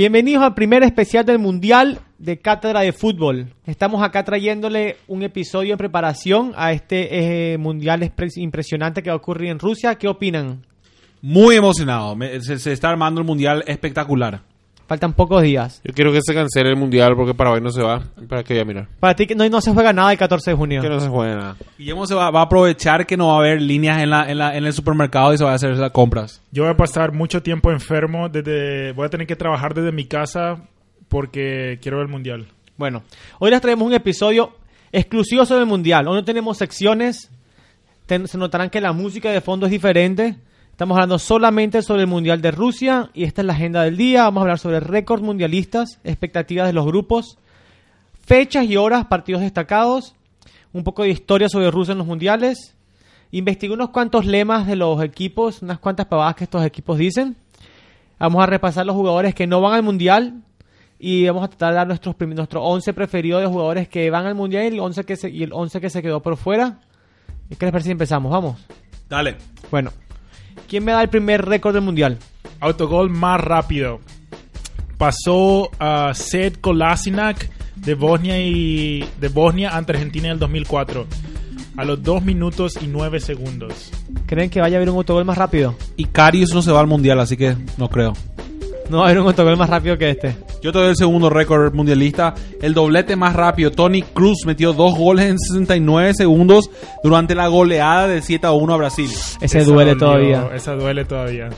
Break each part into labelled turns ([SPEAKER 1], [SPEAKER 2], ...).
[SPEAKER 1] Bienvenidos al primer especial del Mundial de Cátedra de Fútbol. Estamos acá trayéndole un episodio en preparación a este eh, Mundial expres- impresionante que va a ocurrir en Rusia. ¿Qué opinan?
[SPEAKER 2] Muy emocionado. Me- se, se está armando el mundial espectacular.
[SPEAKER 1] Faltan pocos días.
[SPEAKER 3] Yo quiero que se cancele el mundial porque Paraguay no se va. ¿Para qué voy a mirar?
[SPEAKER 1] Para ti que no, no se juega nada el 14 de junio.
[SPEAKER 3] Que no se juegue nada.
[SPEAKER 2] Guillermo se va, va a aprovechar que no va a haber líneas en, la, en, la- en el supermercado y se va a hacer las compras.
[SPEAKER 4] Yo voy a pasar mucho tiempo enfermo, desde voy a tener que trabajar desde mi casa porque quiero ver el mundial.
[SPEAKER 1] Bueno, hoy les traemos un episodio exclusivo sobre el Mundial. Hoy no tenemos secciones. Ten- se notarán que la música de fondo es diferente. Estamos hablando solamente sobre el Mundial de Rusia y esta es la agenda del día. Vamos a hablar sobre récords mundialistas, expectativas de los grupos, fechas y horas, partidos destacados, un poco de historia sobre Rusia en los mundiales. Investigué unos cuantos lemas de los equipos, unas cuantas pavadas que estos equipos dicen. Vamos a repasar los jugadores que no van al mundial y vamos a tratar de dar nuestros prim- nuestro 11 preferido de jugadores que van al mundial y el 11 que se, y el 11 que se quedó por fuera. ¿Qué les parece si empezamos? Vamos.
[SPEAKER 2] Dale.
[SPEAKER 1] Bueno, ¿quién me da el primer récord del mundial?
[SPEAKER 4] Autogol más rápido. Pasó a Sed Kolasinac de Bosnia y de Bosnia ante Argentina en el 2004 a los 2 minutos y 9 segundos.
[SPEAKER 1] ¿Creen que vaya a haber un autogol más rápido?
[SPEAKER 2] Y Carius no se va al mundial, así que no creo.
[SPEAKER 1] No va a haber un autogol más rápido que este.
[SPEAKER 2] Yo te doy el segundo récord mundialista. El doblete más rápido. Tony Cruz metió dos goles en 69 segundos durante la goleada de 7 a 1 a Brasil.
[SPEAKER 1] Ese
[SPEAKER 4] Esa
[SPEAKER 1] duele
[SPEAKER 4] dolió,
[SPEAKER 1] todavía.
[SPEAKER 4] Esa duele todavía.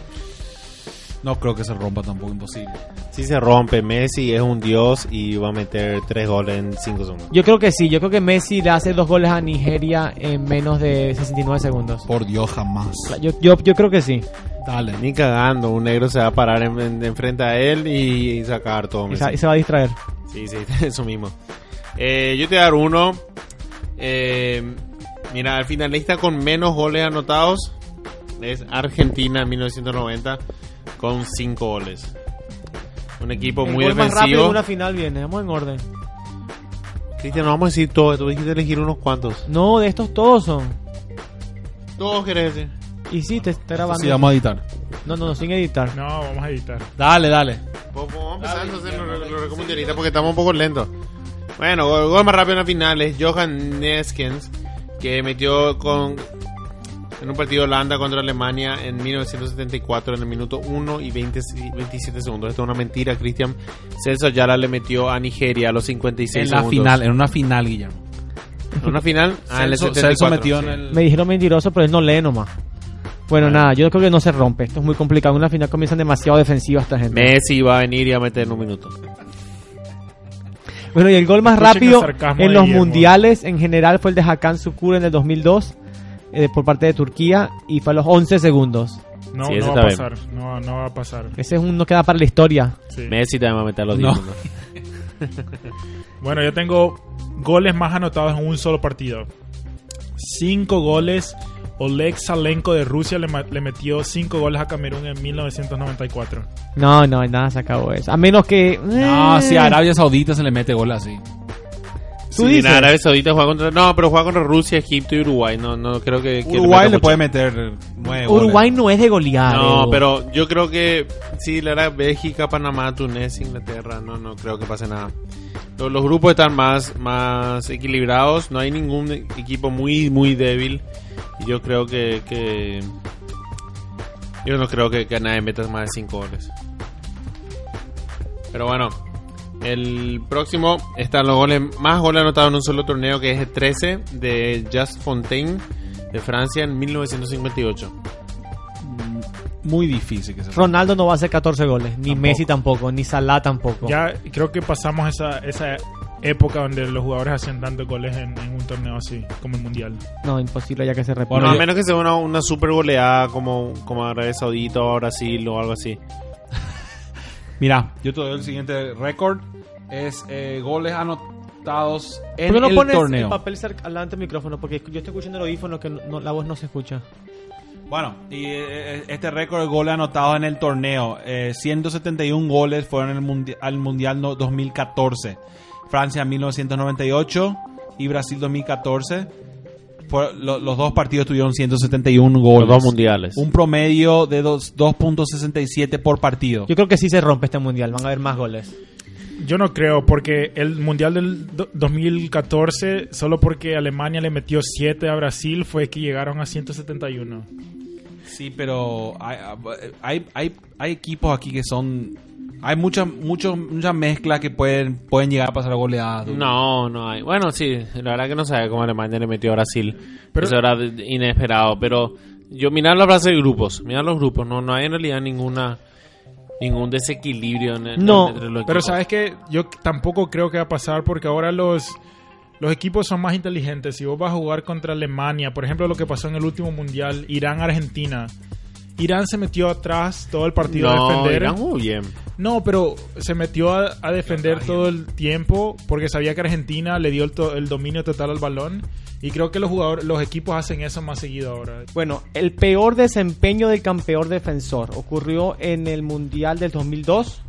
[SPEAKER 2] No creo que se rompa tampoco, imposible.
[SPEAKER 3] Si se rompe, Messi es un dios y va a meter tres goles en cinco segundos.
[SPEAKER 1] Yo creo que sí, yo creo que Messi le hace dos goles a Nigeria en menos de 69 segundos.
[SPEAKER 2] Por Dios, jamás.
[SPEAKER 1] Yo, yo, yo creo que sí.
[SPEAKER 2] Dale.
[SPEAKER 3] Ni cagando, un negro se va a parar en- en- enfrente a él y, sacar todo.
[SPEAKER 1] Y
[SPEAKER 3] Messi.
[SPEAKER 1] se, y se va a distraer.
[SPEAKER 3] Sí, sí, eso mismo. Eh, yo te voy a dar uno. Eh, mira, el finalista con menos goles anotados es Argentina en 1990 con cinco goles. Un equipo muy
[SPEAKER 1] el gol más rápido
[SPEAKER 3] defensivo.
[SPEAKER 1] en una final viene, vamos en orden.
[SPEAKER 3] Cristian, no vamos a decir todo. Tú dijiste elegir unos cuantos.
[SPEAKER 1] No, de estos todos son.
[SPEAKER 3] Todos querés decir.
[SPEAKER 1] Y sí, te está grabando.
[SPEAKER 2] Sí, vamos a editar.
[SPEAKER 1] No, no, no, sin editar.
[SPEAKER 4] No, vamos a editar.
[SPEAKER 2] Dale, dale.
[SPEAKER 3] Vamos vamos empezando a hacer los los- los recomendaciones porque estamos un poco lentos. Bueno, gol, gol más rápido en la final es Johan Neskens, que metió con en un partido de Holanda contra Alemania en 1974 en el minuto 1 y 20 y 27 segundos. Esto es una mentira, Cristian. Celso Yara le metió a Nigeria a los 56
[SPEAKER 2] en la
[SPEAKER 3] segundos.
[SPEAKER 2] final, en una final, Guillermo.
[SPEAKER 3] ¿En una final? Ah, en el
[SPEAKER 2] Celso-
[SPEAKER 3] 74.
[SPEAKER 2] Celso metió en
[SPEAKER 3] sí.
[SPEAKER 2] el...
[SPEAKER 1] Me dijeron mentiroso, pero él no lee nomás. Bueno,
[SPEAKER 3] Bueno.
[SPEAKER 1] nada, yo creo que no se rompe. Esto es muy complicado. En la final comienzan demasiado defensivas esta gente.
[SPEAKER 3] Messi va a venir y va a meter en un minuto.
[SPEAKER 1] Bueno, y el gol más
[SPEAKER 4] Escuchen el
[SPEAKER 1] rápido
[SPEAKER 4] sarcasmo
[SPEAKER 1] en
[SPEAKER 4] de
[SPEAKER 1] los
[SPEAKER 4] Guillermo.
[SPEAKER 1] mundiales en general fue el de Hakan Sukur en el 2002 eh, por parte de Turquía y fue a los 11 segundos.
[SPEAKER 4] No,
[SPEAKER 3] Sí, ese
[SPEAKER 4] no
[SPEAKER 3] está
[SPEAKER 4] va a
[SPEAKER 3] bien.
[SPEAKER 4] pasar. No, no va a pasar.
[SPEAKER 1] Ese es un no queda para la historia.
[SPEAKER 4] Sí.
[SPEAKER 3] Messi también va a meter a los
[SPEAKER 2] No.
[SPEAKER 3] 10 minutos.
[SPEAKER 4] Bueno, yo tengo goles más anotados en un solo partido. Cinco goles. Oleg Salenko de Rusia le, ma- le metió cinco goles a Camerún en 1994.
[SPEAKER 1] No, no, nada, se acabó eso. A menos que.
[SPEAKER 2] No,
[SPEAKER 1] eh,
[SPEAKER 2] si a Arabia Saudita se le mete gol así.
[SPEAKER 1] Tú
[SPEAKER 3] Sí,
[SPEAKER 1] dices.
[SPEAKER 3] nada, Arabia Saudita juega contra... No, pero juega contra Rusia, Egipto y Uruguay. No, no creo que... que meta
[SPEAKER 2] Uruguay le
[SPEAKER 3] mucho.
[SPEAKER 2] puede meter nueve
[SPEAKER 1] Uruguay
[SPEAKER 2] goles.
[SPEAKER 1] no es de golear. eh.
[SPEAKER 3] No,
[SPEAKER 1] Edu.
[SPEAKER 3] pero yo creo que sí, la verdad, Bélgica, Panamá, Túnez, Inglaterra, no, no creo que pase nada. Los, los grupos están más, más equilibrados, no hay ningún equipo muy, muy débil. Y yo creo que, que- yo no creo que, que nadie meta más de 5 goles. Pero bueno, el próximo están los goles, más goles anotados en un solo torneo que es el 13 de Just Fontaine de Francia en 1958.
[SPEAKER 2] Muy difícil que se
[SPEAKER 1] Ronaldo no va a hacer 14 goles. Ni Messi tampoco. Ni Salah tampoco.
[SPEAKER 4] Ya creo que pasamos esa, esa época donde los jugadores hacían tantos goles en, en un torneo así, como el Mundial.
[SPEAKER 1] No, imposible ya que se repone.
[SPEAKER 2] Bueno,
[SPEAKER 3] no, a
[SPEAKER 2] yo-
[SPEAKER 3] menos que sea una, una super goleada como, como Arabia Saudita o Brasil o algo así.
[SPEAKER 2] Mira, yo te doy el siguiente récord. Es eh, goles anotados en
[SPEAKER 1] ¿Por qué no
[SPEAKER 2] el
[SPEAKER 1] pones
[SPEAKER 2] torneo.
[SPEAKER 1] el papel cerca, adelante del micrófono? Porque yo estoy escuchando el audífono que no- no- la voz no se escucha.
[SPEAKER 2] Bueno, y eh, este récord de goles anotados en el torneo. eh, 171 goles fueron en el mundi- al Mundial no- 2014. Francia 1998 y Brasil 2014. por- lo- los dos partidos tuvieron 171 goles.
[SPEAKER 1] Los dos mundiales.
[SPEAKER 2] Un promedio de dos- 2.67 por partido.
[SPEAKER 1] Yo creo que sí se rompe este mundial. Van a haber más goles.
[SPEAKER 4] Yo no creo, porque el Mundial del do- 2014, solo porque Alemania le metió 7 a Brasil, fue que llegaron a 171.
[SPEAKER 2] Sí, pero hay, hay, hay, hay equipos aquí que son... Hay mucha, mucho, mucha mezcla que pueden, pueden llegar a pasar goleadas.
[SPEAKER 3] No, no hay. Bueno, sí, la verdad que no sabía cómo Alemania le metió a Brasil.
[SPEAKER 4] Pero-
[SPEAKER 3] Eso era de- inesperado. Pero yo mirar la frase de grupos, mirar los grupos, no, no hay en realidad ninguna ningún desequilibrio en, en-
[SPEAKER 1] No,
[SPEAKER 3] entre los
[SPEAKER 4] Pero
[SPEAKER 3] equipos.
[SPEAKER 4] sabes que yo tampoco creo que va a pasar porque ahora los, los equipos son más inteligentes. Si vos vas a jugar contra Alemania, por ejemplo, lo que pasó en el último mundial, Irán-Argentina. Irán se metió atrás todo el partido a
[SPEAKER 3] no,
[SPEAKER 4] defender.
[SPEAKER 3] Irán jugó bien.
[SPEAKER 4] No, pero se metió a, a defender todo el tiempo porque sabía que Argentina le dio el, to- el dominio total al balón. Y creo que los jugadores, los equipos hacen eso más seguido ahora.
[SPEAKER 1] Bueno, el peor desempeño del campeón defensor ocurrió en el Mundial del 2002.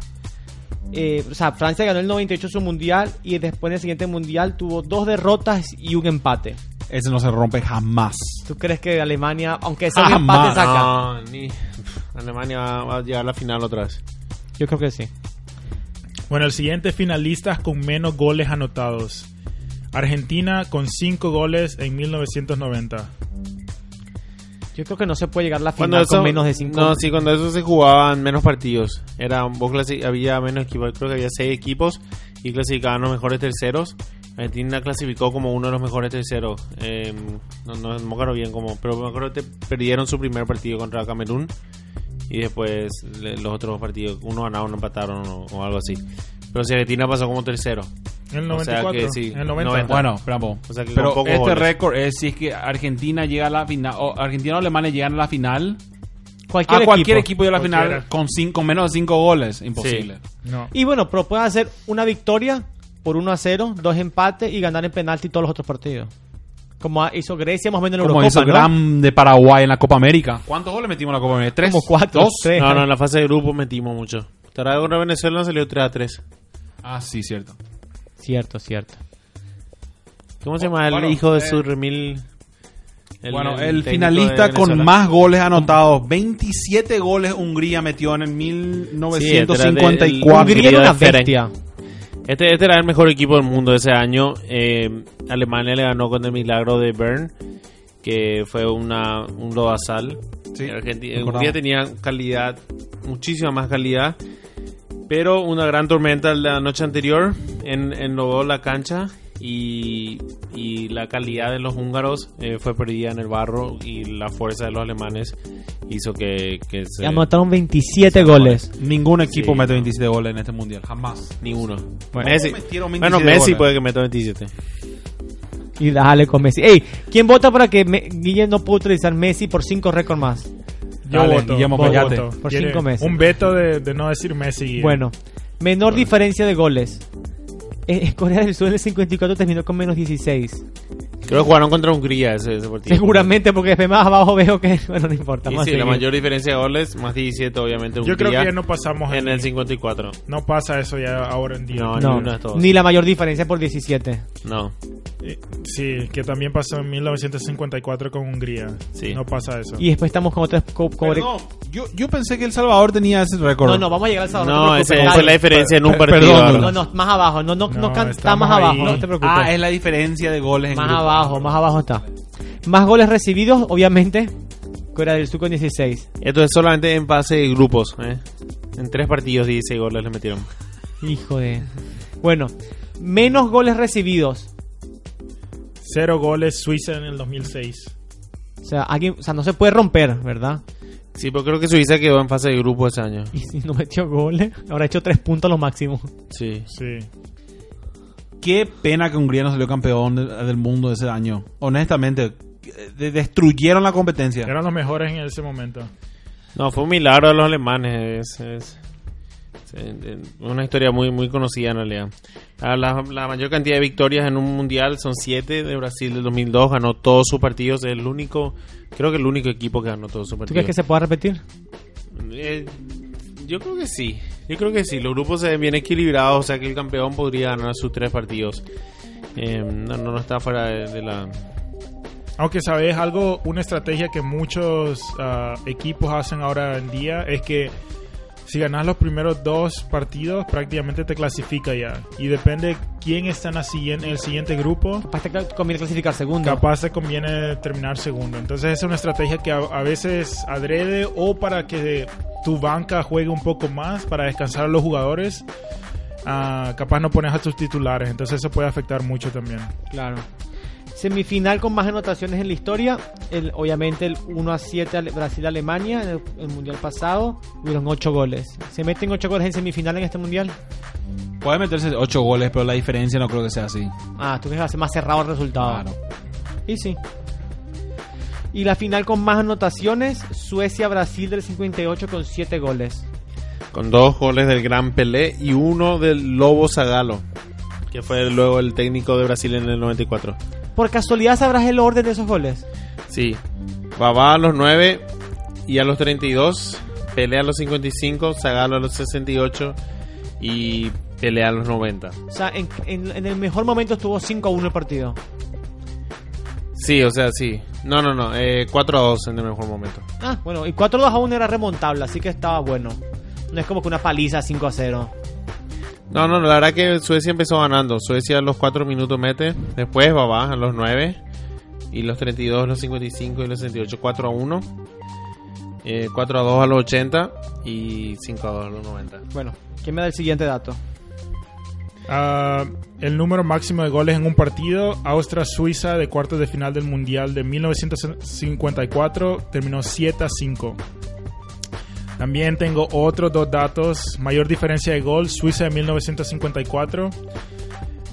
[SPEAKER 1] Eh, o sea, Francia ganó el 98 su Mundial y después en el siguiente Mundial tuvo dos derrotas y un empate.
[SPEAKER 2] Ese no se rompe jamás.
[SPEAKER 1] ¿Tú crees que Alemania, aunque sea un
[SPEAKER 2] Ah,
[SPEAKER 1] empate,
[SPEAKER 2] man,
[SPEAKER 1] saca?
[SPEAKER 3] No, ni- pff, Alemania va, va a llegar a la final otra vez.
[SPEAKER 1] Yo creo que sí.
[SPEAKER 4] Bueno, el siguiente finalistas con menos goles anotados. Argentina con 5 goles en 1990.
[SPEAKER 1] Yo creo que no se puede llegar a la
[SPEAKER 3] Cuando
[SPEAKER 1] final
[SPEAKER 3] eso,
[SPEAKER 1] con menos de 5
[SPEAKER 3] No, sí, cuando eso se jugaban menos partidos. Era un poco clasi- había menos equipos, creo que había seis equipos y clasificaban los mejores terceros. Argentina clasificó como uno de los mejores terceros. Eh, no, no, no me acuerdo bien cómo, pero me acuerdo que perdieron su primer partido contra Camerún y después le- los otros partidos, uno ganaron, uno empataron o, o algo así. Pero si Argentina pasó como tercero.
[SPEAKER 4] En el
[SPEAKER 3] O sea
[SPEAKER 4] 94.
[SPEAKER 3] que sí,
[SPEAKER 4] En el 90.
[SPEAKER 3] 90.
[SPEAKER 2] Bueno, bravo.
[SPEAKER 3] O sea que con
[SPEAKER 2] pero
[SPEAKER 3] pocos
[SPEAKER 2] este
[SPEAKER 3] goles.
[SPEAKER 2] récord es si es que Argentina llega a la final, o Argentina o Alemania llegan a la final.
[SPEAKER 1] Cualquier,
[SPEAKER 2] a cualquier equipo, llega a la
[SPEAKER 4] Cualquiera.
[SPEAKER 2] final con, cinco, con menos de 5 goles. Imposible.
[SPEAKER 4] No.
[SPEAKER 1] Y bueno, pero pueden hacer una victoria por 1 a 0, dos empates y ganar en penalti todos los otros partidos. Como hizo Grecia más o menos en
[SPEAKER 2] Como
[SPEAKER 1] Eurocopa,
[SPEAKER 2] hizo
[SPEAKER 1] ¿no?
[SPEAKER 2] Gran de Paraguay en la Copa América. ¿Cuántos goles metimos en la Copa América? ¿Tres?
[SPEAKER 1] Como cuatro,
[SPEAKER 2] ¿Dos?
[SPEAKER 1] tres.
[SPEAKER 3] No, no, en la fase de grupo metimos mucho. Tarde contra Venezuela salió 3 a 3.
[SPEAKER 2] Ah, sí, cierto.
[SPEAKER 1] Cierto, cierto.
[SPEAKER 3] ¿Cómo se llama el
[SPEAKER 2] Bueno,
[SPEAKER 3] hijo de
[SPEAKER 2] eh,
[SPEAKER 3] su remil?
[SPEAKER 2] bueno, el,
[SPEAKER 3] técnico
[SPEAKER 2] finalista
[SPEAKER 3] de
[SPEAKER 2] con
[SPEAKER 3] Venezuela?
[SPEAKER 2] más goles anotados. 27 goles Hungría metió en el
[SPEAKER 3] Sí, este era de-
[SPEAKER 2] 1954.
[SPEAKER 3] el-
[SPEAKER 1] Hungría era una
[SPEAKER 3] Ferenc.
[SPEAKER 1] bestia.
[SPEAKER 3] Este, este era el mejor equipo del mundo ese año. Eh, Alemania le ganó con el milagro de Bern, que fue una, un lodazal.
[SPEAKER 2] Sí,
[SPEAKER 3] Argentina,
[SPEAKER 2] recordamos.
[SPEAKER 3] Hungría tenía calidad, muchísima más calidad. Pero una gran tormenta la noche anterior en- enlodó la cancha y, y la calidad de los húngaros eh, fue perdida en el barro y la fuerza de los alemanes hizo que, que se...
[SPEAKER 1] Ya anotaron 27 goles.
[SPEAKER 2] este Ningún equipo
[SPEAKER 3] Sí,
[SPEAKER 2] mete
[SPEAKER 3] no.
[SPEAKER 2] 27 goles en este mundial. Jamás.
[SPEAKER 3] Ni uno.
[SPEAKER 1] Bueno.
[SPEAKER 3] Messi.
[SPEAKER 2] Metieron 27
[SPEAKER 3] Bueno, Messi
[SPEAKER 2] goles.
[SPEAKER 3] puede que meta 27.
[SPEAKER 1] Y dale con Messi. Ey, ¿quién vota para que me- Guille no pueda utilizar Messi por 5 récords más?
[SPEAKER 4] Yo
[SPEAKER 2] Dale,
[SPEAKER 4] voto.
[SPEAKER 2] Guillermo,
[SPEAKER 4] vos
[SPEAKER 2] callate.
[SPEAKER 4] voto.
[SPEAKER 1] Por
[SPEAKER 4] Quiere
[SPEAKER 1] cinco meses.
[SPEAKER 4] Un veto de, de no decir Messi.
[SPEAKER 1] Bueno, menor diferencia de goles. Eh, Corea del Sur en el 54 terminó con menos 16.
[SPEAKER 3] Creo que jugaron contra Hungría ese, ese partido.
[SPEAKER 1] Seguramente, porque después más abajo veo que. Bueno, no importa.
[SPEAKER 3] Y
[SPEAKER 1] vamos a
[SPEAKER 3] sí, la
[SPEAKER 1] seguir.
[SPEAKER 3] mayor diferencia de goles, más 17 obviamente
[SPEAKER 4] Yo creo que
[SPEAKER 3] Hungría
[SPEAKER 4] ya no pasamos
[SPEAKER 3] en
[SPEAKER 4] ahí.
[SPEAKER 3] el 54.
[SPEAKER 4] No pasa eso ya ahora en día.
[SPEAKER 3] No,
[SPEAKER 1] No,
[SPEAKER 3] Ni una de todas.
[SPEAKER 1] ni la mayor diferencia por 17.
[SPEAKER 3] No.
[SPEAKER 4] Eh, Sí, que también pasó en 1954 con Hungría.
[SPEAKER 3] Sí.
[SPEAKER 4] No pasa eso.
[SPEAKER 1] Y después estamos con otras co- cobre-
[SPEAKER 2] Perdón, yo, yo pensé que El Salvador tenía ese récord.
[SPEAKER 1] No, no, vamos a llegar al sábado.
[SPEAKER 3] No,
[SPEAKER 1] te
[SPEAKER 3] esa
[SPEAKER 1] preocupes,
[SPEAKER 3] esa es la
[SPEAKER 1] dale.
[SPEAKER 3] diferencia en un
[SPEAKER 2] Per-
[SPEAKER 3] partido.
[SPEAKER 2] perdón,
[SPEAKER 3] ahora.
[SPEAKER 1] No, no, más abajo. No, no, no,
[SPEAKER 4] No,
[SPEAKER 1] can- está
[SPEAKER 4] estamos
[SPEAKER 1] más abajo.
[SPEAKER 4] ahí.
[SPEAKER 1] No te preocupes.
[SPEAKER 2] Ah, es la diferencia de goles en
[SPEAKER 1] Más
[SPEAKER 2] grupo.
[SPEAKER 1] abajo, más abajo está. Más goles recibidos, obviamente. Corea del Sur con 16.
[SPEAKER 3] Esto es solamente en fase de grupos. ¿eh? En tres partidos 16 goles le metieron.
[SPEAKER 1] Hijo de. Bueno, menos goles recibidos.
[SPEAKER 4] Cero goles Suiza en el 2006.
[SPEAKER 1] O sea, alguien, o sea, no se puede romper, ¿verdad?
[SPEAKER 3] Sí, pero creo que Suiza quedó en fase de grupos ese año.
[SPEAKER 1] Y si no metió goles, habrá hecho tres puntos a lo máximo.
[SPEAKER 3] Sí.
[SPEAKER 4] Sí.
[SPEAKER 2] Qué pena que Hungría no salió campeón de- del mundo ese año. Honestamente, de- destruyeron la competencia.
[SPEAKER 4] Eran los mejores en ese momento.
[SPEAKER 3] No, fue un milagro de los alemanes. Es, es- es- eh, una historia muy, muy conocida en realidad. La, la- la mayor cantidad de victorias en un mundial son siete de Brasil del 2002. Ganó todos sus partidos. Es el único, creo que el único equipo que ganó todos sus
[SPEAKER 1] ¿Tú crees
[SPEAKER 3] partidos.
[SPEAKER 1] que se pueda repetir?
[SPEAKER 3] Eh, yo creo que sí. Yo creo que sí. Los grupos se ven bien equilibrados. O sea que el campeón podría ganar sus tres partidos. Eh, no, no, no está fuera de, de la.
[SPEAKER 4] Aunque sabes algo, una estrategia que muchos ah, equipos hacen ahora en día es que si ganas los primeros dos partidos prácticamente te clasifica ya. Y depende quién está en, la siguiente- en el siguiente grupo,
[SPEAKER 1] Capaz te cla- conviene clasificar segundo.
[SPEAKER 4] capaz te conviene terminar segundo. Entonces es una estrategia que a, a veces adrede o para que tu banca juegue un poco más, para descansar a los jugadores. ah, capaz no pones a tus titulares, entonces eso puede afectar mucho también.
[SPEAKER 1] Claro. Semifinal con más anotaciones en la historia. El, obviamente el 1 a 7 Ale- Brasil-Alemania en el, el mundial pasado. Hubieron 8 goles. ¿Se meten 8 goles en semifinal en este mundial?
[SPEAKER 5] Puede meterse 8 goles, pero la diferencia no creo que sea así.
[SPEAKER 1] Ah, tú crees que va a ser más cerrado el resultado.
[SPEAKER 2] Ah.
[SPEAKER 1] Y sí. Y la final con más anotaciones, Suecia-Brasil del 58 con 7 goles.
[SPEAKER 3] Con dos goles del Gran Pelé y uno del Lobo Zagalo, que fue luego el técnico de Brasil en el 94.
[SPEAKER 1] Por casualidad sabrás el orden de esos goles.
[SPEAKER 3] Sí. Babá a los 9 y a los 32. Pelea a los 55. Zagalo a los 68. Y pelea a los 90.
[SPEAKER 1] O sea, en, en- en el mejor momento estuvo 5 a 1 el partido.
[SPEAKER 3] Sí, o sea, sí. No, no, no. Eh, 4 a 2 en el mejor momento.
[SPEAKER 1] Ah, bueno, y 4 2 a 1 era remontable, así que estaba bueno. No es como que una paliza 5 a 0.
[SPEAKER 3] No, no, no, la verdad que Suecia empezó ganando. Suecia a los 4 minutos mete. Después Babá a los 9. Y los 32, los 55 y los 68. 4 a 1. Eh, 4 a 2 a los 80. Y 5 a 2 a los 90.
[SPEAKER 1] Bueno, ¿quién me da el siguiente dato?
[SPEAKER 4] Ah, el número máximo de goles en un partido, Austria-Suiza de cuartos de final del Mundial de 1954 terminó 7 a 5. También tengo otros dos datos, mayor diferencia de gol, Suiza de 1954.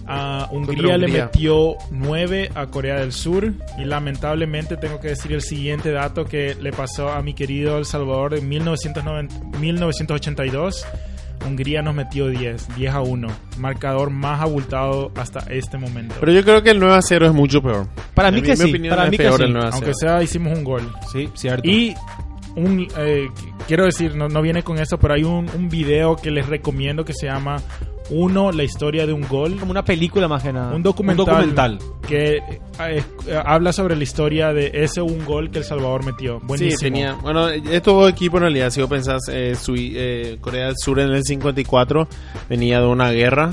[SPEAKER 4] Ah, Hungría,
[SPEAKER 3] Contra
[SPEAKER 4] le
[SPEAKER 3] Hungría.
[SPEAKER 4] metió 9 a Corea del Sur y lamentablemente tengo que decir el siguiente dato que le pasó a mi querido El Salvador en 1990 1982. Hungría nos metió 10, 10 a 1. Marcador más abultado hasta este momento.
[SPEAKER 3] Pero yo creo que el 9 a 0 es mucho peor.
[SPEAKER 1] Para
[SPEAKER 3] En
[SPEAKER 1] mí
[SPEAKER 3] mi
[SPEAKER 1] que sí,
[SPEAKER 3] opinión
[SPEAKER 1] para
[SPEAKER 3] es
[SPEAKER 1] mí que
[SPEAKER 3] peor
[SPEAKER 1] sí.
[SPEAKER 3] el 9 a 0.
[SPEAKER 4] Aunque sea, hicimos un gol.
[SPEAKER 5] Sí, cierto.
[SPEAKER 4] Y un, eh, qu- quiero decir, no, no viene con eso, pero hay un, un video que les recomiendo que se llama Uno, la historia de un gol.
[SPEAKER 1] Como una película más que nada.
[SPEAKER 4] Un documental,
[SPEAKER 5] documental.
[SPEAKER 4] que eh, es- eh, habla sobre la historia de ese un gol que El Salvador metió. Buenísimo.
[SPEAKER 3] Sí, tenía. Bueno, estos dos equipos en realidad, si vos pensás, eh, Sui- eh, Corea del Sur en el 54 venía de una guerra.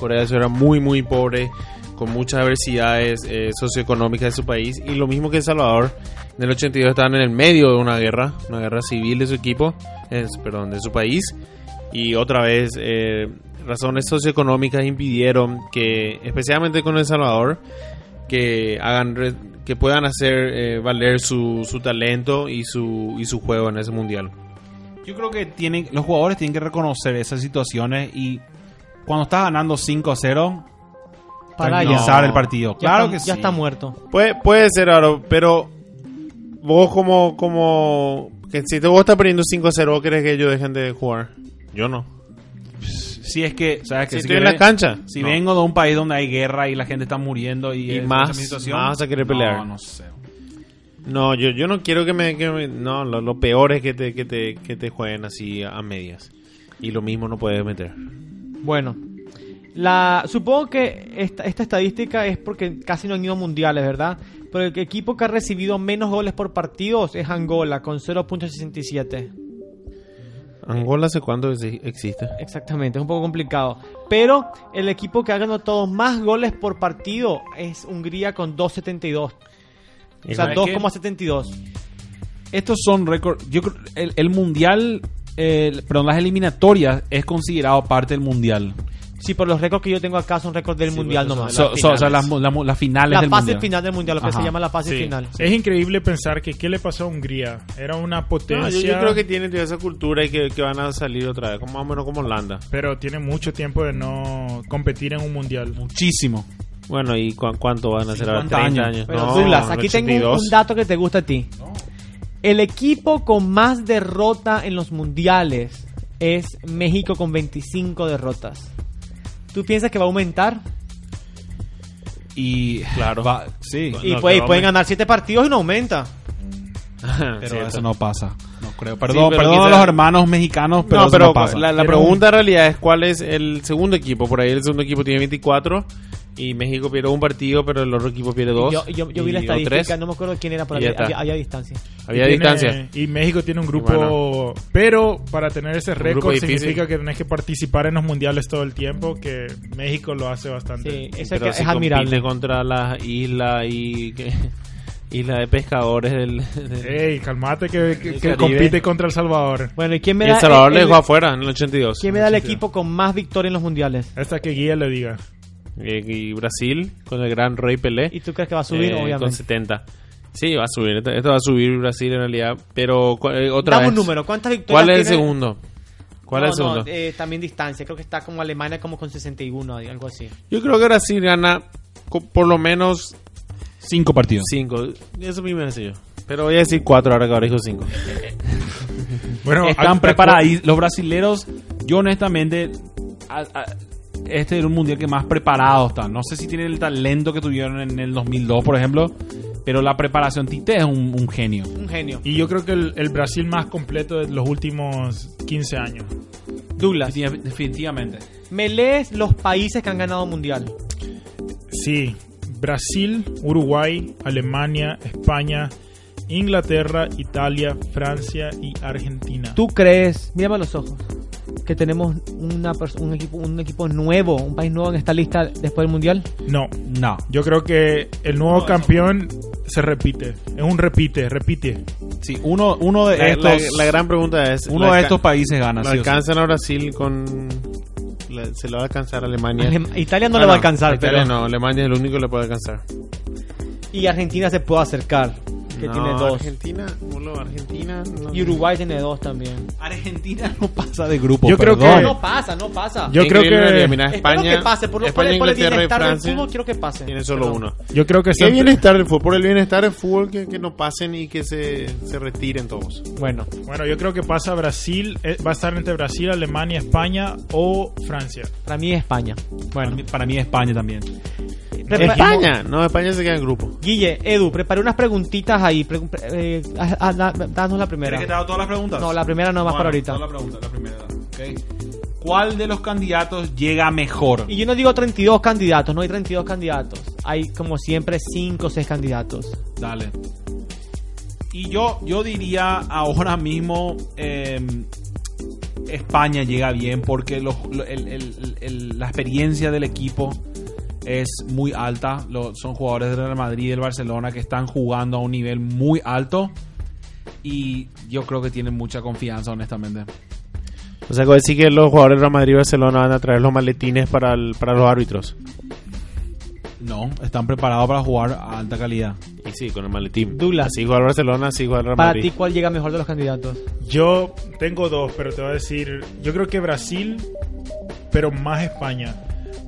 [SPEAKER 3] Corea del Sur era muy, muy pobre, con muchas adversidades eh, socioeconómicas de su país. Y lo mismo que El Salvador, en el 82 estaban en el medio de una guerra, una guerra civil de su equipo, eh, perdón, de su país. Y otra vez, eh, razones socioeconómicas impidieron que, especialmente con El Salvador, que hagan re- que puedan hacer eh, valer su, su talento y su y su juego en ese mundial.
[SPEAKER 5] Yo creo que tienen, los jugadores tienen que reconocer esas situaciones y cuando estás ganando 5 a 0,
[SPEAKER 1] Para ya.
[SPEAKER 5] tranquilizar el partido.
[SPEAKER 1] Ya
[SPEAKER 5] Claro
[SPEAKER 1] está-
[SPEAKER 5] que
[SPEAKER 1] Ya
[SPEAKER 5] sí.
[SPEAKER 1] está muerto.
[SPEAKER 3] Puede, puede ser Aro, pero vos como como que si te vos estás perdiendo 5 a 0, ¿vos ¿crees que ellos dejen de jugar? Yo no.
[SPEAKER 5] Si es que, ¿sabes
[SPEAKER 3] Si
[SPEAKER 5] que
[SPEAKER 3] estoy
[SPEAKER 5] que
[SPEAKER 3] en
[SPEAKER 5] ve-
[SPEAKER 3] la cancha.
[SPEAKER 5] Si
[SPEAKER 3] no.
[SPEAKER 5] vengo de un país donde hay guerra y la gente está muriendo y,
[SPEAKER 3] Y
[SPEAKER 5] es
[SPEAKER 3] más-
[SPEAKER 5] esa mi
[SPEAKER 3] más vas a querer pelear.
[SPEAKER 5] No, no sé.
[SPEAKER 3] No, yo, yo no quiero que me, que me- no, lo, lo peor es que te, que te que te jueguen así a medias. Y lo mismo no puedes meter.
[SPEAKER 1] Bueno. La, supongo que esta, esta estadística es porque casi no han ido a mundiales, ¿verdad? Pero el equipo que ha recibido menos goles por partidos es Angola, con 0.67.
[SPEAKER 3] Angola hace cuánto exi- existe?
[SPEAKER 1] Exactamente, es un poco complicado. Pero el equipo que ha ganado todos más goles por partido es Hungría con 2.72. O sea,
[SPEAKER 5] sabes qué?
[SPEAKER 1] 2,72.
[SPEAKER 5] Estos son récords. Yo creo- el, el mundial, eh, perdón, las eliminatorias es considerado parte del mundial.
[SPEAKER 1] Sí, pero los récords que yo tengo acá son récords del
[SPEAKER 3] Sí,
[SPEAKER 1] mundial
[SPEAKER 3] bueno,
[SPEAKER 1] nomás.
[SPEAKER 3] son
[SPEAKER 5] So- so- o sea,
[SPEAKER 3] finales.
[SPEAKER 5] las, mu- las mu- las finales
[SPEAKER 1] La
[SPEAKER 5] del
[SPEAKER 1] fase
[SPEAKER 5] mundial.
[SPEAKER 1] final del mundial, lo que
[SPEAKER 5] Ajá.
[SPEAKER 1] se llama la fase
[SPEAKER 4] Sí.
[SPEAKER 1] final.
[SPEAKER 4] Es increíble pensar que qué le pasó a Hungría. Era una potencia,
[SPEAKER 3] No, yo, yo creo que tienen toda esa cultura y que, que van a salir otra vez, como más o menos como Holanda.
[SPEAKER 4] pero tiene mucho tiempo de no competir en un mundial.
[SPEAKER 5] Muchísimo.
[SPEAKER 3] Bueno, ¿y cu- cuánto van a hacer ahora?
[SPEAKER 5] 50
[SPEAKER 3] 30
[SPEAKER 5] años.
[SPEAKER 3] años.
[SPEAKER 1] Bueno,
[SPEAKER 3] No,
[SPEAKER 1] Douglas,
[SPEAKER 3] el
[SPEAKER 1] aquí tengo un-
[SPEAKER 3] 82.
[SPEAKER 1] un dato que te gusta a ti. El equipo con más derrota en los mundiales es México con 25 derrotas. ¿Tú piensas que va a aumentar?
[SPEAKER 5] Y. Claro. sí.
[SPEAKER 1] Y
[SPEAKER 3] No,
[SPEAKER 1] pues-
[SPEAKER 3] que va a
[SPEAKER 1] pueden
[SPEAKER 3] aumentar.
[SPEAKER 1] ganar 7 partidos y no aumenta.
[SPEAKER 5] Pero
[SPEAKER 3] Cierto.
[SPEAKER 5] eso no pasa. No creo. Perdón,
[SPEAKER 3] pero
[SPEAKER 5] perdón a
[SPEAKER 3] quizá-
[SPEAKER 5] los hermanos mexicanos,
[SPEAKER 3] No,
[SPEAKER 5] pero eso
[SPEAKER 3] pero
[SPEAKER 5] no pasa.
[SPEAKER 3] la, la
[SPEAKER 1] Pero-
[SPEAKER 3] pregunta en realidad es cuál es el segundo equipo. Por ahí el segundo equipo tiene 24 y México pierde un partido, pero el otro equipo pierde dos.
[SPEAKER 1] Yo, yo- yo
[SPEAKER 3] y-
[SPEAKER 1] vi la
[SPEAKER 3] o
[SPEAKER 1] estadística,
[SPEAKER 3] tres.
[SPEAKER 1] no me acuerdo quién era, pero
[SPEAKER 3] Y ya
[SPEAKER 1] había,
[SPEAKER 3] está.
[SPEAKER 1] había- había distancia.
[SPEAKER 3] Había
[SPEAKER 4] Y tiene-
[SPEAKER 3] distancia.
[SPEAKER 4] Y México tiene un grupo.
[SPEAKER 3] Bueno.
[SPEAKER 4] Pero para tener ese récord
[SPEAKER 3] difícil.
[SPEAKER 4] significa que tenés que participar en los mundiales todo el tiempo, que México lo hace bastante.
[SPEAKER 1] Sí, ese
[SPEAKER 3] Pero
[SPEAKER 1] que
[SPEAKER 3] si
[SPEAKER 1] es admirable.
[SPEAKER 3] compite contra las islas y que- isla de pescadores del, del-
[SPEAKER 4] Ey, calmate que, que-
[SPEAKER 3] El
[SPEAKER 4] que
[SPEAKER 3] Caribe.
[SPEAKER 4] compite contra El Salvador.
[SPEAKER 1] Bueno, ¿y quién me
[SPEAKER 3] Y
[SPEAKER 1] da
[SPEAKER 3] El Salvador
[SPEAKER 1] el-
[SPEAKER 3] le
[SPEAKER 1] el-
[SPEAKER 3] dejó afuera en el 82.
[SPEAKER 1] quién me da el equipo con más victoria en los mundiales?
[SPEAKER 4] Hasta que Guía le diga.
[SPEAKER 3] Y, y Brasil con el gran Rey Pelé.
[SPEAKER 1] ¿Y tú crees que va a subir,
[SPEAKER 3] eh, con
[SPEAKER 1] obviamente?
[SPEAKER 3] 70. Sí, va a subir. Esto, esto va a subir Brasil en realidad. Pero cu- eh, otra
[SPEAKER 1] Dame
[SPEAKER 3] vez.
[SPEAKER 1] un número, ¿cuántas victorias
[SPEAKER 3] ¿Cuál es el
[SPEAKER 1] tiene?
[SPEAKER 3] segundo? ¿Cuál
[SPEAKER 1] No,
[SPEAKER 3] es el
[SPEAKER 1] no,
[SPEAKER 3] segundo?
[SPEAKER 1] eh, también distancia, creo que está como Alemania como con 61, ahí, algo así.
[SPEAKER 3] Yo creo que Brasil gana co- por lo menos
[SPEAKER 2] Cinco partidos.
[SPEAKER 3] 5. Eso mismo decía yo. Pero voy a decir 4 ahora que ahora dijo 5.
[SPEAKER 4] Bueno,
[SPEAKER 2] Están
[SPEAKER 4] ac-
[SPEAKER 2] preparados. Los brasileros, yo honestamente, a- a- este es un mundial que más preparados están. No sé si tienen el talento que tuvieron en el 2002, por ejemplo, pero la preparación Tite es un, un genio.
[SPEAKER 1] Un genio.
[SPEAKER 4] Y yo creo que el, el Brasil más completo de los últimos 15 años.
[SPEAKER 1] Douglas,
[SPEAKER 2] Definitiv- Definitivamente.
[SPEAKER 1] ¿me lees los países que han ganado mundial?
[SPEAKER 4] Sí, Brasil, Uruguay, Alemania, España, Inglaterra, Italia, Francia y Argentina.
[SPEAKER 1] ¿Tú crees, mírame a los ojos, que tenemos una pers- un, equipo, un equipo nuevo, un país nuevo en esta lista después del mundial?
[SPEAKER 4] No,
[SPEAKER 2] No.
[SPEAKER 4] yo creo que el nuevo campeón se repite. Es un repite, repite.
[SPEAKER 2] Sí, uno, uno de
[SPEAKER 3] La,
[SPEAKER 2] estos,
[SPEAKER 3] la- la gran pregunta es:
[SPEAKER 2] uno
[SPEAKER 3] ¿la
[SPEAKER 2] de
[SPEAKER 3] ca-
[SPEAKER 2] estos países gana.
[SPEAKER 3] ¿Lo
[SPEAKER 2] sí o sí.
[SPEAKER 3] alcanzan a Brasil con.? la- ¿Se lo va a alcanzar a Alemania?
[SPEAKER 1] Alem- Italia no
[SPEAKER 3] Ah,
[SPEAKER 1] le va a alcanzar,
[SPEAKER 3] Italia
[SPEAKER 1] pero-
[SPEAKER 3] no, Alemania es el único que le puede alcanzar.
[SPEAKER 1] Y Argentina se puede acercar, que
[SPEAKER 3] No,
[SPEAKER 1] tiene dos.
[SPEAKER 3] Argentina, boludo, Argentina. no-
[SPEAKER 1] Y Uruguay tiene dos también.
[SPEAKER 2] Argentina no pasa de grupo.
[SPEAKER 4] Yo creo
[SPEAKER 2] perdón.
[SPEAKER 4] que-
[SPEAKER 1] No pasa, no pasa.
[SPEAKER 4] Yo
[SPEAKER 3] Qué
[SPEAKER 4] creo
[SPEAKER 3] increíble
[SPEAKER 4] que-
[SPEAKER 3] realidad, mira,
[SPEAKER 1] Espero
[SPEAKER 3] España,
[SPEAKER 1] que pase, por, lo- por,
[SPEAKER 3] España,
[SPEAKER 1] el- por el
[SPEAKER 3] Inglaterra y
[SPEAKER 1] bienestar del
[SPEAKER 3] Francia
[SPEAKER 1] fútbol quiero que pase.
[SPEAKER 3] tiene solo
[SPEAKER 1] Perdón.
[SPEAKER 3] uno.
[SPEAKER 4] Yo creo que
[SPEAKER 3] Qué
[SPEAKER 4] siempre-
[SPEAKER 3] bienestar del fútbol, por el bienestar del fútbol que, que no pasen y que se, se retiren todos.
[SPEAKER 1] Bueno,
[SPEAKER 4] Bueno, yo creo que pasa Brasil, eh, va a estar entre Brasil, Alemania, España o Francia.
[SPEAKER 1] para mí es España.
[SPEAKER 2] Para mí- para mí España también.
[SPEAKER 1] Prepa-
[SPEAKER 3] España, no, España se queda en grupo.
[SPEAKER 1] Guille, Edu, preparé unas preguntitas ahí. pre- eh, haz- haz la- danos la primera.
[SPEAKER 2] hago todas las preguntas?
[SPEAKER 1] No, la primera no más para ahorita.
[SPEAKER 2] No, la pregunta, la primera. ok. ¿Cuál de los candidatos llega mejor?
[SPEAKER 1] Y yo no digo 32 candidatos, no hay 32 candidatos. Hay como siempre 5 o 6 candidatos.
[SPEAKER 2] Dale. Y yo, yo diría ahora mismo eh, España llega bien porque los- lo- el- el- el- la experiencia del equipo es muy alta. Lo- son jugadores del Real Madrid y del Barcelona que están jugando a un nivel muy alto. Y yo creo que tienen mucha confianza, honestamente.
[SPEAKER 3] O sea, que decir que los jugadores de Real Madrid y Barcelona van a traer los maletines para, el- para los árbitros.
[SPEAKER 2] No, están preparados para jugar a alta calidad.
[SPEAKER 3] Y sí, con el maletín.
[SPEAKER 1] Douglas.
[SPEAKER 3] Así juega el Barcelona, así juega el Real
[SPEAKER 1] Para
[SPEAKER 3] Madrid.
[SPEAKER 1] ti, ¿cuál llega mejor de los candidatos?
[SPEAKER 4] Yo tengo dos, pero te voy a decir, yo creo que Brasil, pero más España.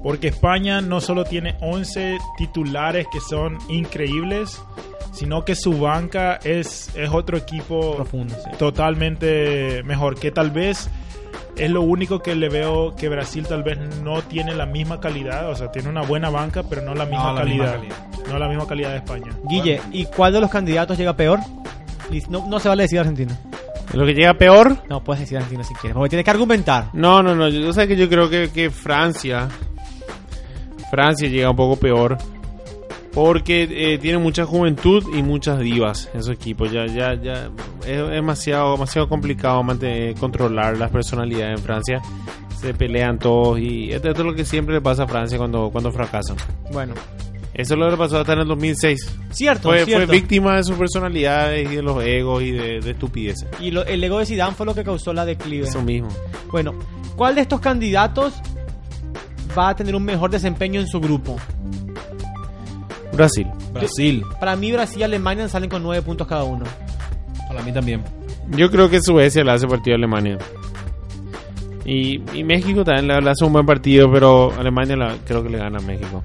[SPEAKER 4] Porque España no solo tiene 11 titulares que son increíbles, sino que su banca es, es otro equipo
[SPEAKER 1] Profundo, sí.
[SPEAKER 4] totalmente mejor. Que tal vez es lo único que le veo que Brasil tal vez no tiene la misma calidad. O sea, tiene una buena banca, pero no la misma,
[SPEAKER 2] la
[SPEAKER 4] calidad,
[SPEAKER 2] misma
[SPEAKER 4] No la misma calidad de España.
[SPEAKER 1] Guille, ¿y cuál de los candidatos llega peor? Y No, no se vale decir Argentina.
[SPEAKER 3] Lo que llega peor.
[SPEAKER 1] No, puedes decir Argentina si quieres, porque tienes que argumentar.
[SPEAKER 3] No, no, no. Yo, o sea, que yo creo que, que Francia. Francia llega un poco peor. Porque eh, tiene mucha juventud y muchas divas en su equipo. Ya, ya, ya. Es es demasiado, demasiado complicado mantener, controlar las personalidades en Francia. Se pelean todos y esto, esto es lo que siempre le pasa a Francia cuando, cuando fracasan.
[SPEAKER 1] Bueno,
[SPEAKER 3] Eso es lo que le pasó hasta en el 2006.
[SPEAKER 1] cierto,
[SPEAKER 3] Fue, fue
[SPEAKER 1] cierto.
[SPEAKER 3] víctima de sus personalidades y de los egos y de, de estupideces.
[SPEAKER 1] y lo- el ego de Zidane fue lo que causó la declive.
[SPEAKER 3] Eso mismo.
[SPEAKER 1] Bueno, ¿cuál de estos candidatos va a tener un mejor desempeño en su grupo?
[SPEAKER 3] Brasil.
[SPEAKER 2] Brasil,
[SPEAKER 1] Para mí, Brasil y Alemania salen con 9 puntos cada uno.
[SPEAKER 2] para mí también.
[SPEAKER 3] Yo creo que Suecia le hace partido a Alemania. Y, y México también le, le hace un buen partido, pero Alemania la- creo que le gana a México.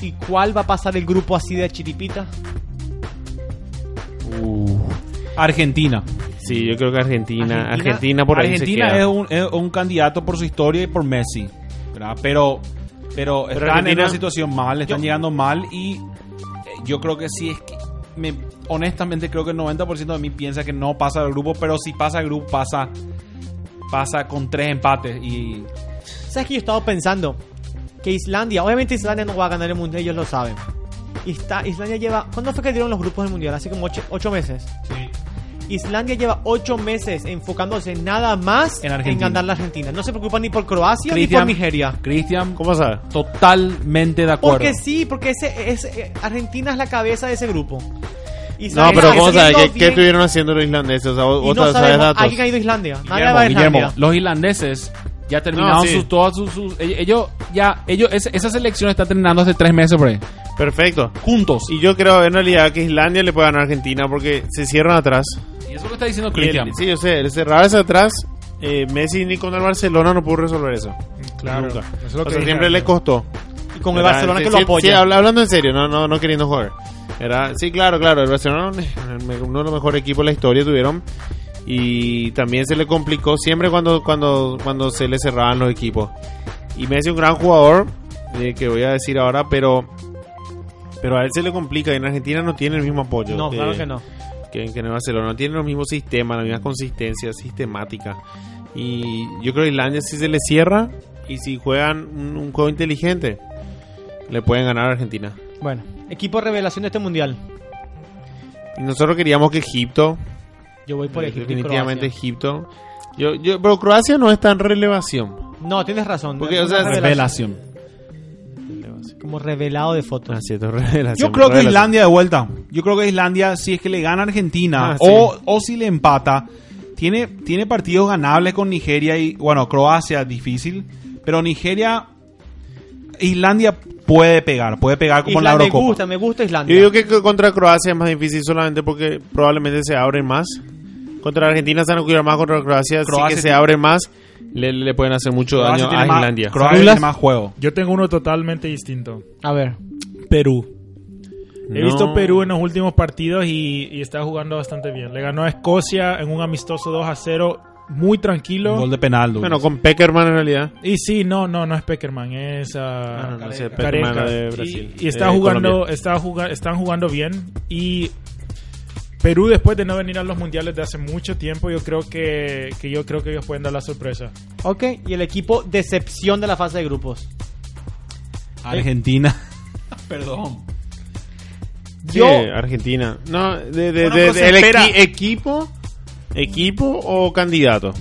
[SPEAKER 1] ¿Y cuál va a pasar el grupo así de chiripita?
[SPEAKER 2] Argentina.
[SPEAKER 3] Sí, yo creo que Argentina, Argentina,
[SPEAKER 1] Argentina-
[SPEAKER 3] por ahí
[SPEAKER 2] Argentina
[SPEAKER 3] se queda.
[SPEAKER 2] es, un, es un candidato por su historia y por Messi. ¿verdad? Pero, pero están en
[SPEAKER 3] Argentina-
[SPEAKER 2] una situación mal, están
[SPEAKER 1] Yo-
[SPEAKER 2] llegando mal y eh, yo creo que sí es que... me- honestamente creo que el 90% de mí piensa que no pasa del grupo, pero si pasa el grupo pasa, pasa con tres empates y...
[SPEAKER 1] ¿Sabes que yo he estado pensando? que Islandia, obviamente Islandia no va a ganar el mundial, ellos lo saben. Está, Islandia lleva, ¿cuándo fue que dieron los grupos del mundial? Hace como 8 meses. Islandia lleva 8 meses enfocándose nada más
[SPEAKER 5] En
[SPEAKER 1] en,
[SPEAKER 5] Argentina.
[SPEAKER 1] ganar la Argentina. No se preocupa ni por Croacia
[SPEAKER 5] Cristian.
[SPEAKER 1] ni por Nigeria.
[SPEAKER 5] Cristian,
[SPEAKER 3] ¿Cómo sabes?
[SPEAKER 5] totalmente de acuerdo.
[SPEAKER 1] Porque sí, porque ese, ese- eh, Argentina es la cabeza de ese grupo. Y
[SPEAKER 3] No,
[SPEAKER 1] sabe-
[SPEAKER 3] pero
[SPEAKER 1] sabe-
[SPEAKER 3] ¿cómo sabes? ¿Qué,
[SPEAKER 1] sabiendo
[SPEAKER 3] qué
[SPEAKER 1] bien-
[SPEAKER 3] estuvieron haciendo los islandeses? O sea, vos,
[SPEAKER 1] y
[SPEAKER 3] vos
[SPEAKER 1] no
[SPEAKER 3] sabes
[SPEAKER 1] sabemos
[SPEAKER 3] datos.
[SPEAKER 1] ¿A quién ha ido Islandia? Nadie
[SPEAKER 5] Guillermo,
[SPEAKER 1] va a Islandia.
[SPEAKER 5] Guillermo, los irlandeses ya terminaron
[SPEAKER 3] No, sí.
[SPEAKER 5] sus, todas sus, sus- ell- ellos ya ellos es- esa selección está terminando hace tres meses por ahí,
[SPEAKER 3] Perfecto.
[SPEAKER 5] juntos. Y,
[SPEAKER 3] Y yo creo en realidad que Islandia le puede ganar a Argentina porque se cierran atrás.
[SPEAKER 5] eso es lo que está diciendo
[SPEAKER 3] Y
[SPEAKER 5] Cristian.
[SPEAKER 3] el- sí, yo sé, el cerrarse atrás, eh, Messi ni con el Barcelona no pudo resolver eso.
[SPEAKER 4] Claro.
[SPEAKER 3] Nunca.
[SPEAKER 4] Eso es lo
[SPEAKER 3] O
[SPEAKER 4] que
[SPEAKER 3] sea,
[SPEAKER 4] dije
[SPEAKER 3] siempre
[SPEAKER 4] antes.
[SPEAKER 3] le costó.
[SPEAKER 1] Y con el
[SPEAKER 3] ¿Verdad?
[SPEAKER 1] Barcelona
[SPEAKER 3] Sí,
[SPEAKER 1] que lo
[SPEAKER 3] sí,
[SPEAKER 1] apoya.
[SPEAKER 3] sí, habla- hablando en serio, no, no, no queriendo joder. ¿Verdad? Sí, claro, claro. El Barcelona, uno de los mejores equipos de la historia tuvieron. Y también se le complicó siempre cuando, cuando, cuando se le cerraban los equipos. Y Messi es un gran jugador, eh, que voy a decir ahora, pero pero a él se le complica. Y en Argentina no tiene el mismo apoyo.
[SPEAKER 1] no,
[SPEAKER 3] de-
[SPEAKER 1] claro que no.
[SPEAKER 3] que, que en el Barcelona. No tienen los mismos sistemas, la misma
[SPEAKER 1] Mm.
[SPEAKER 3] consistencia sistemática. Y yo creo que Islandia si se le cierra y si juegan un, un juego inteligente, le pueden ganar a Argentina.
[SPEAKER 1] Bueno, equipo revelación de este mundial.
[SPEAKER 3] Y nosotros queríamos que Egipto,
[SPEAKER 1] Yo voy por Egipto. y
[SPEAKER 3] definitivamente
[SPEAKER 1] Croacia.
[SPEAKER 3] Egipto. Yo, yo, pero Croacia no es tan relevación.
[SPEAKER 1] No, tienes razón.
[SPEAKER 3] Porque,
[SPEAKER 1] Es
[SPEAKER 3] o sea,
[SPEAKER 1] una revelación.
[SPEAKER 5] Revelación.
[SPEAKER 1] Como revelado de fotos.
[SPEAKER 3] Ah, cierto, revelación.
[SPEAKER 5] Yo creo que
[SPEAKER 3] revelación.
[SPEAKER 5] Islandia de vuelta. Yo creo que Islandia, si es que le gana a Argentina
[SPEAKER 3] Ah,
[SPEAKER 5] o, o si le empata, tiene, tiene partidos ganables con Nigeria y, bueno, Croacia difícil. Pero Nigeria, Islandia puede pegar, puede pegar como en la
[SPEAKER 1] Islandia, me
[SPEAKER 5] Eurocopa.
[SPEAKER 1] gusta, me gusta Islandia.
[SPEAKER 3] Yo digo que co- contra Croacia es más difícil solamente porque probablemente se abren más. Contra Argentina se van a cuidar más, contra Croacia, sí
[SPEAKER 5] Croacia
[SPEAKER 3] que se
[SPEAKER 5] tiene-
[SPEAKER 3] abren más. Le, le pueden hacer mucho daño
[SPEAKER 5] Croacia
[SPEAKER 3] a
[SPEAKER 5] tiene más-
[SPEAKER 3] Ah, Islandia.
[SPEAKER 5] Croacia
[SPEAKER 4] Douglas.
[SPEAKER 5] tiene más juego.
[SPEAKER 4] Yo tengo uno totalmente distinto.
[SPEAKER 1] A ver.
[SPEAKER 4] Perú. He
[SPEAKER 3] No.
[SPEAKER 4] visto Perú en los últimos partidos y, y está jugando bastante bien. Le ganó a Escocia en un amistoso 2 a 0, muy tranquilo.
[SPEAKER 5] Un gol de penal. Douglas.
[SPEAKER 3] Bueno, con Peckerman en realidad.
[SPEAKER 4] Y sí, no, no, no es Peckerman, es
[SPEAKER 3] Ah, no,
[SPEAKER 4] ah,
[SPEAKER 3] no sé,
[SPEAKER 4] Careca.
[SPEAKER 3] Peckerman de
[SPEAKER 4] Y-
[SPEAKER 3] Brasil.
[SPEAKER 4] Y, está
[SPEAKER 3] Eh,
[SPEAKER 4] jugando,
[SPEAKER 3] Colombia.
[SPEAKER 4] está juga- están jugando bien. Y Perú después de no venir a los mundiales de hace mucho tiempo, yo creo que, que yo creo que ellos pueden dar la sorpresa.
[SPEAKER 1] Ok, y el equipo decepción de la fase de grupos.
[SPEAKER 5] Argentina. Perdón.
[SPEAKER 3] Sí,
[SPEAKER 1] Yo-
[SPEAKER 3] Argentina. No, de, de- de-
[SPEAKER 4] Bueno, pero se
[SPEAKER 3] del
[SPEAKER 4] espera.
[SPEAKER 3] equi- equipo, equipo o candidato.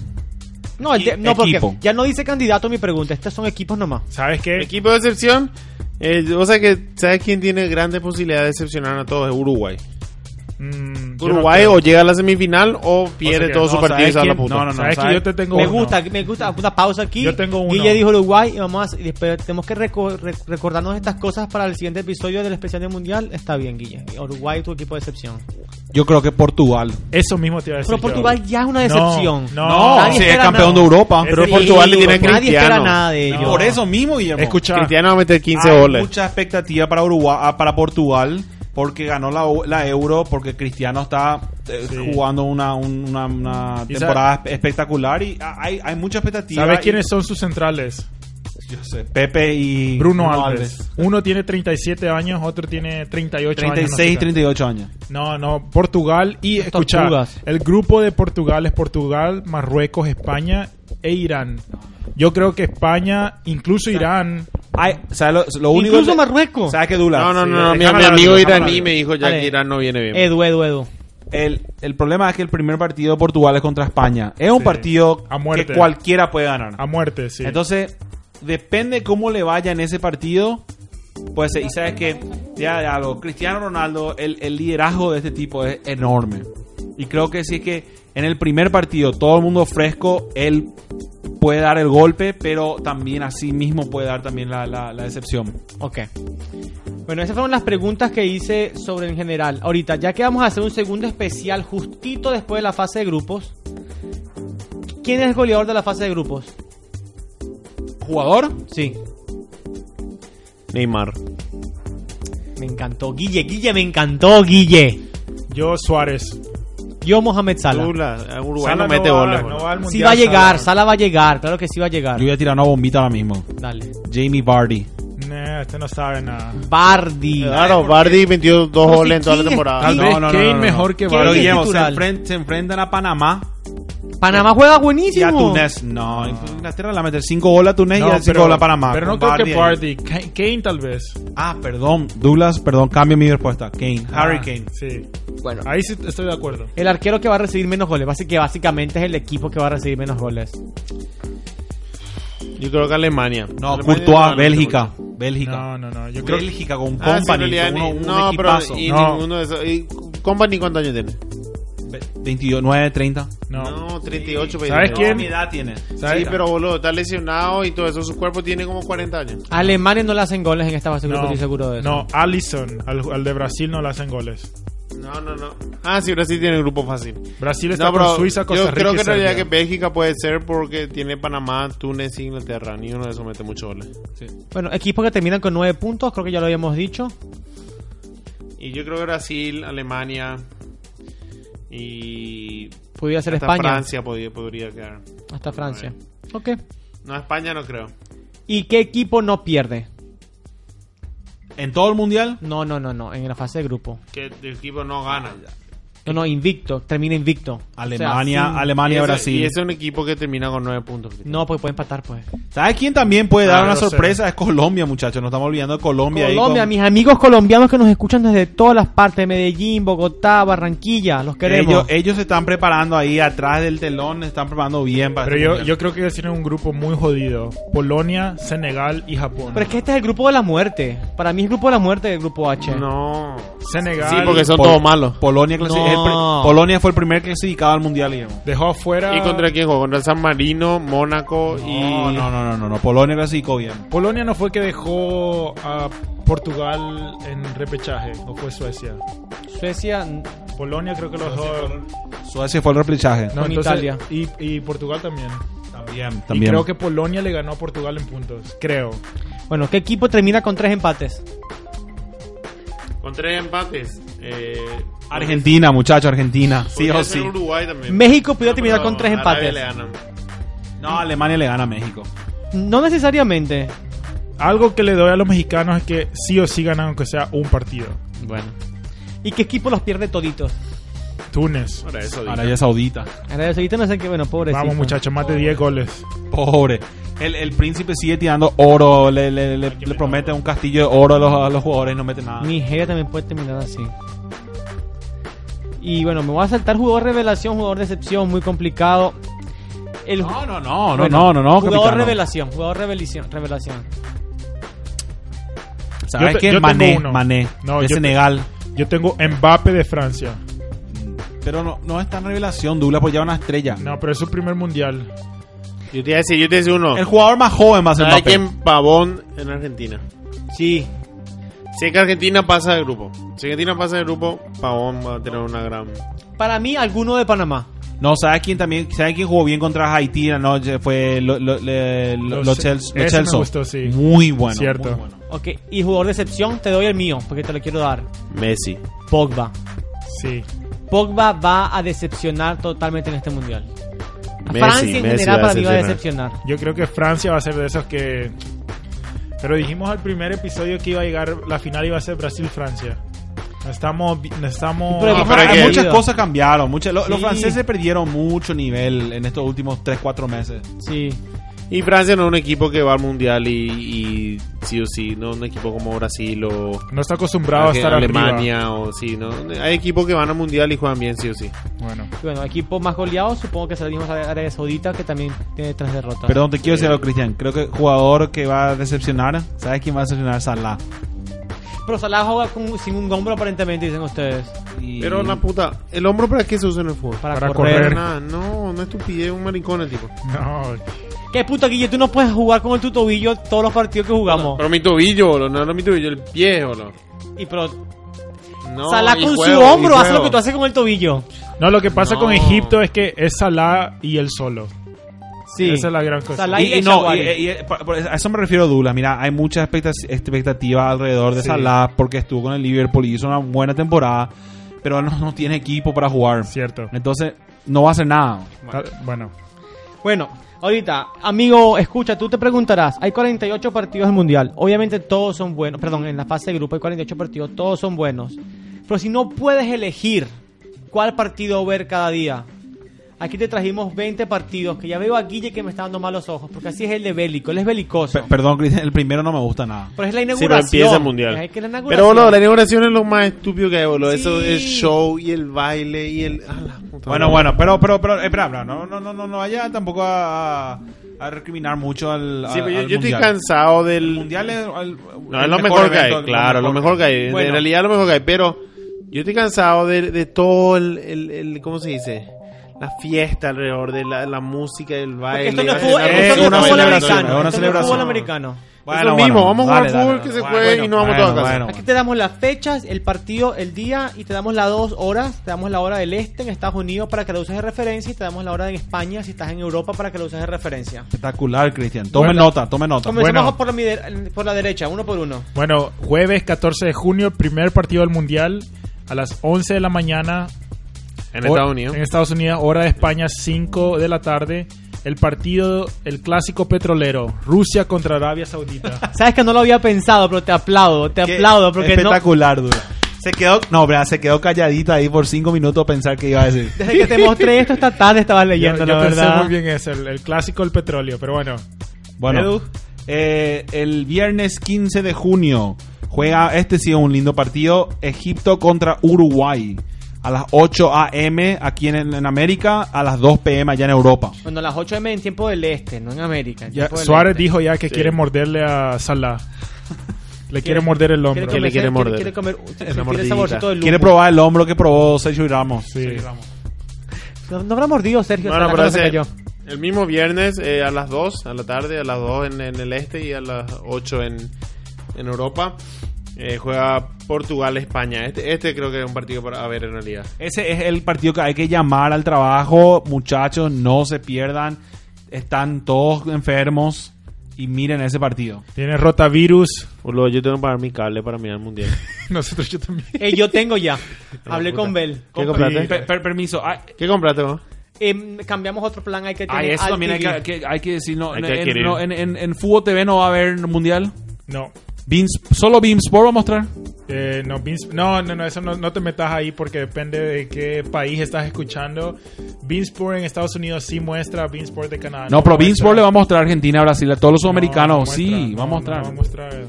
[SPEAKER 1] No, el de- no
[SPEAKER 5] Equipo.
[SPEAKER 1] porque ya no dice candidato mi pregunta. Estos son equipos nomás.
[SPEAKER 4] ¿Sabes qué?
[SPEAKER 3] Equipo de excepción. eh, o sea que sabes quién tiene grandes posibilidades de decepcionar a todos es Uruguay.
[SPEAKER 4] Mm, yo no
[SPEAKER 3] Uruguay
[SPEAKER 4] creo.
[SPEAKER 3] o llega a la semifinal o pierde
[SPEAKER 4] que
[SPEAKER 3] todos
[SPEAKER 4] no,
[SPEAKER 3] sus partidos y se va a la
[SPEAKER 5] ¿sabes quién?
[SPEAKER 3] puta.
[SPEAKER 5] No, no, no.
[SPEAKER 4] ¿Sabes
[SPEAKER 5] ¿sabes?
[SPEAKER 4] que yo te tengo
[SPEAKER 1] me
[SPEAKER 4] uno?
[SPEAKER 1] gusta, me gusta. Una pausa aquí.
[SPEAKER 4] Yo tengo uno.
[SPEAKER 1] Guille dijo Uruguay y vamos a, y después tenemos que reco- re- recordarnos estas cosas para el siguiente episodio del especial del mundial. Está bien, Guille. Uruguay tu equipo de decepción.
[SPEAKER 5] Yo creo que Portugal.
[SPEAKER 4] Eso mismo te iba a decir.
[SPEAKER 1] Pero
[SPEAKER 4] yo.
[SPEAKER 1] Portugal ya es una
[SPEAKER 4] No,
[SPEAKER 1] decepción.
[SPEAKER 4] no.
[SPEAKER 1] Nadie
[SPEAKER 5] si es
[SPEAKER 1] espera
[SPEAKER 5] campeón
[SPEAKER 1] nada.
[SPEAKER 5] de Europa.
[SPEAKER 4] Es
[SPEAKER 3] Pero
[SPEAKER 4] Sí,
[SPEAKER 3] Portugal le tiene a
[SPEAKER 1] Nadie espera
[SPEAKER 3] Cristiano.
[SPEAKER 1] nada de ellos.
[SPEAKER 5] Por eso mismo, Guillermo.
[SPEAKER 4] Escucha,
[SPEAKER 3] Cristiano va a meter 15
[SPEAKER 5] Hay
[SPEAKER 3] goles.
[SPEAKER 5] mucha expectativa para Uruguay, ah, para Portugal, porque ganó la, o- la Euro, porque Cristiano está eh,
[SPEAKER 4] Sí.
[SPEAKER 5] jugando una, un- una, una
[SPEAKER 4] ¿Y
[SPEAKER 5] temporada espe- espectacular y ah, hay, hay mucha expectativa.
[SPEAKER 4] ¿sabes
[SPEAKER 5] y-
[SPEAKER 4] quiénes son sus centrales?
[SPEAKER 5] Yo sé, Pepe y
[SPEAKER 4] Bruno, Alves. Uno tiene 37 años, otro tiene 38 años. no sé
[SPEAKER 5] 36 y
[SPEAKER 4] qué.
[SPEAKER 5] 38 años.
[SPEAKER 4] No, no, Portugal y escucha,
[SPEAKER 1] tortugas.
[SPEAKER 4] el grupo de Portugal es Portugal, Marruecos, España e Irán. Yo creo que España, incluso Irán,
[SPEAKER 5] Ay, o sea, lo, lo único
[SPEAKER 1] Incluso Marruecos.
[SPEAKER 5] ¿Sabes qué, Douglas?
[SPEAKER 3] No, no,
[SPEAKER 5] Sí,
[SPEAKER 3] no, no, mi,
[SPEAKER 5] déjame
[SPEAKER 3] mi
[SPEAKER 5] hablar,
[SPEAKER 3] amigo
[SPEAKER 5] déjame
[SPEAKER 3] iraní
[SPEAKER 5] hablar.
[SPEAKER 3] me dijo ya
[SPEAKER 1] Dale.
[SPEAKER 3] que Irán no viene bien.
[SPEAKER 1] Edu, Edu, Edu.
[SPEAKER 5] El, el problema es que el primer partido de Portugal es contra España. Es un
[SPEAKER 4] Sí.
[SPEAKER 5] partido
[SPEAKER 4] A muerte.
[SPEAKER 5] que cualquiera puede ganar.
[SPEAKER 4] a muerte, sí.
[SPEAKER 5] Entonces, depende cómo le vaya en ese partido. Pues, y sabes que, ya ya lo- Cristiano Ronaldo, el, el liderazgo de este tipo es enorme. Y creo que si es que en el primer partido todo el mundo fresco, él puede dar el golpe, pero también así mismo puede dar también la, la, la decepción.
[SPEAKER 1] Ok. Bueno, esas fueron las preguntas que hice sobre en general. Ahorita, ya que vamos a hacer un segundo especial justito después de la fase de grupos. ¿Quién es el goleador de la fase de grupos?
[SPEAKER 5] ¿Jugador?
[SPEAKER 1] Sí.
[SPEAKER 3] Neymar.
[SPEAKER 1] Me encantó. Guille, Guille, me encantó, Guille.
[SPEAKER 4] Yo Suárez.
[SPEAKER 1] Yo, Mohamed Salah.
[SPEAKER 3] Dula, Uruguay no
[SPEAKER 4] Sala
[SPEAKER 3] mete
[SPEAKER 4] va-
[SPEAKER 3] goles.
[SPEAKER 4] no
[SPEAKER 3] boludo.
[SPEAKER 4] va al
[SPEAKER 1] Sí
[SPEAKER 4] Mundial,
[SPEAKER 1] va a llegar,
[SPEAKER 4] Sala.
[SPEAKER 1] Salah va a llegar. Claro que sí va a llegar.
[SPEAKER 5] Yo voy a tirar una bombita ahora mismo.
[SPEAKER 1] Dale.
[SPEAKER 5] Jamie Vardy.
[SPEAKER 4] Nah, este no sabe nada.
[SPEAKER 1] Bardi.
[SPEAKER 3] Claro, Bardi 22
[SPEAKER 1] Pero si
[SPEAKER 3] goles en toda la
[SPEAKER 5] Ah,
[SPEAKER 1] King es
[SPEAKER 3] temporada.
[SPEAKER 1] King,
[SPEAKER 4] Kane mejor que
[SPEAKER 1] Kane
[SPEAKER 5] Pero
[SPEAKER 1] es
[SPEAKER 5] Guillermo, se,
[SPEAKER 1] titular.
[SPEAKER 5] enfren- se enfrentan a Panamá,
[SPEAKER 1] Panamá juega
[SPEAKER 5] Y
[SPEAKER 1] buenísimo.
[SPEAKER 5] a Túnez, no. Inglaterra le va a meter 5 goles a Túnez y
[SPEAKER 4] No,
[SPEAKER 5] a 5
[SPEAKER 4] pero-
[SPEAKER 5] goles a Panamá.
[SPEAKER 4] Pero no
[SPEAKER 5] Con
[SPEAKER 4] creo que
[SPEAKER 5] Vardy
[SPEAKER 4] Party. Kane tal vez.
[SPEAKER 5] ahí. Ah, perdón, Douglas, perdón, cambio mi respuesta. Kane, Harry
[SPEAKER 4] Ah,
[SPEAKER 5] Kane.
[SPEAKER 4] Sí.
[SPEAKER 2] Bueno,
[SPEAKER 4] Ahí sí estoy de acuerdo.
[SPEAKER 1] El arquero que va a recibir menos goles, basi- que básicamente es el equipo que va a recibir menos goles.
[SPEAKER 3] Yo creo que Alemania.
[SPEAKER 5] No,
[SPEAKER 3] Alemania
[SPEAKER 5] Courtois,
[SPEAKER 3] no,
[SPEAKER 5] Bélgica. Bélgica.
[SPEAKER 4] No, no, no. Yo creo que
[SPEAKER 5] Bélgica con
[SPEAKER 3] Ah, sí, en
[SPEAKER 5] Company,
[SPEAKER 3] realidad
[SPEAKER 5] uno-
[SPEAKER 3] ni-
[SPEAKER 5] un
[SPEAKER 3] no, pero
[SPEAKER 5] equipazo.
[SPEAKER 3] y
[SPEAKER 4] No.
[SPEAKER 3] ninguno de esos. y Company cuántos años tiene?
[SPEAKER 5] Ve- 29, 30.
[SPEAKER 4] no.
[SPEAKER 3] No, 38 pero-
[SPEAKER 4] ¿Sabes
[SPEAKER 3] no,
[SPEAKER 4] quién?
[SPEAKER 5] ¿Qué edad tiene?
[SPEAKER 3] Sí,
[SPEAKER 4] ¿Sabes?
[SPEAKER 3] pero boludo, está lesionado y todo eso. Su cuerpo tiene como 40 años.
[SPEAKER 1] A Alemania no le hacen goles en esta fase, de
[SPEAKER 4] no,
[SPEAKER 1] grupo, estoy seguro de eso.
[SPEAKER 4] No, Allison, al, al de Brasil no le hacen goles.
[SPEAKER 3] No, no, no. Ah, sí, Brasil tiene el grupo fácil.
[SPEAKER 4] Brasil está
[SPEAKER 3] no, pero
[SPEAKER 4] con Suiza, Costa
[SPEAKER 3] yo
[SPEAKER 4] Rica.
[SPEAKER 3] creo
[SPEAKER 4] y
[SPEAKER 3] que en realidad que
[SPEAKER 4] Serbia.
[SPEAKER 3] Bélgica puede ser porque tiene Panamá, Túnez, Inglaterra. Ni uno de esos mete muchos goles.
[SPEAKER 1] Bueno, equipos que terminan con 9 puntos, creo que ya lo habíamos dicho.
[SPEAKER 3] Y yo creo que Brasil, Alemania y
[SPEAKER 1] Podría ser
[SPEAKER 3] hasta
[SPEAKER 1] España.
[SPEAKER 3] Francia podría, podría quedar.
[SPEAKER 1] Hasta Francia. Ok.
[SPEAKER 3] No, España no creo.
[SPEAKER 1] ¿Y qué equipo no pierde?
[SPEAKER 5] ¿En todo el mundial?
[SPEAKER 1] No, no, no, no. En la fase de grupo.
[SPEAKER 3] Que el equipo no gana.
[SPEAKER 1] No, no, invicto. Termina invicto.
[SPEAKER 5] Alemania,
[SPEAKER 1] O sea, sin-
[SPEAKER 5] Alemania,
[SPEAKER 3] y ese-
[SPEAKER 5] Brasil.
[SPEAKER 3] Y ese es un equipo que termina con 9 puntos. Cristian.
[SPEAKER 1] No, pues puede empatar, pues.
[SPEAKER 5] ¿Sabes quién también puede dar
[SPEAKER 4] Ah,
[SPEAKER 5] una
[SPEAKER 4] lo sé.
[SPEAKER 5] sorpresa? Es Colombia, muchachos. Nos estamos olvidando de Colombia. ahí
[SPEAKER 1] Colombia,
[SPEAKER 5] con-
[SPEAKER 1] mis amigos colombianos que nos escuchan desde todas las partes, Medellín, Bogotá, Barranquilla, los queremos.
[SPEAKER 5] ellos, eh, ellos se están preparando ahí atrás del telón, se están preparando bien para
[SPEAKER 4] Pero
[SPEAKER 5] este
[SPEAKER 4] yo,
[SPEAKER 5] mundial.
[SPEAKER 4] yo creo que ellos tienen un grupo muy jodido. Polonia, Senegal y Japón.
[SPEAKER 1] Pero es que este es el grupo de la muerte. Para mí es el grupo de la muerte el grupo H.
[SPEAKER 3] No.
[SPEAKER 4] Senegal
[SPEAKER 3] Sí, porque son
[SPEAKER 5] Pol-
[SPEAKER 3] todos malos.
[SPEAKER 5] Polonia, clasi-
[SPEAKER 1] No.
[SPEAKER 5] es el pri- Polonia fue el primer clasificado al mundial, Guillermo.
[SPEAKER 4] dejó afuera...
[SPEAKER 3] ¿Y contra quién jugó? Contra el San Marino, Mónaco
[SPEAKER 5] No,
[SPEAKER 3] y.
[SPEAKER 5] no, no, no, no, no. Polonia clasificó bien.
[SPEAKER 4] Polonia no fue que dejó a Portugal en repechaje, o fue Suecia.
[SPEAKER 1] Suecia, n-
[SPEAKER 4] Polonia creo que lo dejó...
[SPEAKER 5] Suecia fue el repechaje.
[SPEAKER 4] No,
[SPEAKER 1] Con
[SPEAKER 4] entonces-
[SPEAKER 1] Italia.
[SPEAKER 4] Y, y Portugal también.
[SPEAKER 5] También,
[SPEAKER 4] Y
[SPEAKER 5] también.
[SPEAKER 4] creo que Polonia le ganó a Portugal en puntos, creo.
[SPEAKER 1] bueno, ¿qué equipo termina con tres empates?
[SPEAKER 3] Con tres empates. Eh,
[SPEAKER 5] Argentina, muchachos, Argentina. Sí
[SPEAKER 3] podría
[SPEAKER 5] o
[SPEAKER 3] ser
[SPEAKER 5] sí.
[SPEAKER 3] Uruguay también.
[SPEAKER 1] México pudiera terminar con tres
[SPEAKER 3] pero Arabia
[SPEAKER 1] empates.
[SPEAKER 3] le ganan.
[SPEAKER 5] No, Alemania le gana a México.
[SPEAKER 1] No necesariamente.
[SPEAKER 4] Algo que le doy a los mexicanos es que sí o sí ganan aunque sea un partido.
[SPEAKER 3] Bueno,
[SPEAKER 1] ¿Y qué equipo los pierde toditos?
[SPEAKER 4] Túnez.
[SPEAKER 3] ahora eso digo.
[SPEAKER 5] Arabia Saudita.
[SPEAKER 1] Arabia Saudita no sé qué, bueno, pobrecito.
[SPEAKER 4] Vamos muchachos, más de 10 goles.
[SPEAKER 5] Pobre. El, el príncipe sigue tirando oro, le, le- le- le promete un castillo de oro a los, a los jugadores y no mete nada.
[SPEAKER 1] Nigeria también puede terminar así. Y bueno, me voy a saltar jugador revelación, jugador decepción, muy complicado. El
[SPEAKER 5] No, no, no, no,
[SPEAKER 1] bueno,
[SPEAKER 5] no, no, no,
[SPEAKER 1] Jugador
[SPEAKER 5] capitano.
[SPEAKER 1] revelación, jugador revelación, revelación.
[SPEAKER 5] ¿Sabes
[SPEAKER 4] Yo te- yo
[SPEAKER 5] qué?
[SPEAKER 4] tengo
[SPEAKER 5] Mané,
[SPEAKER 4] uno.
[SPEAKER 5] Mané,
[SPEAKER 4] No,
[SPEAKER 5] de
[SPEAKER 4] yo te-
[SPEAKER 5] Senegal.
[SPEAKER 4] Yo tengo Mbappé de Francia.
[SPEAKER 5] Pero no, no es tan revelación, Douglas, porque lleva una estrella.
[SPEAKER 4] No, pero es su primer mundial.
[SPEAKER 3] Yo te iba a decir, yo te iba a decir uno.
[SPEAKER 5] El jugador más joven va a ser
[SPEAKER 3] ¿Sabes
[SPEAKER 5] Mbappé.
[SPEAKER 3] quién? Pavón en Argentina.
[SPEAKER 1] Sí,
[SPEAKER 3] Si que Argentina pasa de grupo. Si Argentina pasa de grupo, Pavón va a tener una gran.
[SPEAKER 1] para mí alguno de Panamá.
[SPEAKER 5] No, ¿sabes quién también? ¿Sabes quién jugó bien contra Haití la noche? Fue lo, lo, le- lo-
[SPEAKER 4] Lo
[SPEAKER 5] lo
[SPEAKER 4] sé-
[SPEAKER 5] Chel- lo
[SPEAKER 4] ese me
[SPEAKER 5] Chelsea.
[SPEAKER 4] gustó, sí.
[SPEAKER 5] Muy bueno.
[SPEAKER 4] Cierto.
[SPEAKER 5] muy bueno.
[SPEAKER 1] Ok, y jugador decepción te doy el mío, porque te lo quiero dar.
[SPEAKER 3] Messi.
[SPEAKER 1] Pogba.
[SPEAKER 4] Sí.
[SPEAKER 1] Pogba va a decepcionar totalmente en este mundial. A
[SPEAKER 3] Messi,
[SPEAKER 1] Francia en
[SPEAKER 3] Messi
[SPEAKER 1] general
[SPEAKER 3] va a
[SPEAKER 1] para mí va a decepcionar.
[SPEAKER 4] Yo creo que Francia va a ser de esos que... Pero dijimos al primer episodio que iba a llegar la final iba a ser Brasil-Francia. No estamos... vi- No estamos...
[SPEAKER 1] Pero
[SPEAKER 5] No,
[SPEAKER 1] Ah,
[SPEAKER 5] pero
[SPEAKER 1] hay
[SPEAKER 5] hay
[SPEAKER 1] que-
[SPEAKER 5] muchas cosas cambiaron. muchas- lo- Los
[SPEAKER 1] Sí.
[SPEAKER 5] franceses perdieron mucho nivel en estos últimos 3-4 meses.
[SPEAKER 1] Sí.
[SPEAKER 3] Y Francia no es un equipo que va al mundial y, y sí o sí, no es un equipo como Brasil o
[SPEAKER 4] No está acostumbrado a
[SPEAKER 3] Arge-
[SPEAKER 4] estar
[SPEAKER 3] Alemania o sí, no. Hay equipos que van al mundial y juegan bien sí o sí.
[SPEAKER 4] arriba. Bueno.
[SPEAKER 1] Y Bueno, equipo más goleado supongo que salimos a Arabia Saudita, que también tiene tres derrotas.
[SPEAKER 5] Perdón, te quiero decir algo, Cristian. Creo que jugador que va a decepcionar, ¿sabes quién va a decepcionar? Salah.
[SPEAKER 1] Pero Salah juega con- sin un hombro aparentemente, dicen ustedes.
[SPEAKER 5] Y-
[SPEAKER 3] Pero la puta, ¿el hombro para qué se usa en el fútbol?
[SPEAKER 1] Para,
[SPEAKER 4] Para
[SPEAKER 1] correr.
[SPEAKER 4] correr.
[SPEAKER 3] Nada, no, no estupidez, un maricón el tipo.
[SPEAKER 4] No.
[SPEAKER 1] ¿Qué puta, Guille? Tú no puedes jugar con el tu tobillo todos los partidos que jugamos.
[SPEAKER 3] Pero mi tobillo, boludo, no, no mi tobillo, el pie, boludo.
[SPEAKER 1] y pero
[SPEAKER 3] No,
[SPEAKER 1] Salah
[SPEAKER 3] y
[SPEAKER 1] con su
[SPEAKER 3] juego, y
[SPEAKER 1] hombro hace
[SPEAKER 3] juego.
[SPEAKER 1] lo que tú haces con el tobillo.
[SPEAKER 4] No, lo que pasa
[SPEAKER 3] No.
[SPEAKER 4] con Egipto es que es Salah y él solo.
[SPEAKER 1] Sí.
[SPEAKER 4] Esa es la gran cosa.
[SPEAKER 1] Salah
[SPEAKER 5] Y,
[SPEAKER 1] y
[SPEAKER 5] y no,
[SPEAKER 1] Shawari.
[SPEAKER 5] y- y- y- por- por- a eso me refiero, Douglas. Mira, hay mucha expecta- expectativa alrededor de
[SPEAKER 4] Sí.
[SPEAKER 5] Salah porque estuvo con el Liverpool y hizo una buena temporada, pero no, no tiene equipo para jugar.
[SPEAKER 4] Cierto.
[SPEAKER 5] Entonces, no va a hacer nada.
[SPEAKER 4] Ah, Bueno.
[SPEAKER 1] Bueno, ahorita, amigo, escucha, tú te preguntarás, hay 48 partidos en el Mundial, obviamente todos son buenos, perdón, en la fase de grupo hay 48 partidos, todos son buenos, pero si no puedes elegir cuál partido ver cada día, Aquí te trajimos 20 partidos, que ya veo a Guille que me está dando malos ojos, porque así es el de bélico, él es belicoso.
[SPEAKER 5] Pe- perdón, Cristian, el primero no me gusta nada.
[SPEAKER 1] Pero es la
[SPEAKER 3] Sí, pero
[SPEAKER 1] inauguración.
[SPEAKER 3] empieza el mundial.
[SPEAKER 1] Es que la
[SPEAKER 3] pero
[SPEAKER 1] inauguración.
[SPEAKER 3] bueno, la inauguración es lo más estúpido que hay, boludo. Eso
[SPEAKER 1] Sí.
[SPEAKER 3] es show y el baile y el. Ah, la puta
[SPEAKER 5] Bueno,
[SPEAKER 3] madre.
[SPEAKER 5] bueno, pero, pero, eh, pero, espera, espera, no, no, no, no, no vaya tampoco a, a- a recriminar mucho al.
[SPEAKER 3] Sí,
[SPEAKER 5] al-
[SPEAKER 3] pero yo,
[SPEAKER 5] al
[SPEAKER 3] yo estoy
[SPEAKER 5] mundial.
[SPEAKER 3] cansado
[SPEAKER 5] El
[SPEAKER 3] del.
[SPEAKER 5] mundial es, al-
[SPEAKER 3] No,
[SPEAKER 5] el
[SPEAKER 3] es lo mejor, que hay,
[SPEAKER 5] evento,
[SPEAKER 3] claro, lo mejor que hay.
[SPEAKER 5] Bueno.
[SPEAKER 3] En realidad, lo mejor que hay, pero yo estoy cansado de, de todo el, el, el- ¿Cómo se dice? La fiesta alrededor de la, la música, el
[SPEAKER 1] Porque
[SPEAKER 3] baile.
[SPEAKER 1] esto no es
[SPEAKER 3] la-
[SPEAKER 1] fútbol,
[SPEAKER 3] la-
[SPEAKER 1] esto no es
[SPEAKER 5] eh, una
[SPEAKER 1] fútbol
[SPEAKER 5] celebración,
[SPEAKER 1] americano.
[SPEAKER 5] es una
[SPEAKER 1] esto no es fútbol
[SPEAKER 5] celebración.
[SPEAKER 1] americano.
[SPEAKER 3] Es lo mismo, vamos a jugar fútbol, que se juegue y nos vamos todos a casa.
[SPEAKER 1] Aquí te damos las fechas, el partido, el día y te damos las dos horas. Te damos la hora del este en Estados Unidos para que la uses de referencia y te damos la hora en España si estás en Europa para que la uses de referencia.
[SPEAKER 5] Espectacular, Cristian. Tome
[SPEAKER 4] Bueno.
[SPEAKER 5] nota, tome nota.
[SPEAKER 1] Comencemos
[SPEAKER 4] Bueno.
[SPEAKER 1] por, la, mi- de- por la derecha, uno por uno.
[SPEAKER 4] Bueno, jueves 14 de junio, primer partido del Mundial a las 11 de la mañana.
[SPEAKER 3] En
[SPEAKER 4] hor-
[SPEAKER 3] Estados Unidos.
[SPEAKER 4] En Estados Unidos, hora de España, 5 de la tarde. El partido, el clásico petrolero, Rusia contra Arabia Saudita.
[SPEAKER 1] Sabes que no lo había pensado, pero te aplaudo, te
[SPEAKER 5] Qué
[SPEAKER 1] aplaudo porque no.
[SPEAKER 5] espectacular, Dura. Se quedó, no, verdad, se quedó calladita ahí por cinco minutos a pensar que iba a decir.
[SPEAKER 1] Desde que te mostré esto esta tarde estabas leyendo,
[SPEAKER 4] yo
[SPEAKER 1] la
[SPEAKER 4] pensé
[SPEAKER 1] verdad.
[SPEAKER 4] muy bien eso, el, el clásico del petróleo, pero bueno.
[SPEAKER 5] Bueno,
[SPEAKER 4] Edu.
[SPEAKER 5] eh, el viernes 15 de junio juega, este sí es un lindo partido, Egipto contra Uruguay. A las 8 a.m. aquí en, en América, a las 2 p.m. allá en Europa.
[SPEAKER 1] Bueno, a las 8 m en tiempo del este, no en América. en
[SPEAKER 4] Ya,
[SPEAKER 1] tiempo del
[SPEAKER 4] Suárez
[SPEAKER 1] este.
[SPEAKER 4] dijo ya que quiere morderle a Salah. Le quiere morder el
[SPEAKER 1] quiere
[SPEAKER 4] hombro.
[SPEAKER 1] comer,
[SPEAKER 3] le quiere
[SPEAKER 1] quiere,
[SPEAKER 3] morder.
[SPEAKER 1] quiere comer, quiere
[SPEAKER 3] mordidita.
[SPEAKER 1] saborcito del
[SPEAKER 5] Quiere
[SPEAKER 1] humo.
[SPEAKER 5] probar el hombro que probó Sergio Ramos.
[SPEAKER 4] Sí.
[SPEAKER 1] No, no habrá mordido Sergio.
[SPEAKER 3] Bueno,
[SPEAKER 1] hasta
[SPEAKER 3] pero
[SPEAKER 1] la cosa
[SPEAKER 3] ese-
[SPEAKER 1] cayó.
[SPEAKER 3] el mismo viernes eh, a las 2, a la tarde, a las 2 en, en el este y a las 8 en, en Europa. eh, juega Portugal-España. Este, este creo que es un partido para a ver en realidad.
[SPEAKER 5] Ese es el partido que hay que llamar al trabajo. Muchachos, no se pierdan. Están todos enfermos. Y miren ese partido.
[SPEAKER 4] Tiene rotavirus.
[SPEAKER 3] Boludo, yo tengo que pagar mi cable para mirar el mundial.
[SPEAKER 4] Nosotros yo también.
[SPEAKER 1] Eh, yo tengo ya. Hablé
[SPEAKER 3] puta.
[SPEAKER 1] con Bell.
[SPEAKER 3] ¿Qué
[SPEAKER 5] Per-
[SPEAKER 3] compraste?
[SPEAKER 5] per- permiso. Ay,
[SPEAKER 3] ¿Qué compraste vos?
[SPEAKER 1] Em, cambiamos otro plan, hay que tener
[SPEAKER 5] ay, eso
[SPEAKER 1] Alt
[SPEAKER 5] también hay
[SPEAKER 1] TV.
[SPEAKER 5] que, que- hay que decir. No,
[SPEAKER 3] Hay
[SPEAKER 5] en,
[SPEAKER 3] que adquirir.
[SPEAKER 5] no, en, en- en Fútbol TV no va a haber mundial.
[SPEAKER 4] No.
[SPEAKER 5] Beam- solo Beam Sport va a mostrar.
[SPEAKER 4] Eh, no, Bean Sp- no, no, no, eso no, no te metas ahí porque depende de qué país estás escuchando. Beansport en Estados Unidos sí muestra, Beansport de Canadá.
[SPEAKER 5] No, pero Beam
[SPEAKER 4] muestra.
[SPEAKER 5] Sport le va a mostrar a Argentina, Brasil, a todos los
[SPEAKER 4] No,
[SPEAKER 5] sudamericanos.
[SPEAKER 4] no muestra,
[SPEAKER 5] sí,
[SPEAKER 4] no,
[SPEAKER 5] va a
[SPEAKER 4] no,
[SPEAKER 5] mostrar.
[SPEAKER 4] No, va a mostrar.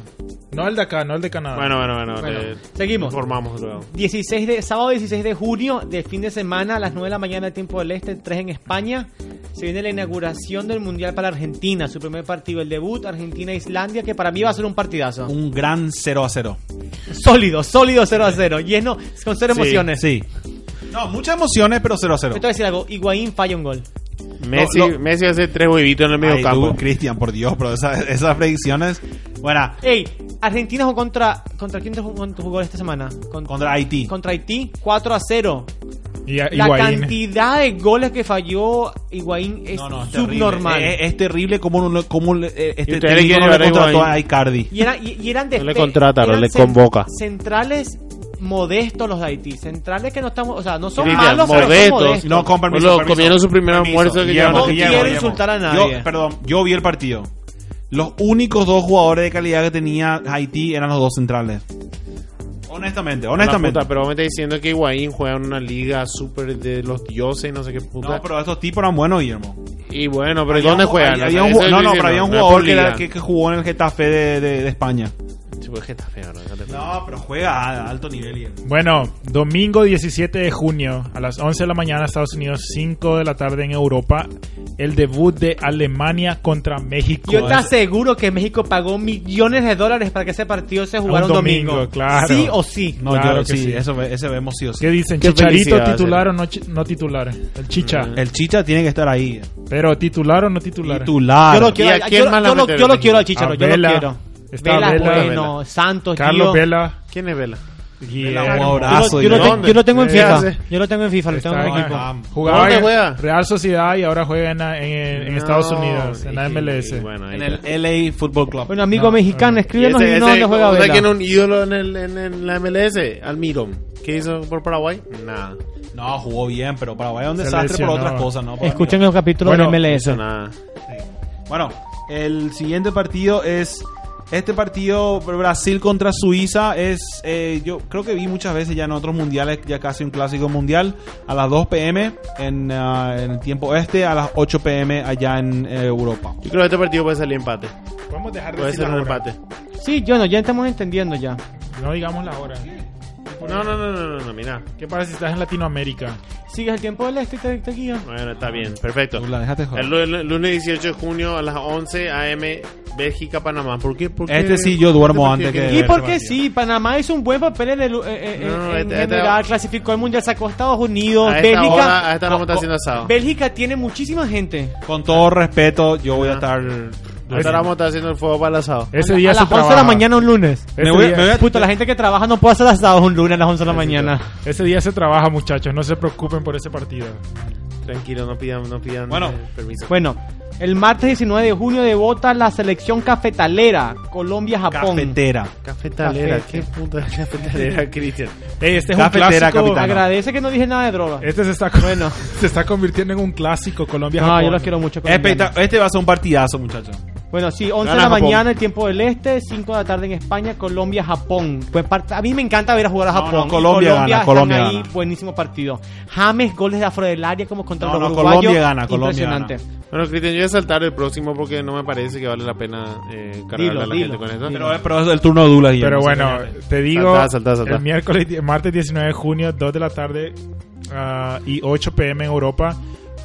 [SPEAKER 4] No el de acá, no el de
[SPEAKER 5] Ah.
[SPEAKER 4] Canadá.
[SPEAKER 3] Bueno, bueno, bueno.
[SPEAKER 1] Bueno,
[SPEAKER 3] le-
[SPEAKER 1] seguimos.
[SPEAKER 3] Informamos luego.
[SPEAKER 1] 16 de, sábado 16 de junio, de fin de semana, a las 9 de la mañana, tiempo del este, 3 en España. Se viene la inauguración del Mundial para Argentina, su primer partido, el debut, Argentina-Islandia, que para mí va a ser un partidazo.
[SPEAKER 5] Un gran 0 a 0.
[SPEAKER 1] Sólido, sólido 0 a 0, lleno, con cero emociones.
[SPEAKER 5] Sí. No, muchas emociones, pero 0 a 0.
[SPEAKER 1] Yo te voy a decir algo, Higuaín falla un gol.
[SPEAKER 3] Messi,
[SPEAKER 5] No, no.
[SPEAKER 3] Messi hace tres huevitos en el medio
[SPEAKER 5] Ay,
[SPEAKER 3] campo.
[SPEAKER 5] tú, Cristian, por Dios, pero esa- esas predicciones. Bueno,
[SPEAKER 1] Ey, Argentina jugó contra, ¿contra quién jugó, jugó esta semana? Con-
[SPEAKER 5] contra Haití.
[SPEAKER 1] contra Haití, 4 a 0.
[SPEAKER 4] Y, y
[SPEAKER 1] La
[SPEAKER 4] Higuaín.
[SPEAKER 1] cantidad de goles que falló Higuaín es
[SPEAKER 5] No, no, es terrible. Eh,
[SPEAKER 1] subnormal.
[SPEAKER 5] Es, es terrible como, un, como un- eh, este
[SPEAKER 3] ustedes
[SPEAKER 5] técnico
[SPEAKER 3] quieren
[SPEAKER 5] no
[SPEAKER 3] llevar
[SPEAKER 5] le
[SPEAKER 3] a
[SPEAKER 5] contrató
[SPEAKER 3] Higuaín.
[SPEAKER 5] a Icardi.
[SPEAKER 1] Y, era- y- y eran de
[SPEAKER 3] No le
[SPEAKER 1] fe-
[SPEAKER 3] contrata, no
[SPEAKER 1] eran
[SPEAKER 3] le
[SPEAKER 1] cen-
[SPEAKER 3] convoca.
[SPEAKER 1] Centrales modestos los de Haití. Centrales que no estamos. O sea, no son
[SPEAKER 3] Cristian,
[SPEAKER 1] malos, pero son
[SPEAKER 3] modestos.
[SPEAKER 1] modestos.
[SPEAKER 5] No, con permiso,
[SPEAKER 3] Boludo,
[SPEAKER 5] permiso.
[SPEAKER 3] comieron su primer
[SPEAKER 5] Permiso.
[SPEAKER 3] almuerzo que
[SPEAKER 5] Guillermo,
[SPEAKER 1] No
[SPEAKER 5] Guillermo,
[SPEAKER 1] quiero
[SPEAKER 5] Guillermo.
[SPEAKER 1] insultar a nadie.
[SPEAKER 5] Yo, perdón, yo vi el partido. Los únicos dos jugadores de calidad que tenía Haití eran los dos centrales. Honestamente, honestamente.
[SPEAKER 3] La puta, pero vos me estás diciendo que Higuaín juega en una liga súper de los dioses, no sé qué puta.
[SPEAKER 5] no, pero estos tipos eran buenos, Guillermo.
[SPEAKER 3] Y bueno, pero ¿y
[SPEAKER 5] Había
[SPEAKER 3] ¿dónde
[SPEAKER 5] un-
[SPEAKER 3] juegan?
[SPEAKER 5] había-
[SPEAKER 3] O sea,
[SPEAKER 5] había un
[SPEAKER 3] eso
[SPEAKER 5] ju-
[SPEAKER 3] es
[SPEAKER 5] no, no,
[SPEAKER 3] diciendo,
[SPEAKER 5] pero había un
[SPEAKER 3] no es
[SPEAKER 5] jugador
[SPEAKER 3] por
[SPEAKER 5] que, era-
[SPEAKER 3] liga.
[SPEAKER 5] que- que jugó en el Getafe de, de- de España.
[SPEAKER 3] Sí, pues, que está feo, ¿no?
[SPEAKER 5] No, pero juega a alto nivel,
[SPEAKER 4] Bueno, domingo 17 de junio a las 11 de la mañana Estados Unidos, 5 de la tarde en Europa, el debut de Alemania contra México.
[SPEAKER 1] Yo te
[SPEAKER 4] Es-
[SPEAKER 1] aseguro que México pagó millones de dólares para que ese partido se jugara un domingo.
[SPEAKER 4] domingo, claro.
[SPEAKER 1] Sí o sí.
[SPEAKER 5] No,
[SPEAKER 4] Claro
[SPEAKER 5] yo
[SPEAKER 4] que
[SPEAKER 5] sí,
[SPEAKER 4] sí.
[SPEAKER 5] Eso, ve- ese vemos sí o sí.
[SPEAKER 4] ¿Qué dicen?
[SPEAKER 3] Qué Mm. Eh.
[SPEAKER 4] ¿Chicharito
[SPEAKER 3] felicidad,
[SPEAKER 4] titular
[SPEAKER 3] sí.
[SPEAKER 4] o no, chi- no titular? El Chicha.
[SPEAKER 5] El Chicha tiene que estar ahí.
[SPEAKER 4] Pero titular o no titular.
[SPEAKER 5] Titular.
[SPEAKER 1] Yo lo
[SPEAKER 3] ¿Y
[SPEAKER 1] quiero,
[SPEAKER 3] a
[SPEAKER 1] yo,
[SPEAKER 3] quién
[SPEAKER 1] lo-
[SPEAKER 3] más la
[SPEAKER 1] yo lo-
[SPEAKER 3] meterá
[SPEAKER 1] yo lo
[SPEAKER 3] México?
[SPEAKER 1] quiero al Chicharo,
[SPEAKER 4] A
[SPEAKER 1] yo
[SPEAKER 4] Vela.
[SPEAKER 1] lo quiero.
[SPEAKER 4] Está
[SPEAKER 1] Vela,
[SPEAKER 4] Vela.
[SPEAKER 1] bueno, Santos, tío.
[SPEAKER 4] Carlos Vela.
[SPEAKER 3] ¿Quién es Vela?
[SPEAKER 4] Guillermo.
[SPEAKER 1] Yo
[SPEAKER 5] un
[SPEAKER 1] lo-
[SPEAKER 5] abrazo.
[SPEAKER 1] Yo, lo
[SPEAKER 3] ¿De
[SPEAKER 1] te-
[SPEAKER 3] dónde? Ah,
[SPEAKER 1] yo lo tengo en
[SPEAKER 3] ¿Qué
[SPEAKER 1] FIFA.
[SPEAKER 3] hace?
[SPEAKER 1] Yo lo tengo en FIFA, lo tengo
[SPEAKER 4] Está
[SPEAKER 1] en
[SPEAKER 4] en
[SPEAKER 1] equipo.
[SPEAKER 4] equipo.
[SPEAKER 3] ¿Dónde
[SPEAKER 4] Jugaba
[SPEAKER 3] juega?
[SPEAKER 4] en Real Sociedad y ahora juega en, en- en
[SPEAKER 3] No,
[SPEAKER 4] Estados Unidos, en la
[SPEAKER 3] y-
[SPEAKER 4] MLS.
[SPEAKER 3] y bueno, ahí
[SPEAKER 5] En
[SPEAKER 3] está.
[SPEAKER 5] el LA Football Club.
[SPEAKER 1] Bueno, amigo
[SPEAKER 4] No,
[SPEAKER 1] mexicano,
[SPEAKER 4] no.
[SPEAKER 1] escríbenos
[SPEAKER 3] Y ese-
[SPEAKER 1] y no
[SPEAKER 3] ese-
[SPEAKER 1] dónde juega
[SPEAKER 3] ¿o sea
[SPEAKER 1] Vela.
[SPEAKER 3] quién es un ídolo en, el, en, en la MLS? Almirón. ¿Qué hizo por Paraguay? Nada.
[SPEAKER 5] No, jugó bien, pero Paraguay es un
[SPEAKER 4] Se
[SPEAKER 5] desastre
[SPEAKER 4] lesionó.
[SPEAKER 5] por otras cosas, ¿no? Por-
[SPEAKER 1] Escuchen los capítulos de
[SPEAKER 4] Bueno,
[SPEAKER 3] No
[SPEAKER 1] MLS.
[SPEAKER 3] hizo nada.
[SPEAKER 5] Bueno, el siguiente partido es Este partido Brasil contra Suiza es, eh, yo creo que vi muchas veces ya en otros mundiales, ya casi un clásico mundial, a las 2 pm en, ah, en el tiempo este, a las 8 pm allá en eh, Europa.
[SPEAKER 3] Yo creo que este partido puede salir empate.
[SPEAKER 4] Podemos dejar de
[SPEAKER 3] Puede
[SPEAKER 4] decir
[SPEAKER 3] ser
[SPEAKER 4] la
[SPEAKER 3] un
[SPEAKER 4] hora.
[SPEAKER 3] empate.
[SPEAKER 1] Sí, yo no, ya estamos entendiendo ya.
[SPEAKER 4] No digamos la hora.
[SPEAKER 3] No, no, no, no, no, no, mira.
[SPEAKER 4] ¿Qué pasa si estás en Latinoamérica?
[SPEAKER 1] ¿Sigues el tiempo del este, te, te guía?
[SPEAKER 3] Bueno, está bien, perfecto.
[SPEAKER 5] Lula, déjate joder.
[SPEAKER 3] El lu- el lunes 18 de junio a las 11 a.m. Bélgica, Panamá. ¿Por qué? ¿Por qué?
[SPEAKER 5] Este sí yo duermo
[SPEAKER 3] ¿Por qué?
[SPEAKER 5] antes que-
[SPEAKER 1] Y
[SPEAKER 5] Eh,
[SPEAKER 1] porque
[SPEAKER 5] Martín.
[SPEAKER 1] sí, Panamá hizo un buen papel en, el, eh, eh,
[SPEAKER 3] No,
[SPEAKER 1] en
[SPEAKER 3] este- este-
[SPEAKER 1] general, clasificó al Mundial, sacó a Estados Unidos,
[SPEAKER 3] A esta
[SPEAKER 1] Bélgica.
[SPEAKER 3] hora, a esta hora vamos a estar
[SPEAKER 1] Co-
[SPEAKER 3] haciendo asado.
[SPEAKER 1] Bélgica tiene muchísima gente.
[SPEAKER 5] Con todo respeto, yo voy a
[SPEAKER 3] Ah.
[SPEAKER 5] estar...
[SPEAKER 3] A esta hora vamos a estar haciendo el fuego para el asado.
[SPEAKER 4] Ese
[SPEAKER 1] A
[SPEAKER 4] día
[SPEAKER 1] las
[SPEAKER 4] se
[SPEAKER 1] 11 de la
[SPEAKER 4] trabaja.
[SPEAKER 1] mañana un lunes.
[SPEAKER 4] Ese
[SPEAKER 5] Me voy-
[SPEAKER 4] día-
[SPEAKER 5] me voy a-
[SPEAKER 1] Puta, la gente que trabaja no puede hacer asados un lunes a las 11 de la mañana.
[SPEAKER 4] Ese día se trabaja, muchachos. No se preocupen por ese partido.
[SPEAKER 3] Tranquilo, no pidan, no pidan
[SPEAKER 5] Bueno.
[SPEAKER 3] eh, permiso.
[SPEAKER 1] Bueno, el martes 19 de junio debota la selección cafetalera Colombia-Japón.
[SPEAKER 5] Cafetera.
[SPEAKER 3] Cafetalera,
[SPEAKER 1] Cafete.
[SPEAKER 3] qué puta cafetalera, Cristian.
[SPEAKER 4] Ey, este es
[SPEAKER 5] Cafetera,
[SPEAKER 4] un clásico.
[SPEAKER 5] capitán.
[SPEAKER 1] Agradece que no dije nada de droga.
[SPEAKER 4] Este se está,
[SPEAKER 1] Bueno.
[SPEAKER 4] se está convirtiendo en un clásico. Colombia
[SPEAKER 1] No,
[SPEAKER 4] Japón.
[SPEAKER 1] yo los quiero mucho. colombianos.
[SPEAKER 5] Espectac- Este va a ser un partidazo, muchachos.
[SPEAKER 1] Bueno, sí, 11 de
[SPEAKER 3] Gana
[SPEAKER 1] la
[SPEAKER 3] Japón.
[SPEAKER 1] mañana, el tiempo del este, 5 de la tarde en España, Colombia, Japón. Pues par- a mí me encanta ver a jugar a
[SPEAKER 5] No, no,
[SPEAKER 1] Japón. Y
[SPEAKER 5] Colombia gana,
[SPEAKER 1] están
[SPEAKER 5] Colombia
[SPEAKER 1] ahí,
[SPEAKER 5] gana.
[SPEAKER 1] buenísimo partido. James, goles de afro del área como contra
[SPEAKER 5] No,
[SPEAKER 1] los
[SPEAKER 5] no,
[SPEAKER 1] uruguayos.
[SPEAKER 5] Colombia gana, Colombia
[SPEAKER 1] Impresionante.
[SPEAKER 3] Bueno, Cristian, yo voy a saltar el próximo porque no me parece que vale la pena eh, cargarle
[SPEAKER 1] Dilo,
[SPEAKER 3] a la
[SPEAKER 1] dilo,
[SPEAKER 3] gente con esto.
[SPEAKER 1] dilo.
[SPEAKER 5] Pero, pero es el turno de Dula. Guillermo,
[SPEAKER 4] Pero bueno,
[SPEAKER 5] señores.
[SPEAKER 4] te digo,
[SPEAKER 3] Saltá, saltá, saltá.
[SPEAKER 4] el miércoles, die- martes 19 de junio, 2 de la tarde ah, y 8 pm en Europa,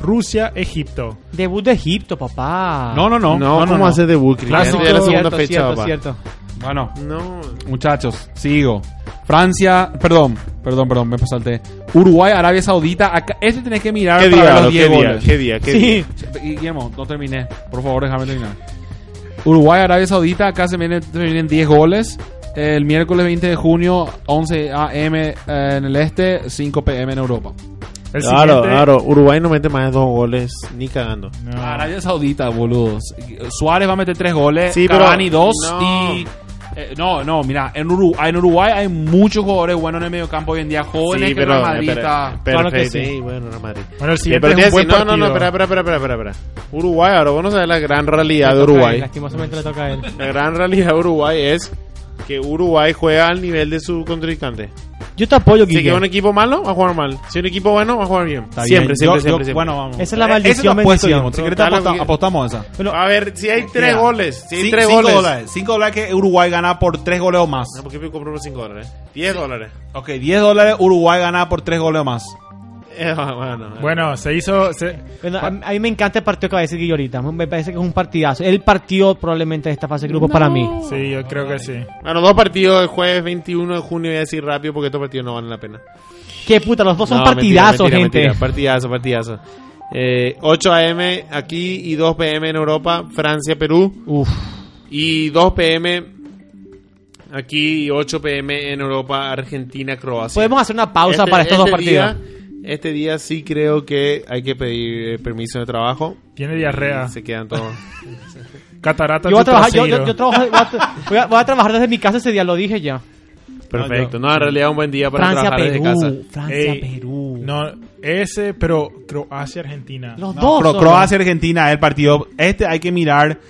[SPEAKER 4] Rusia, Egipto.
[SPEAKER 1] Debut de Egipto, papá.
[SPEAKER 5] No, no,
[SPEAKER 3] No,
[SPEAKER 5] no. no, no,
[SPEAKER 3] ¿cómo
[SPEAKER 5] no.
[SPEAKER 3] hace debut, Cristian?
[SPEAKER 5] Clásico.
[SPEAKER 3] Ya es la segunda
[SPEAKER 1] Cierto,
[SPEAKER 3] fecha,
[SPEAKER 1] cierto,
[SPEAKER 3] papá.
[SPEAKER 1] cierto.
[SPEAKER 5] Bueno,
[SPEAKER 3] No,
[SPEAKER 5] Muchachos, sigo. Francia, perdón, perdón, perdón, me salté. Uruguay, Arabia Saudita, acá, este tenés que
[SPEAKER 2] Ah,
[SPEAKER 5] mirar
[SPEAKER 3] ¿Qué
[SPEAKER 5] para
[SPEAKER 3] día,
[SPEAKER 5] ver
[SPEAKER 3] Aro?
[SPEAKER 5] los
[SPEAKER 3] ¿Qué
[SPEAKER 5] 10
[SPEAKER 3] día?
[SPEAKER 5] goles.
[SPEAKER 3] ¿Qué día? ¿Qué día?
[SPEAKER 1] Sí.
[SPEAKER 5] Guillermo, no terminé. Por favor, déjame terminar. Uruguay, Arabia Saudita, acá se vienen, se vienen 10 goles. El miércoles 20 de junio, 11 a.m. eh, en el este, 5 p.m. en Europa.
[SPEAKER 4] El
[SPEAKER 3] Claro,
[SPEAKER 4] siguiente-
[SPEAKER 3] claro. Uruguay no mete más de dos goles, ni cagando.
[SPEAKER 4] No.
[SPEAKER 1] Ah.
[SPEAKER 5] Arabia Saudita, boludos. Suárez va a meter 3 goles,
[SPEAKER 3] Sí, pero-
[SPEAKER 5] Cavani 2
[SPEAKER 3] No.
[SPEAKER 5] y... eh, no, no, mira, en Uruguay, en Uruguay hay muchos jugadores buenos en el medio campo hoy en día, jóvenes
[SPEAKER 3] Sí,
[SPEAKER 5] que Real Madrid
[SPEAKER 3] espera,
[SPEAKER 5] está-
[SPEAKER 1] Claro que
[SPEAKER 3] perfecto.
[SPEAKER 1] sí.
[SPEAKER 3] Sí, bueno, Real Madrid.
[SPEAKER 4] Bueno, el
[SPEAKER 3] Sí,
[SPEAKER 4] siguiente
[SPEAKER 3] pero
[SPEAKER 4] es un
[SPEAKER 3] te iba a
[SPEAKER 4] buen
[SPEAKER 3] decir, no, no,
[SPEAKER 4] partido.
[SPEAKER 3] no, espera, espera, espera, espera, espera. Uruguay, ahora vos no sabés la gran realidad de
[SPEAKER 1] Le toca a él,
[SPEAKER 3] Uruguay.
[SPEAKER 1] Lastimosamente le toca a él.
[SPEAKER 3] La gran realidad de Uruguay es que Uruguay juega al nivel de su contrincante.
[SPEAKER 1] Yo te apoyo,
[SPEAKER 3] Si que
[SPEAKER 1] Guillermo.
[SPEAKER 3] un equipo malo, va a jugar mal. Si un equipo bueno, va a jugar bien.
[SPEAKER 5] Está
[SPEAKER 3] siempre,
[SPEAKER 5] bien.
[SPEAKER 3] siempre,
[SPEAKER 5] Yo-
[SPEAKER 3] siempre,
[SPEAKER 5] yo-
[SPEAKER 3] siempre.
[SPEAKER 5] Bueno, vamos.
[SPEAKER 1] Esa es la
[SPEAKER 5] Eh,
[SPEAKER 1] maldición,
[SPEAKER 5] esa es la apuesta,
[SPEAKER 1] bendición.
[SPEAKER 5] Guillermo. Si querés, te
[SPEAKER 3] Dale,
[SPEAKER 5] aposta-
[SPEAKER 3] Guille.
[SPEAKER 5] apostamos a esa.
[SPEAKER 3] a ver, si hay tres
[SPEAKER 5] Mira,
[SPEAKER 3] goles, si hay
[SPEAKER 5] cin-
[SPEAKER 3] tres
[SPEAKER 5] cinco
[SPEAKER 3] goles.
[SPEAKER 5] dólares. 5 dólares que Uruguay gana por 3 goles o más.
[SPEAKER 3] No, porque yo compro por 5 dólares. 10 dólares.
[SPEAKER 5] Ok, 10 dólares Uruguay gana por 3 goles o más.
[SPEAKER 3] Eh, bueno, eh.
[SPEAKER 4] Bueno, se hizo... se-
[SPEAKER 1] Bueno, a,
[SPEAKER 3] ah.
[SPEAKER 1] a mí me encanta el partido que va a decir Guillo ahorita. Me parece que es un partidazo. El partido probablemente de esta fase de grupos para mí.
[SPEAKER 4] sí, yo creo que sí.
[SPEAKER 3] Bueno, dos partidos el jueves 21 de junio, voy a decir rápido porque estos partidos no valen la pena.
[SPEAKER 1] Qué puta, los dos son
[SPEAKER 3] No,
[SPEAKER 1] partidazos,
[SPEAKER 3] mentira, mentira,
[SPEAKER 1] gente.
[SPEAKER 3] mentira. partidazo, partidazo. Eh, 8 a.m. aquí y 2 p.m. en Europa, Francia, Perú.
[SPEAKER 1] Uf.
[SPEAKER 3] Y 2 p.m. aquí y 8 p.m. en Europa, Argentina, Croacia.
[SPEAKER 1] Podemos hacer una pausa
[SPEAKER 3] Este-
[SPEAKER 1] para estos dos
[SPEAKER 3] este
[SPEAKER 1] partidos.
[SPEAKER 3] día- este día sí creo que hay que pedir eh, permiso de trabajo.
[SPEAKER 4] Tiene diarrea.
[SPEAKER 3] Y se quedan todos.
[SPEAKER 4] Catarata
[SPEAKER 1] Yo voy a
[SPEAKER 4] en su
[SPEAKER 1] trabajar, yo, yo,
[SPEAKER 4] trasero.
[SPEAKER 1] yo trabajo, voy, a, tra- voy a- voy a trabajar desde mi casa ese día, lo dije ya.
[SPEAKER 3] Perfecto. No, en realidad un buen día para
[SPEAKER 1] Francia,
[SPEAKER 3] trabajar
[SPEAKER 1] Perú,
[SPEAKER 3] desde casa.
[SPEAKER 1] Francia,
[SPEAKER 4] Ey,
[SPEAKER 1] Perú.
[SPEAKER 4] No, ese, pero Croacia, Argentina.
[SPEAKER 1] los
[SPEAKER 5] No,
[SPEAKER 1] dos.
[SPEAKER 5] Cro-
[SPEAKER 1] son-
[SPEAKER 5] Croacia, Argentina, el partido. Este hay que mirar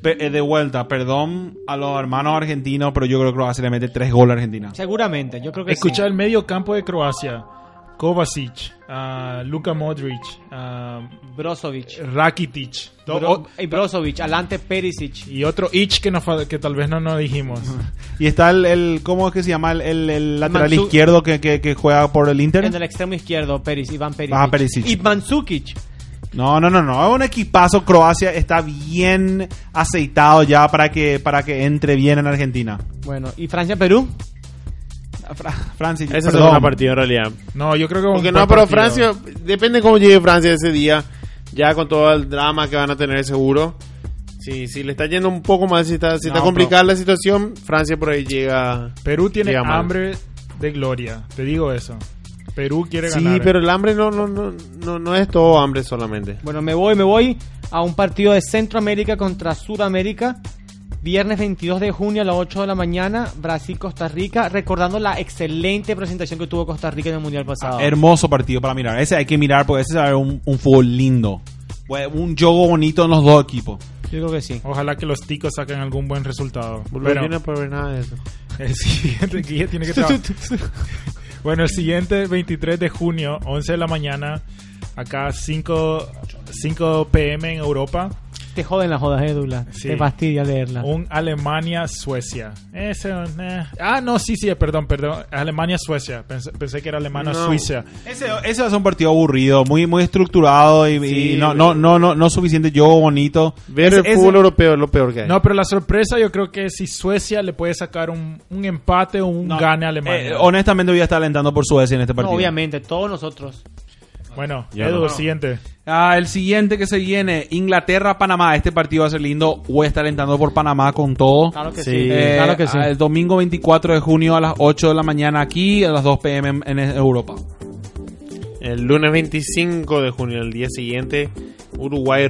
[SPEAKER 5] pe- eh, de vuelta. Perdón a los hermanos argentinos, pero yo creo que Croacia le mete 3 goles a Argentina.
[SPEAKER 1] Seguramente, yo creo que sí.
[SPEAKER 4] Escucha el medio campo de Croacia. Kovacic, ah, Luka Modric, ah,
[SPEAKER 1] Brozovic.
[SPEAKER 4] Rakitic. Do-
[SPEAKER 1] Bro-
[SPEAKER 4] o-
[SPEAKER 1] y Brozovic, Alante Perisic.
[SPEAKER 4] y otro itch que, nos, fal- que tal vez no nos dijimos.
[SPEAKER 5] Y está el, el- ¿cómo es que se llama? El, el- el lateral
[SPEAKER 1] Mansu-
[SPEAKER 5] izquierdo que, que- que juega por el Inter.
[SPEAKER 1] En el extremo izquierdo, Peris, Iván Perisic.
[SPEAKER 5] Ah, Perisic.
[SPEAKER 1] Y Mandzukic.
[SPEAKER 5] No, no, no, no. Es un equipazo. Croacia está bien aceitado ya para que, para que entre bien en Argentina.
[SPEAKER 1] Bueno, y Francia, Perú.
[SPEAKER 5] Francis,
[SPEAKER 3] Esa es
[SPEAKER 5] perdón.
[SPEAKER 3] una partida en realidad.
[SPEAKER 4] No, yo creo que...
[SPEAKER 3] Porque
[SPEAKER 4] un buen
[SPEAKER 3] no, pero
[SPEAKER 4] partido.
[SPEAKER 3] Francia, depende cómo llegue Francia ese día, ya con todo el drama que van a tener seguro. Si, si le está yendo un poco más, si está, si
[SPEAKER 5] No,
[SPEAKER 3] está complicada la situación, Francia por ahí llega.
[SPEAKER 4] Perú tiene
[SPEAKER 3] Llega mal.
[SPEAKER 4] hambre de gloria. Te digo eso. Perú quiere
[SPEAKER 3] Sí,
[SPEAKER 4] ganar.
[SPEAKER 3] pero el hambre no, no, no, no, no es todo hambre solamente.
[SPEAKER 1] Bueno, me voy, me voy a un partido de Centroamérica contra Sudamérica. Viernes 22 de junio a las 8 de la mañana, Brasil-Costa Rica. Recordando la excelente presentación que tuvo Costa Rica en el Mundial
[SPEAKER 5] Ah,
[SPEAKER 1] pasado.
[SPEAKER 5] Hermoso partido para mirar. Ese hay que mirar porque ese es un, un fútbol lindo. Fue Un juego bonito en los dos equipos.
[SPEAKER 1] Yo creo que sí.
[SPEAKER 4] Ojalá que los ticos saquen algún buen resultado.
[SPEAKER 3] Bolivia
[SPEAKER 4] Bueno,
[SPEAKER 3] no puede ver nada de eso.
[SPEAKER 4] el siguiente guía tiene que trabajar. Bueno, el siguiente 23 de junio, 11 de la mañana, acá 5, 5 pm en Europa,
[SPEAKER 1] Te joden las jodas, eh, Douglas.
[SPEAKER 4] Sí.
[SPEAKER 1] Te fastidia leerla.
[SPEAKER 4] un Alemania-Suecia. Ese, eh. Ah, no, sí, sí, perdón, perdón. Alemania-Suecia. Pensé, pensé que era Alemania-Suiza.
[SPEAKER 5] Ese, ese es un partido aburrido, muy, muy estructurado y,
[SPEAKER 3] Sí,
[SPEAKER 5] y no, no, no, no, no suficiente juego bonito.
[SPEAKER 3] Ver
[SPEAKER 5] Ese- eh,
[SPEAKER 3] el
[SPEAKER 5] ese-
[SPEAKER 3] fútbol europeo es lo peor que hay.
[SPEAKER 4] No, pero la sorpresa yo creo que si Suecia le puede sacar un, un empate o un
[SPEAKER 5] no,
[SPEAKER 4] gane a Alemania.
[SPEAKER 5] eh, honestamente voy a estar alentando por Suecia en este
[SPEAKER 1] No,
[SPEAKER 5] partido.
[SPEAKER 1] obviamente, todos nosotros.
[SPEAKER 4] bueno,
[SPEAKER 5] Ya
[SPEAKER 4] Edu,
[SPEAKER 5] no.
[SPEAKER 4] siguiente.
[SPEAKER 5] Ah, el siguiente que se viene, Inglaterra-Panamá. Este partido va a ser lindo. Voy a estar alentando por Panamá con todo.
[SPEAKER 1] Claro que sí.
[SPEAKER 3] Sí.
[SPEAKER 5] Eh,
[SPEAKER 1] Claro que sí.
[SPEAKER 5] El domingo 24 de junio a las 8 de la mañana aquí, a las 2 pm en, en Europa.
[SPEAKER 3] El lunes 25 de junio, el día siguiente,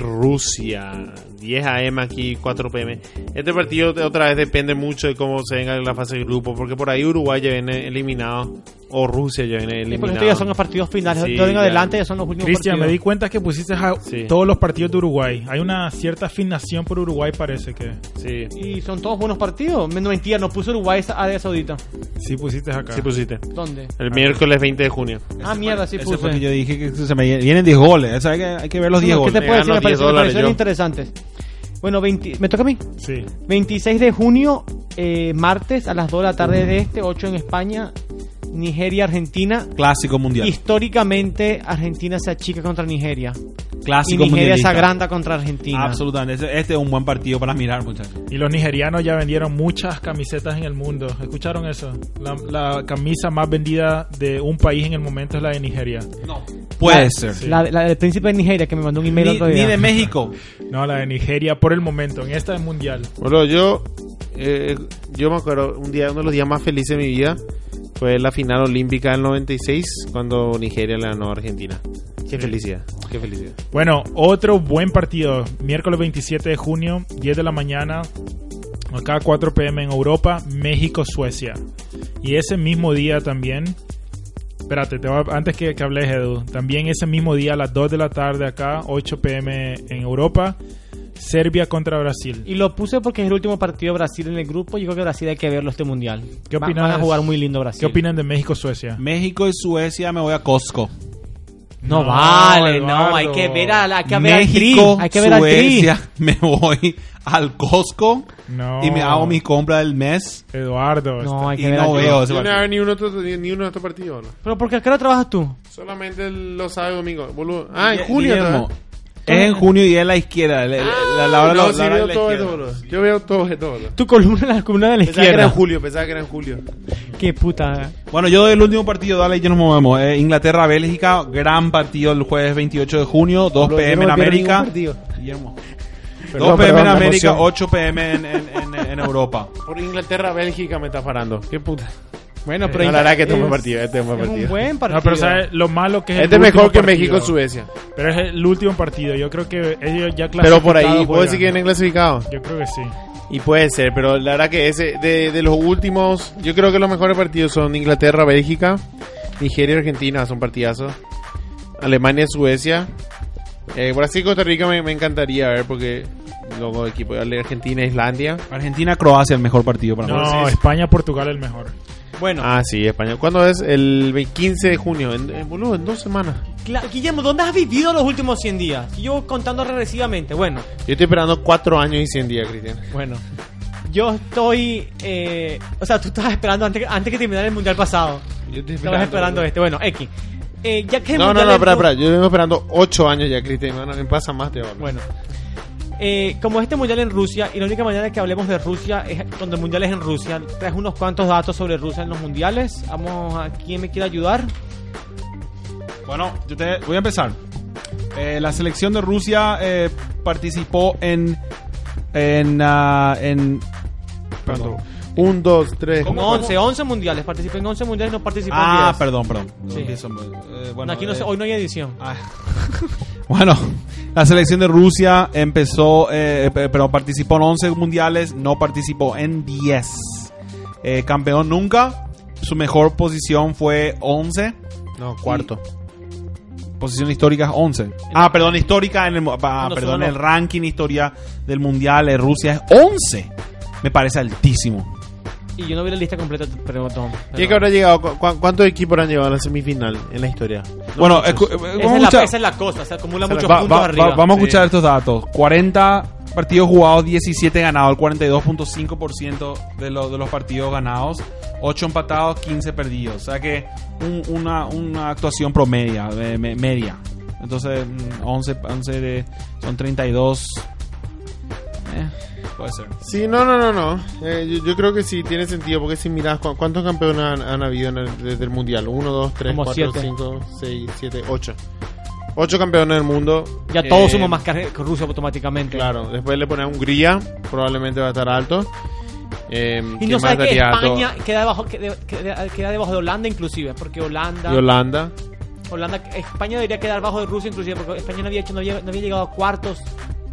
[SPEAKER 3] Uruguay-Rusia. 10 AM aquí, 4 PM. Este partido de- otra vez depende mucho de cómo se venga la fase de grupo, porque por ahí Uruguay ya viene eliminado o Rusia ya viene
[SPEAKER 1] Sí,
[SPEAKER 3] eliminado.
[SPEAKER 1] porque estos ya son los partidos finales.
[SPEAKER 3] Sí,
[SPEAKER 1] Todo en
[SPEAKER 3] ya.
[SPEAKER 1] adelante ya son los últimos
[SPEAKER 4] Cristian, me di
[SPEAKER 1] partidos.
[SPEAKER 4] cuenta que pusiste a
[SPEAKER 3] Sí.
[SPEAKER 4] todos los partidos de Uruguay. Hay una cierta afinación por Uruguay, parece que.
[SPEAKER 3] Sí,
[SPEAKER 1] Y son todos buenos partidos. Me- No mentira, nos puso Uruguay esa Arabia Saudita.
[SPEAKER 4] Sí pusiste acá.
[SPEAKER 3] sí pusiste.
[SPEAKER 1] ¿Dónde?
[SPEAKER 3] El miércoles 20 de junio.
[SPEAKER 1] ah, mierda, sí
[SPEAKER 5] Ese fue que
[SPEAKER 1] puse.
[SPEAKER 5] yo dije que se me vienen 10 goles. O sea, hay, que, hay que ver los 10
[SPEAKER 1] ¿Qué
[SPEAKER 5] goles.
[SPEAKER 1] te
[SPEAKER 3] Me
[SPEAKER 1] puedo decir? Me
[SPEAKER 3] gano 10
[SPEAKER 1] parecieron, me
[SPEAKER 3] dólares
[SPEAKER 1] parecieron
[SPEAKER 3] yo.
[SPEAKER 1] interesantes. Bueno, 20 ¿me toca a mí?
[SPEAKER 4] Sí.
[SPEAKER 1] 26 de junio, eh, martes a las 2 de la tarde de este, 8 en España, Nigeria, Argentina.
[SPEAKER 5] Clásico mundial.
[SPEAKER 1] Históricamente, Argentina se achica contra Nigeria. Y Nigeria se
[SPEAKER 5] Clásico Ah, mundialista.
[SPEAKER 1] agranda contra Argentina.
[SPEAKER 5] Absolutamente. Ese- Este es un buen partido para mirar, muchachos.
[SPEAKER 4] Y los nigerianos ya vendieron muchas camisetas en el mundo. ¿Escucharon eso? La, la camisa más vendida de un país en el momento es la de Nigeria.
[SPEAKER 5] Puede ser.
[SPEAKER 4] Sí.
[SPEAKER 1] La, la del príncipe de Nigeria que me mandó un email
[SPEAKER 5] Ni,
[SPEAKER 1] otro día.
[SPEAKER 5] ni de México.
[SPEAKER 4] No, la de Nigeria por el momento. En esta es mundial.
[SPEAKER 3] Boludo, yo, eh, yo me acuerdo, un día, uno de los días más felices de mi vida fue la final olímpica del 96, cuando Nigeria le ganó a Argentina. Qué felicidad, qué felicidad.
[SPEAKER 4] Bueno, otro buen partido. Miércoles 27 de junio, 10 de la mañana. Acá 4 pm en Europa, México, Suecia. Y ese mismo día también. Espérate, te voy a- antes que, que hables, Edu. También ese mismo día, a las 2 de la tarde acá, 8 pm en Europa, Serbia contra Brasil.
[SPEAKER 1] Y lo puse porque es el último partido de Brasil en el grupo. Yo creo que Brasil hay que verlo este mundial.
[SPEAKER 4] ¿Qué
[SPEAKER 1] Va-
[SPEAKER 4] opinas?
[SPEAKER 1] Van a jugar muy lindo Brasil.
[SPEAKER 4] ¿Qué opinan de México-Suecia?
[SPEAKER 5] México y Suecia me voy a Costco.
[SPEAKER 1] No,
[SPEAKER 4] No,
[SPEAKER 1] vale,
[SPEAKER 4] Eduardo.
[SPEAKER 1] no. Hay que ver a la, hay que ver al tri.
[SPEAKER 5] México,
[SPEAKER 1] Hay que ver al tri.
[SPEAKER 5] Suecia. Me voy al Costco
[SPEAKER 4] No.
[SPEAKER 5] y me hago mi compra del mes.
[SPEAKER 4] Eduardo.
[SPEAKER 1] No, hay que
[SPEAKER 5] y
[SPEAKER 1] ver
[SPEAKER 5] no
[SPEAKER 1] al tri.
[SPEAKER 5] veo ese
[SPEAKER 3] Yo no
[SPEAKER 5] partido.
[SPEAKER 3] hago ni uno otro- ni uno de estos partidos, ¿no?
[SPEAKER 1] Pero porque qué hora trabajas tú?
[SPEAKER 3] Solamente los sábados y domingos, boludo. Ah, en
[SPEAKER 5] Guille-
[SPEAKER 3] junio
[SPEAKER 5] Guillermo,
[SPEAKER 3] también.
[SPEAKER 5] Es en junio y es la izquierda. la- la, la hora
[SPEAKER 3] no,
[SPEAKER 5] la-
[SPEAKER 3] sí
[SPEAKER 5] la hora
[SPEAKER 3] veo
[SPEAKER 5] de la
[SPEAKER 3] todo esto,
[SPEAKER 5] izquierda.
[SPEAKER 3] boludo. Yo veo todo esto, boludo.
[SPEAKER 1] Tu columna, la columna de la
[SPEAKER 3] Pensaba que era en
[SPEAKER 1] izquierda.
[SPEAKER 3] julio, pensaba que era en julio.
[SPEAKER 1] Qué puta.
[SPEAKER 5] Bueno, yo doy el último partido, dale, y ya nos movemos. Eh, Inglaterra-Bélgica, gran partido el jueves 28 de junio, 2
[SPEAKER 3] Boludo, yo
[SPEAKER 5] pm
[SPEAKER 3] no
[SPEAKER 5] en
[SPEAKER 3] me pierdo
[SPEAKER 5] América.
[SPEAKER 3] ningún partido.
[SPEAKER 5] Guillermo. 2
[SPEAKER 3] Perdón,
[SPEAKER 5] pm en
[SPEAKER 3] perdón, la
[SPEAKER 5] América,
[SPEAKER 3] emoción.
[SPEAKER 5] 8 pm en, en- en- en Europa.
[SPEAKER 3] Por Inglaterra, Bélgica me está farando. Qué puta.
[SPEAKER 1] Bueno,
[SPEAKER 3] No, la verdad que este es un buen partido. Este es un buen
[SPEAKER 1] Es un
[SPEAKER 3] partido.
[SPEAKER 1] buen partido.
[SPEAKER 4] No, pero sabes lo malo que es el
[SPEAKER 3] Este es mejor
[SPEAKER 4] último
[SPEAKER 3] que
[SPEAKER 4] partido.
[SPEAKER 3] México-Suecia.
[SPEAKER 4] Pero es el último partido. Yo creo que ellos ya clasificados
[SPEAKER 3] Pero por ahí, ¿puedo
[SPEAKER 4] juegan.
[SPEAKER 3] decir que vienen clasificados?
[SPEAKER 4] Yo creo que sí.
[SPEAKER 3] Y puede ser, pero la verdad que ese, de, de los últimos, yo creo que los mejores partidos son Inglaterra, Bélgica, Nigeria, Argentina, son partidazos. Alemania, Suecia. Eh, Brasil, Costa Rica me, me encantaría ver porque luego equipo Argentina, Islandia.
[SPEAKER 5] Argentina-Croacia, el mejor partido para mí.
[SPEAKER 4] No, España, Portugal el mejor.
[SPEAKER 1] Bueno,
[SPEAKER 3] Ah, sí, España. ¿Cuándo es? El 15 de junio. En, en- boludo, en dos semanas.
[SPEAKER 1] Cla- Guillermo, ¿dónde has vivido los últimos 100 días? Yo contando regresivamente. Bueno,
[SPEAKER 3] Yo estoy esperando cuatro años y 100 días, Cristian.
[SPEAKER 1] bueno. Yo estoy. eh, o sea, tú estabas esperando antes, que- antes que terminara el mundial pasado.
[SPEAKER 3] Yo estoy
[SPEAKER 1] Estabas esperando
[SPEAKER 3] boludo.
[SPEAKER 1] este. Bueno, X. Eh, ya que el
[SPEAKER 3] No, no,
[SPEAKER 1] mundial
[SPEAKER 3] no,
[SPEAKER 1] es-
[SPEAKER 3] espera, espera. Yo vengo esperando ocho años ya, Cristian. No, no, me pasa más, te hablo.
[SPEAKER 1] Bueno. Eh, como este mundial en Rusia, y la única manera que hablemos de Rusia es cuando el mundial es en Rusia, traes unos cuantos datos sobre Rusia en los mundiales. Vamos a quién me quiere ayudar.
[SPEAKER 5] Bueno, yo te voy a empezar. Eh, la selección de Rusia eh, participó en. en, ah, en
[SPEAKER 3] Perdón. Un, dos, tres.
[SPEAKER 5] ¿Cómo?
[SPEAKER 1] 11, 11 mundiales, participé en 11 mundiales, no participé en
[SPEAKER 5] ah,
[SPEAKER 1] 10.
[SPEAKER 5] perdón, perdón.
[SPEAKER 1] Sí.
[SPEAKER 5] Empiezo, eh, bueno,
[SPEAKER 1] No, aquí no
[SPEAKER 5] eh,
[SPEAKER 1] sé, hoy no hay edición.
[SPEAKER 5] Ah. Bueno, la selección de Rusia empezó, eh, pe- pero participó en 11 mundiales, no participó en 10. Eh, campeón nunca, su mejor posición fue 11.
[SPEAKER 3] No, cuarto.
[SPEAKER 5] Posición histórica 11. Ah, perdón, histórica en el, mu- pa-
[SPEAKER 1] No,
[SPEAKER 5] perdón,
[SPEAKER 1] solo.
[SPEAKER 5] el ranking historia del mundial de Rusia es 11. Me parece altísimo.
[SPEAKER 1] Y yo no vi la lista completa, pero Tom.
[SPEAKER 3] ¿Tiene que habrá llegado? cu- cu- ¿Cuántos equipos han llegado a la semifinal en la historia?
[SPEAKER 5] bueno, escu-
[SPEAKER 1] Esa,
[SPEAKER 5] eh, vamos a
[SPEAKER 1] es la,
[SPEAKER 5] escuchar-
[SPEAKER 1] esa es la cosa, se acumula muchos
[SPEAKER 5] Va-
[SPEAKER 1] puntos
[SPEAKER 5] va-
[SPEAKER 1] arriba.
[SPEAKER 5] va- vamos a
[SPEAKER 3] Sí.
[SPEAKER 5] escuchar estos datos. 40 partidos jugados, 17 ganados, el 42.5% de, lo- de los partidos ganados, 8 empatados, 15 perdidos. O sea que un- una, una actuación promedia, de- me- media. Entonces, mm, 11, 11 de, son 32. Eh, puede ser.
[SPEAKER 3] Sí, no, no, no, no. Eh, yo, yo creo que sí tiene sentido, porque si miras cu- cuántos campeones han, han habido en el- desde el Mundial, 1, 2, 3,
[SPEAKER 1] Como
[SPEAKER 3] 4,
[SPEAKER 1] siete.
[SPEAKER 3] 5, 6, 7, 8. 8 campeones del mundo.
[SPEAKER 1] Ya todos
[SPEAKER 3] Eh,
[SPEAKER 1] somos más que que Rusia automáticamente.
[SPEAKER 3] Claro, después le pones a Hungría, probablemente va a estar alto. Eh,
[SPEAKER 1] Y
[SPEAKER 3] ¿quién
[SPEAKER 1] no
[SPEAKER 3] más
[SPEAKER 1] sabes que
[SPEAKER 3] estaría alto?
[SPEAKER 1] España queda debajo, queda, queda- queda debajo de Holanda inclusive, porque Holanda,
[SPEAKER 3] Y Holanda.
[SPEAKER 1] Holanda, España debería quedar bajo de Rusia inclusive, porque España no había hecho, no había, no había llegado a cuartos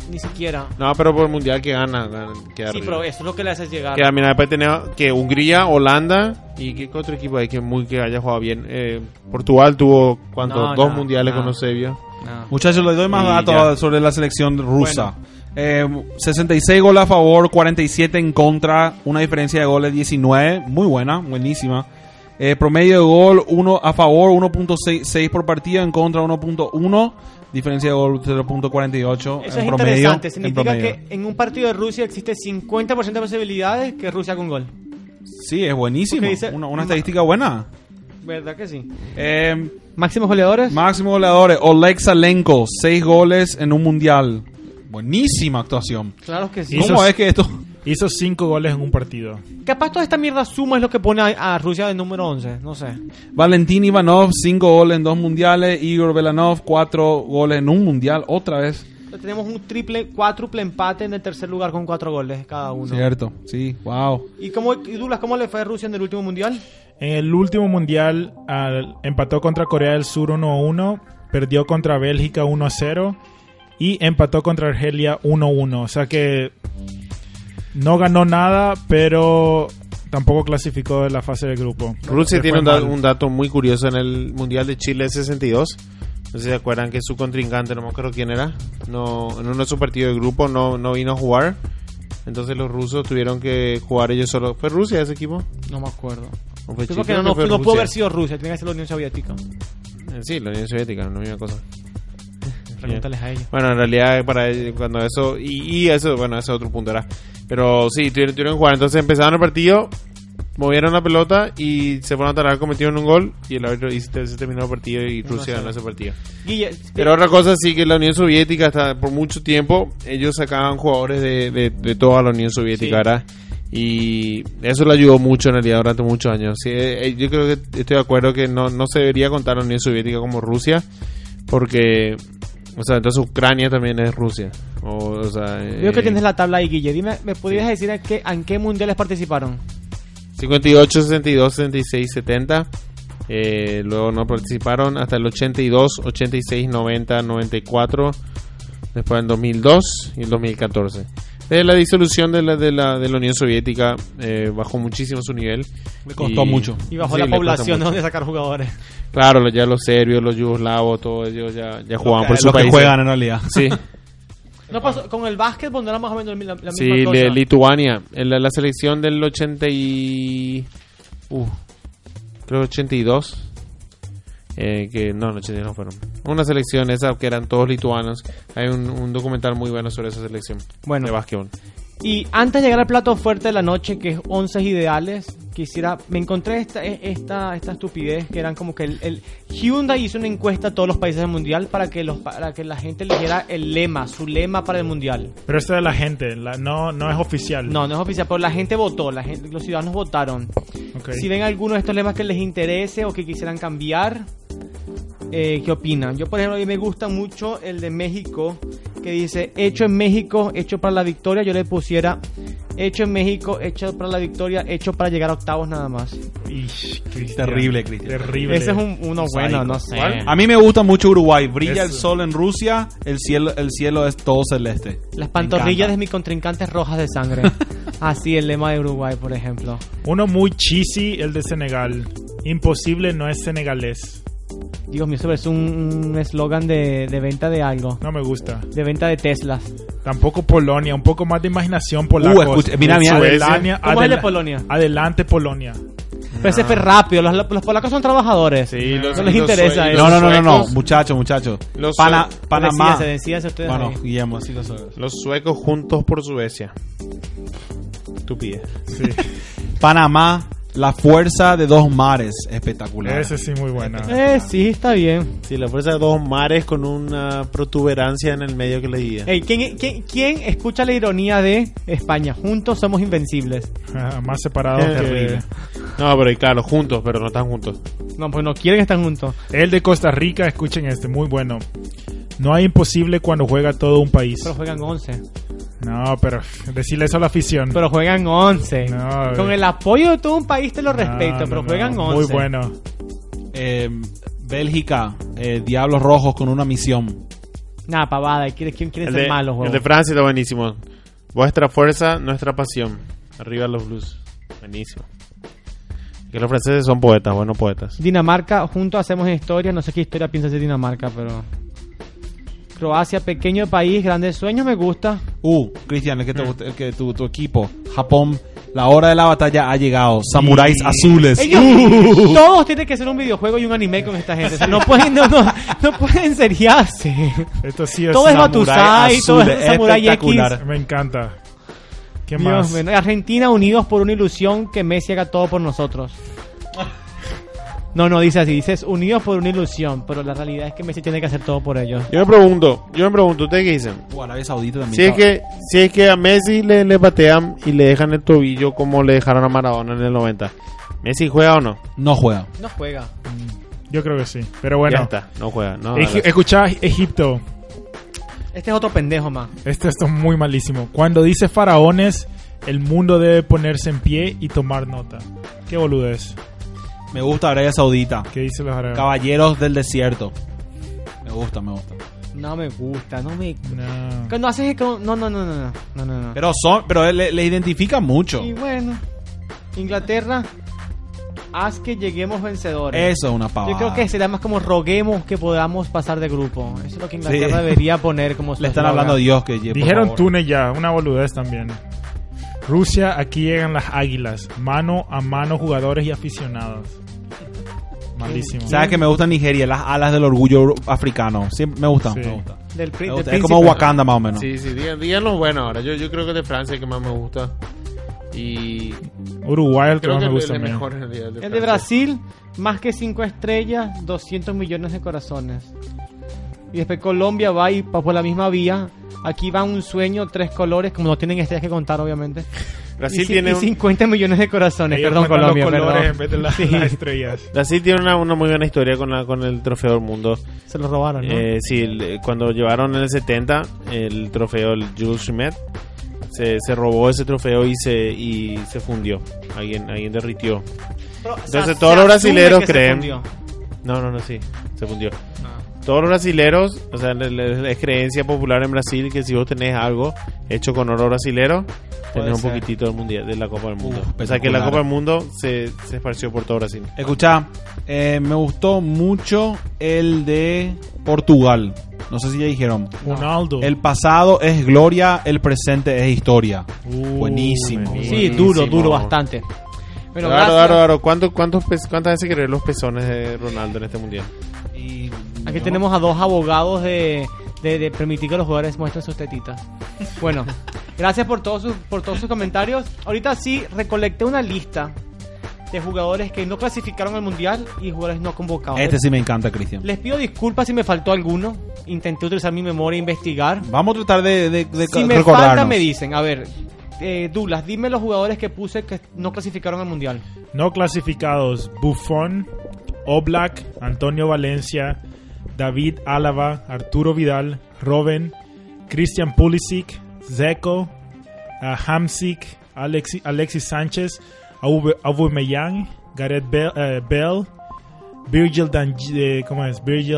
[SPEAKER 1] ni siquiera.
[SPEAKER 3] No, pero por el Mundial que gana, gana- queda
[SPEAKER 1] Sí,
[SPEAKER 3] arriba.
[SPEAKER 1] pero eso es lo que le hace llegar.
[SPEAKER 3] Que mira, después tenemos que Hungría, Holanda y qué otro equipo hay que muy que haya jugado bien. Eh, Portugal tuvo cuánto,
[SPEAKER 1] No,
[SPEAKER 3] dos
[SPEAKER 1] no,
[SPEAKER 3] mundiales
[SPEAKER 1] no.
[SPEAKER 3] con Eusebio.
[SPEAKER 1] No.
[SPEAKER 5] Muchachos, les doy más
[SPEAKER 3] Y
[SPEAKER 5] datos sobre la selección rusa. Eh, 66 goles a favor, 47 en contra, una diferencia de goles 19, muy buena, buenísima. Eh, promedio de gol 1 a favor, 1.6 por partido, en contra 1.1, diferencia de gol 0.48
[SPEAKER 1] Eso
[SPEAKER 5] en
[SPEAKER 1] es
[SPEAKER 5] promedio,
[SPEAKER 1] interesante,
[SPEAKER 5] en
[SPEAKER 1] significa
[SPEAKER 5] promedio.
[SPEAKER 1] que en un partido de Rusia existe 50% de posibilidades que Rusia haga un gol.
[SPEAKER 5] Sí, es buenísimo,
[SPEAKER 1] Porque dice-
[SPEAKER 5] una, una estadística buena.
[SPEAKER 1] ¿Verdad que sí?
[SPEAKER 5] Eh,
[SPEAKER 1] Máximos goleadores.
[SPEAKER 5] máximo goleadores, Oleg Salenko, 6 goles en un mundial. Buenísima actuación.
[SPEAKER 1] claro que sí.
[SPEAKER 4] Hizo-
[SPEAKER 5] ¿Cómo es que esto...
[SPEAKER 4] Hizo cinco goles en un partido.
[SPEAKER 1] Capaz toda esta mierda suma es lo que pone a, a Rusia de número 11, no sé.
[SPEAKER 5] Valentín Ivanov, 5 goles en dos mundiales. Igor Belanov, 4 goles en un mundial, otra vez.
[SPEAKER 1] Tenemos un triple, cuádruple empate en el tercer lugar con cuatro goles cada uno.
[SPEAKER 5] Cierto, sí, wow.
[SPEAKER 1] ¿Y cómo, y Douglas, cómo le fue a Rusia en el último mundial?
[SPEAKER 4] En el último mundial al- empató contra Corea del Sur 1-1, perdió contra Bélgica 1-0 y empató contra Argelia 1-1. O sea que no ganó nada, pero tampoco clasificó de la fase de grupo.
[SPEAKER 3] Rusia
[SPEAKER 4] Le
[SPEAKER 3] tiene
[SPEAKER 4] fue
[SPEAKER 3] un, da-
[SPEAKER 4] mal.
[SPEAKER 3] un dato muy curioso en el Mundial de Chile 62. No sé si se acuerdan que su contrincante, no me acuerdo quién era, no, en uno de sus partidos de grupo no, no vino a jugar. Entonces los rusos tuvieron que jugar ellos solo. ¿Fue Rusia ese equipo?
[SPEAKER 1] No me acuerdo.
[SPEAKER 3] ¿O fue
[SPEAKER 1] Creo
[SPEAKER 3] Chile?
[SPEAKER 1] que no, no,
[SPEAKER 3] fue
[SPEAKER 1] no pudo
[SPEAKER 3] Rusia?
[SPEAKER 1] haber sido Rusia, tiene que ser la Unión Soviética.
[SPEAKER 3] Eh, Sí, la Unión Soviética, la misma cosa.
[SPEAKER 1] Pregúntales a ellos.
[SPEAKER 3] Bueno, en realidad para ellos, cuando eso y, y eso, bueno, ese es otro punto era. Pero sí, tuvieron, tuvieron que jugar. Entonces empezaron el partido, movieron la pelota y se fueron a atacar, cometieron un gol y el árbitro y se, se terminó el partido y Rusia ganó ese partido.
[SPEAKER 1] Guille,
[SPEAKER 3] Pero otra cosa sí que la Unión Soviética hasta por mucho tiempo ellos sacaban jugadores de, de, de toda la Unión Soviética,
[SPEAKER 1] Sí.
[SPEAKER 3] ¿verdad? Y eso le ayudó mucho en realidad durante muchos años. Sí, eh, eh, yo creo que estoy de acuerdo que no, no se debería contar la Unión Soviética como Rusia, porque, o sea, entonces Ucrania también es Rusia. O, o sea, eh,
[SPEAKER 1] veo que tienes la tabla ahí, Guille. Dime, ¿me podrías decir a qué, en qué mundiales participaron?
[SPEAKER 3] 58, 62, 66, 70. Eh, luego no participaron hasta el 82, 86, 90, 94. Después en 2002 y el 2014. Desde Eh, la disolución de la, de la, de la Unión Soviética eh, bajó muchísimo su nivel.
[SPEAKER 5] Le costó mucho.
[SPEAKER 1] Y bajo
[SPEAKER 3] Sí,
[SPEAKER 1] la
[SPEAKER 3] le costó
[SPEAKER 1] población de
[SPEAKER 3] mucho.
[SPEAKER 1] dónde sacar jugadores.
[SPEAKER 3] Claro, lo- ya los serbios, los yugoslavos, todos ellos ya, ya jugaban
[SPEAKER 5] Lo
[SPEAKER 3] por
[SPEAKER 5] que-
[SPEAKER 3] su
[SPEAKER 5] lo que
[SPEAKER 3] país. ¿eh?
[SPEAKER 5] juegan en realidad.
[SPEAKER 3] Sí,
[SPEAKER 1] No pasó, con el básquetbol no era más o menos la, la
[SPEAKER 3] sí
[SPEAKER 1] misma cosa.
[SPEAKER 3] de Lituania. En la, la selección del 80 y... Uh, creo 82. eh, que no, no, 82 no fueron. Una selección esa que eran todos lituanos. Hay un, un documental muy bueno sobre esa selección
[SPEAKER 1] Bueno.
[SPEAKER 3] de básquetbol.
[SPEAKER 1] Y antes de llegar al plato fuerte de la noche, que es 11 ideales, quisiera. Me encontré esta, e- esta, esta estupidez que eran como que el, el- Hyundai hizo una encuesta a todos los países del mundial para que, los, para que la gente eligiera el lema, su lema para el mundial.
[SPEAKER 4] Pero esto de la gente, la- no, no es oficial.
[SPEAKER 1] No, no es oficial, pero la gente votó, la gente, los ciudadanos votaron.
[SPEAKER 4] Ok.
[SPEAKER 1] Si ven alguno de estos lemas que les interese o que quisieran cambiar, eh, ¿qué opinan? Yo, por ejemplo, a mí me gusta mucho el de México, que dice, hecho en México, hecho para la victoria. Yo le pusiera, hecho en México, hecho para la victoria, hecho para llegar a octavos nada más.
[SPEAKER 4] Ish, Cristian.
[SPEAKER 5] Terrible, Cristian.
[SPEAKER 4] Terrible.
[SPEAKER 1] Ese es un- uno bueno, no sé.
[SPEAKER 3] Eh,
[SPEAKER 5] A mí me gusta mucho Uruguay. Brilla el
[SPEAKER 4] Eso.
[SPEAKER 5] sol en Rusia, el cielo, el cielo es todo celeste.
[SPEAKER 1] Las
[SPEAKER 5] Me
[SPEAKER 1] pantorrillas de
[SPEAKER 5] encanta.
[SPEAKER 1] mis contrincantes rojas de sangre. Así el lema de Uruguay, por ejemplo.
[SPEAKER 4] Uno muy cheesy, el de Senegal. Imposible no es senegalés.
[SPEAKER 1] Dios mío, eso es un un eslogan de, de venta de algo.
[SPEAKER 4] No me gusta.
[SPEAKER 1] De venta de Teslas.
[SPEAKER 4] Tampoco Polonia, un poco más de imaginación
[SPEAKER 1] Uh,
[SPEAKER 4] polaca.
[SPEAKER 5] escucha, mira, mira,
[SPEAKER 1] ¿Cómo es el de Polonia?
[SPEAKER 4] Adelante Polonia.
[SPEAKER 1] Pero ese
[SPEAKER 5] Ah.
[SPEAKER 1] fue rápido. Los, los polacos son trabajadores.
[SPEAKER 3] Sí, los-
[SPEAKER 1] no les
[SPEAKER 3] Eh, los
[SPEAKER 1] interesa
[SPEAKER 3] suecos.
[SPEAKER 1] eso.
[SPEAKER 5] No, no, no, no, no,
[SPEAKER 3] suecos-
[SPEAKER 5] muchachos, muchachos.
[SPEAKER 3] los
[SPEAKER 5] Pana-
[SPEAKER 3] sue-
[SPEAKER 5] Panamá.
[SPEAKER 1] Decíase, decíase ustedes
[SPEAKER 5] Bueno,
[SPEAKER 1] ahí.
[SPEAKER 5] Guillermo, así lo sabes.
[SPEAKER 3] Los suecos juntos por Suecia.
[SPEAKER 5] Estupidez. Panamá, la fuerza de dos mares. Espectacular.
[SPEAKER 4] Ese sí, muy bueno.
[SPEAKER 1] Eh, sí, está bien.
[SPEAKER 3] Sí, la fuerza de dos mares con una protuberancia en el medio que le guía.
[SPEAKER 1] Ey, ¿quién, quién, quién escucha la ironía de España? Juntos somos invencibles.
[SPEAKER 4] Ajá, Más separado
[SPEAKER 3] Eh,
[SPEAKER 4] que.
[SPEAKER 3] No, pero y claro, juntos, pero no están juntos.
[SPEAKER 1] No, pues no quieren estar juntos.
[SPEAKER 4] El de Costa Rica, escuchen este, muy bueno. No hay imposible cuando juega todo un país.
[SPEAKER 1] Pero juegan 11.
[SPEAKER 4] No, pero decirle eso a la afición.
[SPEAKER 1] Pero juegan 11.
[SPEAKER 4] No,
[SPEAKER 1] Con
[SPEAKER 4] eh.
[SPEAKER 1] el apoyo de todo un país te lo respeto,
[SPEAKER 4] No,
[SPEAKER 1] pero
[SPEAKER 4] no,
[SPEAKER 1] juegan
[SPEAKER 4] no,
[SPEAKER 1] 11.
[SPEAKER 4] Muy bueno.
[SPEAKER 5] Eh, Bélgica, eh, Diablos Rojos con una misión.
[SPEAKER 1] Nada, pavada. ¿Quién quién quiere
[SPEAKER 3] El
[SPEAKER 1] ser
[SPEAKER 3] de,
[SPEAKER 1] malo,
[SPEAKER 3] el
[SPEAKER 1] huevón?
[SPEAKER 3] de Francia está buenísimo. Vuestra fuerza, nuestra pasión. Arriba los blues. Buenísimo. Que los franceses son poetas, buenos poetas.
[SPEAKER 1] Dinamarca, juntos hacemos historia. No sé qué historia piensa hacer Dinamarca, pero. Croacia, pequeño país, grandes sueños, me gusta.
[SPEAKER 5] Uh, Cristian, el que, te gusta- el que tu, tu equipo, Japón, la hora de la batalla ha llegado. Samuráis azules.
[SPEAKER 1] Ellos, todos tienen que ser un videojuego y un anime con esta gente. O sea, no pueden, no, no, no pueden seriarse.
[SPEAKER 4] Esto sí es.
[SPEAKER 1] Todo es
[SPEAKER 4] una-
[SPEAKER 1] Batusai,
[SPEAKER 5] azul,
[SPEAKER 1] todo es
[SPEAKER 5] es
[SPEAKER 1] Samurai X.
[SPEAKER 5] espectacular.
[SPEAKER 4] Me encanta. ¿Qué
[SPEAKER 1] Dios
[SPEAKER 4] más?
[SPEAKER 1] mío, Argentina unidos por una ilusión que Messi haga todo por nosotros. No, no, dice así, dices unidos por una ilusión, pero la realidad es que Messi tiene que hacer todo por ellos.
[SPEAKER 3] Yo me pregunto, yo me pregunto, ¿ustedes qué dicen?
[SPEAKER 5] Uh, Arabia Saudita también.
[SPEAKER 3] Si es
[SPEAKER 5] estaba-
[SPEAKER 3] que, si es que a Messi le, le patean y le dejan el tobillo como le dejaron a Maradona en el 90. ¿Messi juega o no?
[SPEAKER 5] No juega.
[SPEAKER 1] No juega.
[SPEAKER 4] Yo creo que sí. Pero
[SPEAKER 3] Ya
[SPEAKER 4] bueno.
[SPEAKER 3] está, no juega. No,
[SPEAKER 4] Egi- Escuchá Egipto.
[SPEAKER 1] Este es otro pendejo más.
[SPEAKER 4] Este esto es muy malísimo. Cuando dice faraones, el mundo debe ponerse en pie y tomar nota. Qué boludez.
[SPEAKER 5] Me gusta Arabia Saudita.
[SPEAKER 4] ¿Qué dice los árabes?
[SPEAKER 5] Caballeros del Desierto. Me gusta, me gusta.
[SPEAKER 1] No me gusta, no me.
[SPEAKER 4] No.
[SPEAKER 1] Cuando haces. No, no, no, no, no, no, no, no.
[SPEAKER 5] Pero son, pero le, le identifica mucho.
[SPEAKER 1] Y bueno, Inglaterra, haz que lleguemos vencedores.
[SPEAKER 5] Eso es una pavada.
[SPEAKER 1] Yo creo que será más como roguemos que podamos pasar de grupo. Eso es lo que Inglaterra
[SPEAKER 5] Sí.
[SPEAKER 1] debería poner como su
[SPEAKER 5] le están
[SPEAKER 1] eslogan.
[SPEAKER 5] hablando a Dios que por
[SPEAKER 4] Dijeron
[SPEAKER 5] favor.
[SPEAKER 4] Túnez ya, una boludez también. Rusia, aquí llegan las águilas. Mano a mano, jugadores y aficionados. Malísimo.
[SPEAKER 5] Sabes que me gusta Nigeria, las alas del orgullo africano. Siempre me gusta,
[SPEAKER 4] Sí.
[SPEAKER 5] me gusta. Me
[SPEAKER 1] Del, pri- del
[SPEAKER 5] gusta. Es
[SPEAKER 1] príncipe.
[SPEAKER 5] como Wakanda más o menos.
[SPEAKER 3] Sí, sí, digan, digan lo bueno ahora. Yo, yo creo que de Francia es el que más me gusta. Y
[SPEAKER 4] Uruguay es el que
[SPEAKER 3] creo
[SPEAKER 4] más
[SPEAKER 3] que
[SPEAKER 4] me
[SPEAKER 3] el,
[SPEAKER 4] gusta.
[SPEAKER 3] el
[SPEAKER 4] a mí.
[SPEAKER 3] mejor en realidad, el de,
[SPEAKER 1] El de
[SPEAKER 3] Francia.
[SPEAKER 1] Brasil, más que 5 estrellas, 200 millones de corazones. Y después Colombia va y va por la misma vía. Aquí va un sueño, tres colores, como no tienen estrellas que contar, obviamente.
[SPEAKER 3] Brasil
[SPEAKER 1] y, ci-
[SPEAKER 3] tiene
[SPEAKER 1] y
[SPEAKER 3] un-
[SPEAKER 1] 50 millones de corazones,
[SPEAKER 4] Ellos
[SPEAKER 1] perdón,
[SPEAKER 4] cuentan los
[SPEAKER 1] Colombia,
[SPEAKER 4] colores
[SPEAKER 1] perdón.
[SPEAKER 4] en vez de la-
[SPEAKER 1] Sí,
[SPEAKER 4] las estrellas.
[SPEAKER 3] Brasil tiene una, una muy buena historia con, la, con el trofeo del mundo.
[SPEAKER 1] se lo robaron, ¿no?
[SPEAKER 3] Eh, sí, el- cuando llevaron en el 70 el trofeo el Jules Schmidt, se, se robó ese trofeo y se y se fundió. Alguien alguien derritió.
[SPEAKER 1] Pero, o sea,
[SPEAKER 3] entonces
[SPEAKER 1] se
[SPEAKER 3] todos
[SPEAKER 1] asume
[SPEAKER 3] los brasileros
[SPEAKER 1] que se
[SPEAKER 3] creen-
[SPEAKER 1] fundió.
[SPEAKER 3] No, no, no, sí, se fundió.
[SPEAKER 5] Ah.
[SPEAKER 3] Todos los brasileros, o sea, le- le- es creencia popular en Brasil que si vos tenés algo hecho con oro brasilero,
[SPEAKER 5] Puede
[SPEAKER 3] tenés un
[SPEAKER 5] ser.
[SPEAKER 3] poquitito del mundial, de la Copa del Mundo.
[SPEAKER 5] Uf,
[SPEAKER 3] o sea, que la
[SPEAKER 5] espectacular.
[SPEAKER 3] Copa del Mundo se, se esparció por todo Brasil.
[SPEAKER 5] Escucha, eh, me gustó mucho el de Portugal. No sé si ya dijeron.
[SPEAKER 4] Ronaldo.
[SPEAKER 5] El pasado es gloria, el presente es historia.
[SPEAKER 4] Uh,
[SPEAKER 5] buenísimo.
[SPEAKER 1] Sí,
[SPEAKER 3] Buenísimo.
[SPEAKER 1] duro, duro, bastante. Pero
[SPEAKER 3] Pero claro,
[SPEAKER 1] gracias.
[SPEAKER 3] claro, claro. ¿Cuánto- cuántos pe- ¿Cuántas veces creer los pezones de Ronaldo en este mundial?
[SPEAKER 5] Y-
[SPEAKER 1] Aquí tenemos a dos abogados de, de- de permitir que los jugadores muestren sus tetitas. Bueno, gracias por todos sus, por todos sus comentarios. Ahorita sí recolecté una lista de jugadores que no clasificaron al mundial y jugadores no convocados.
[SPEAKER 5] Este sí me encanta, Cristian.
[SPEAKER 1] Les pido disculpas si me faltó alguno. Intenté utilizar mi memoria e investigar.
[SPEAKER 5] Vamos a tratar de, de, de
[SPEAKER 1] si me
[SPEAKER 5] recordarnos.
[SPEAKER 1] falta me dicen, a ver, eh, Douglas, dime los jugadores que puse que no clasificaron al mundial.
[SPEAKER 4] No clasificados: Buffon, Oblak, Antonio Valencia, David Álava, Arturo Vidal, Robben, Christian Pulisic, Zeko, ah, Hamsik, Alexi- Alexis Sánchez, Aub- Aubameyang, Gareth Bell, eh, Bell, Virgil Dan eh, ¿cómo es? Virgil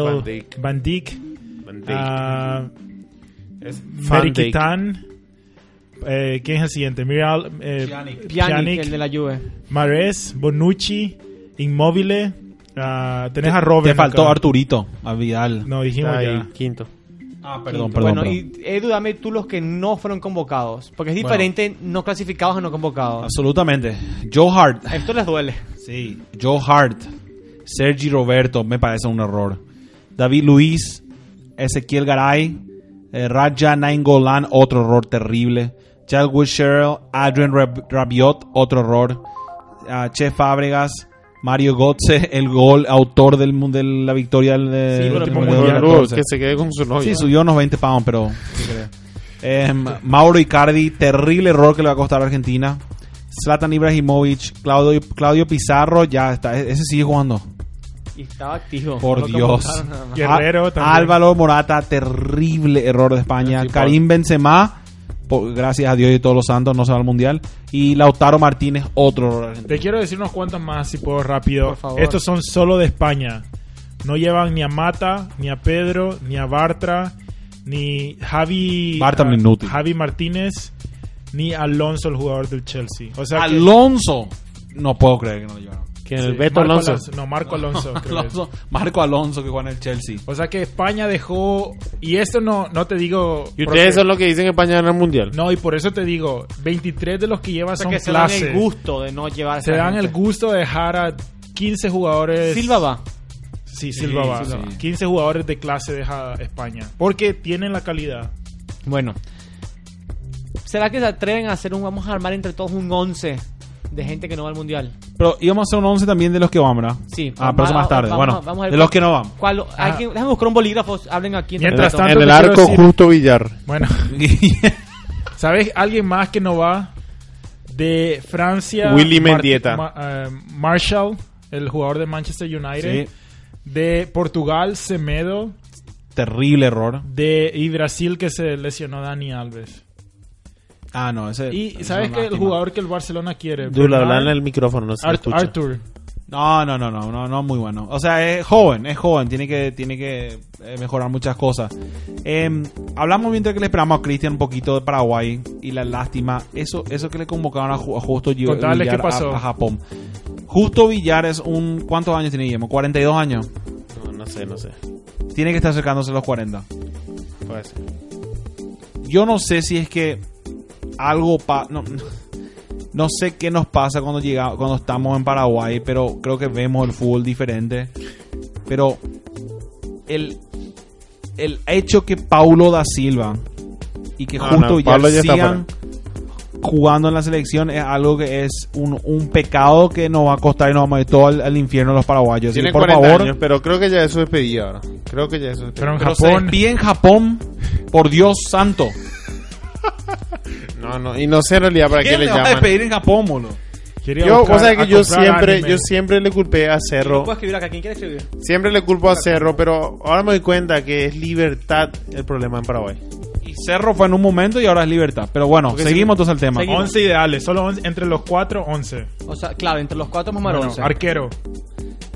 [SPEAKER 3] Van Dijk.
[SPEAKER 4] Van Dijk, ah,
[SPEAKER 3] Es Van Dijk.
[SPEAKER 4] Merikitán, eh, ¿quién es el siguiente? Miral, eh,
[SPEAKER 5] Pjanic.
[SPEAKER 1] Pjanic,
[SPEAKER 4] Pjanic,
[SPEAKER 1] el de la Juve.
[SPEAKER 4] Mares, Bonucci, Inmóvil, Ah, tenés a Robin.
[SPEAKER 5] Te faltó
[SPEAKER 4] acá.
[SPEAKER 5] Arturito, a Vidal.
[SPEAKER 4] No, dijimos
[SPEAKER 3] Está ahí,
[SPEAKER 4] ya.
[SPEAKER 3] quinto.
[SPEAKER 5] Ah,
[SPEAKER 1] Quinto. Bueno, y eh, Edu, dame tú los que no fueron convocados. Porque es
[SPEAKER 5] Bueno.
[SPEAKER 1] diferente no clasificados a no convocados.
[SPEAKER 5] Absolutamente. Joe Hart.
[SPEAKER 1] Esto les duele.
[SPEAKER 5] Sí. Joe Hart. Sergi Roberto, me parece un error. David Luis. Ezequiel Garay. eh, Raja Nainggolan, otro error terrible. Chadwick Sherrill. Adrian Rab- Rabiot, otro error. Ah, che Fábregas. Mario Götze, el gol autor del, mu- de la victoria del, del
[SPEAKER 1] pero
[SPEAKER 5] último
[SPEAKER 4] como
[SPEAKER 5] Mundial
[SPEAKER 4] Mundial,
[SPEAKER 5] del
[SPEAKER 3] Luego,
[SPEAKER 5] 14.
[SPEAKER 3] que se quede con su novia.
[SPEAKER 5] Sí, subió unos 20 pounds, pero. Em, Mauro Icardi, terrible error que le va a costar a Argentina. Zlatan Ibrahimovic, Claudio, Claudio Pizarro, ya está, e- ese sigue jugando.
[SPEAKER 1] Y estaba activo.
[SPEAKER 5] Por
[SPEAKER 1] No lo
[SPEAKER 5] Dios.
[SPEAKER 1] convocaron nada más.
[SPEAKER 4] Guerrero
[SPEAKER 5] Á-
[SPEAKER 4] también.
[SPEAKER 5] Álvaro Morata, terrible error de España.
[SPEAKER 3] Sí, por-
[SPEAKER 5] Karim Benzema, por- gracias a Dios y todos los santos, no se va al mundial. Y Lautaro Martínez, otro error. argentino.
[SPEAKER 4] Te quiero decir unos cuantos más, si puedo, rápido.
[SPEAKER 1] Por favor.
[SPEAKER 4] Estos son solo de España. No llevan ni a Mata, ni a Pedro, ni a Bartra, ni Javi,
[SPEAKER 5] Bartra
[SPEAKER 4] a-
[SPEAKER 5] inútil.
[SPEAKER 4] Javi Martínez, ni Alonso, el jugador del Chelsea. O sea, que-
[SPEAKER 5] Alonso, no puedo creer que no lo llevaron.
[SPEAKER 3] Que
[SPEAKER 4] sí,
[SPEAKER 3] el Beto
[SPEAKER 4] Marco
[SPEAKER 3] Alonso.
[SPEAKER 4] No, Marco Alonso. creo que es.
[SPEAKER 5] Alonso- Marco Alonso que juega en el Chelsea.
[SPEAKER 4] O sea que España dejó. Y esto no, no te digo.
[SPEAKER 3] Y
[SPEAKER 4] porque-
[SPEAKER 3] ustedes son los que dicen que España gana el mundial.
[SPEAKER 4] No, y por eso te digo: 23 de los que lleva son
[SPEAKER 1] Porque se dan
[SPEAKER 4] clases.
[SPEAKER 1] el gusto de no llevar a
[SPEAKER 4] Se
[SPEAKER 1] esa
[SPEAKER 4] dan
[SPEAKER 1] gente.
[SPEAKER 4] el gusto de dejar a 15 jugadores.
[SPEAKER 1] Silva va.
[SPEAKER 4] Sí, Silva va.
[SPEAKER 5] Silva va.
[SPEAKER 4] 15 jugadores de clase deja España. Porque tienen la calidad.
[SPEAKER 1] Bueno. ¿Será que se atreven a hacer un... Vamos a armar entre todos un 11 de gente que no va al Mundial?
[SPEAKER 5] Pero íbamos a hacer un 11 también de los que van, ¿verdad?
[SPEAKER 1] Sí.
[SPEAKER 5] Ah, pero eso más tarde.
[SPEAKER 1] Vamos-
[SPEAKER 5] bueno,
[SPEAKER 1] vamos a ver
[SPEAKER 5] de
[SPEAKER 1] cuál-
[SPEAKER 5] los que no van.
[SPEAKER 1] ¿Cuál? Hay
[SPEAKER 5] Ah.
[SPEAKER 1] que- déjame buscar un bolígrafo. Hablen aquí. entre
[SPEAKER 4] Mientras
[SPEAKER 1] tanto.
[SPEAKER 4] tanto,
[SPEAKER 3] en el
[SPEAKER 4] te quiero
[SPEAKER 3] arco
[SPEAKER 4] decir-
[SPEAKER 3] justo Villar.
[SPEAKER 4] Bueno, ¿sabes alguien más que no va? De Francia.
[SPEAKER 3] Willy
[SPEAKER 4] Mar-
[SPEAKER 3] Mendieta.
[SPEAKER 4] Ma- eh, Marshall, el jugador de Manchester United.
[SPEAKER 5] Sí.
[SPEAKER 4] De Portugal, Semedo.
[SPEAKER 5] Terrible error.
[SPEAKER 4] De, y Brasil, que se lesionó Dani Alves.
[SPEAKER 5] Ah, no, ese.
[SPEAKER 4] Y
[SPEAKER 5] ese
[SPEAKER 4] ¿sabes
[SPEAKER 5] es
[SPEAKER 4] que El
[SPEAKER 5] lástima.
[SPEAKER 4] jugador que el Barcelona quiere.
[SPEAKER 3] Dula,
[SPEAKER 4] Bernard,
[SPEAKER 3] habla en el micrófono, no se
[SPEAKER 4] Art-
[SPEAKER 3] escucha.
[SPEAKER 4] Arthur.
[SPEAKER 5] No, no, no, no, no, no, muy bueno. O sea, es joven, es joven, tiene que, tiene que eh, mejorar muchas cosas. Eh, hablamos mientras que le esperamos a Cristian un poquito de Paraguay y la lástima, eso, eso que le convocaron a, Ju- a Justo Gi-
[SPEAKER 4] Contales
[SPEAKER 5] Villar
[SPEAKER 4] qué pasó.
[SPEAKER 5] A, a Japón. Justo Villar es un, ¿cuántos años tiene Guillermo? 42 años.
[SPEAKER 3] No, no sé, no sé.
[SPEAKER 5] Tiene que estar acercándose a los 40.
[SPEAKER 3] Puede ser.
[SPEAKER 5] yo no sé si es que algo pa- no, no sé qué nos pasa cuando llega cuando estamos en Paraguay, pero creo que vemos el fútbol diferente. Pero el el hecho que Paulo da Silva y que
[SPEAKER 3] Ah,
[SPEAKER 5] justo
[SPEAKER 3] no,
[SPEAKER 5] ya
[SPEAKER 3] Paulo ya está
[SPEAKER 5] sigan jugando en la selección es algo que es un, un pecado que nos va a costar y nos vamos a ir todo al, al infierno los paraguayos. Así
[SPEAKER 3] Tiene
[SPEAKER 5] que, por
[SPEAKER 3] 40
[SPEAKER 5] favor,
[SPEAKER 3] años, pero creo que ya eso es despedida ahora. Creo que ya eso es
[SPEAKER 4] Pero
[SPEAKER 3] despedida.
[SPEAKER 4] en
[SPEAKER 5] pero se
[SPEAKER 4] Japón.
[SPEAKER 5] despide en Japón, por Dios santo.
[SPEAKER 3] No, no, y no sé en realidad para qué
[SPEAKER 5] ¿Quién
[SPEAKER 3] le
[SPEAKER 5] le va a
[SPEAKER 3] llaman.
[SPEAKER 5] despedir en Japón, boludo?
[SPEAKER 4] Quería
[SPEAKER 3] Yo,
[SPEAKER 4] buscar
[SPEAKER 3] o sea
[SPEAKER 4] a
[SPEAKER 3] que yo
[SPEAKER 4] comprar
[SPEAKER 3] siempre,
[SPEAKER 4] anime.
[SPEAKER 3] yo siempre le culpé a Cerro.
[SPEAKER 1] Puedo escribir acá. ¿Quién quiere escribir?
[SPEAKER 3] Siempre le culpo a Cerro, pero ahora me doy cuenta que es libertad el problema en Paraguay.
[SPEAKER 5] Y Cerro fue en un momento y ahora es Libertad. Pero bueno,
[SPEAKER 3] Porque
[SPEAKER 5] seguimos entonces al tema.
[SPEAKER 1] seguimos.
[SPEAKER 4] 11 ideales, solo 11, entre los 4, 11.
[SPEAKER 1] O sea, claro, entre los cuatro vamos a armar
[SPEAKER 4] Bueno,
[SPEAKER 1] 11.
[SPEAKER 4] arquero.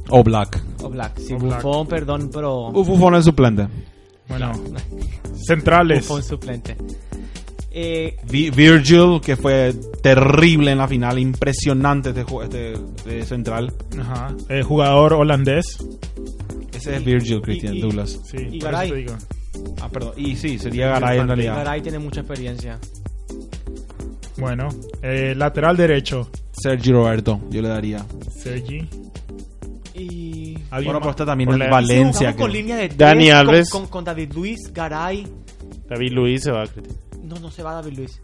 [SPEAKER 5] O Black.
[SPEAKER 1] O Black. Sí,
[SPEAKER 4] O Black.
[SPEAKER 1] Buffon, perdón, pero...
[SPEAKER 5] Buffon es suplente.
[SPEAKER 4] Bueno, centrales.
[SPEAKER 1] Buffon suplente. Eh,
[SPEAKER 5] Vi- Virgil, que fue terrible en la final, impresionante este, ju- este- este central.
[SPEAKER 4] Ajá. Eh, jugador holandés.
[SPEAKER 5] Ese es Virgil,
[SPEAKER 1] y-
[SPEAKER 5] Christian
[SPEAKER 1] y-
[SPEAKER 5] Douglas.
[SPEAKER 4] Sí,
[SPEAKER 1] Y
[SPEAKER 4] por
[SPEAKER 1] Garay.
[SPEAKER 4] eso te digo.
[SPEAKER 5] Ah, perdón. Y sí, sería Garay en realidad.
[SPEAKER 1] Garay tiene mucha experiencia.
[SPEAKER 4] Bueno, eh, lateral derecho.
[SPEAKER 5] Sergi Roberto, yo le daría.
[SPEAKER 4] Sergi.
[SPEAKER 1] Y...
[SPEAKER 4] ¿Alguien
[SPEAKER 5] Bueno,
[SPEAKER 4] más?
[SPEAKER 5] pero está también
[SPEAKER 3] Por
[SPEAKER 5] en
[SPEAKER 3] la-
[SPEAKER 5] Valencia.
[SPEAKER 1] Jugamos con
[SPEAKER 5] que-
[SPEAKER 1] línea de tres,
[SPEAKER 3] Dani
[SPEAKER 1] con-
[SPEAKER 3] Alves.
[SPEAKER 1] Con, con David Luis, Garay...
[SPEAKER 3] David Luis se va a criticar.
[SPEAKER 1] No, no se va David Luis.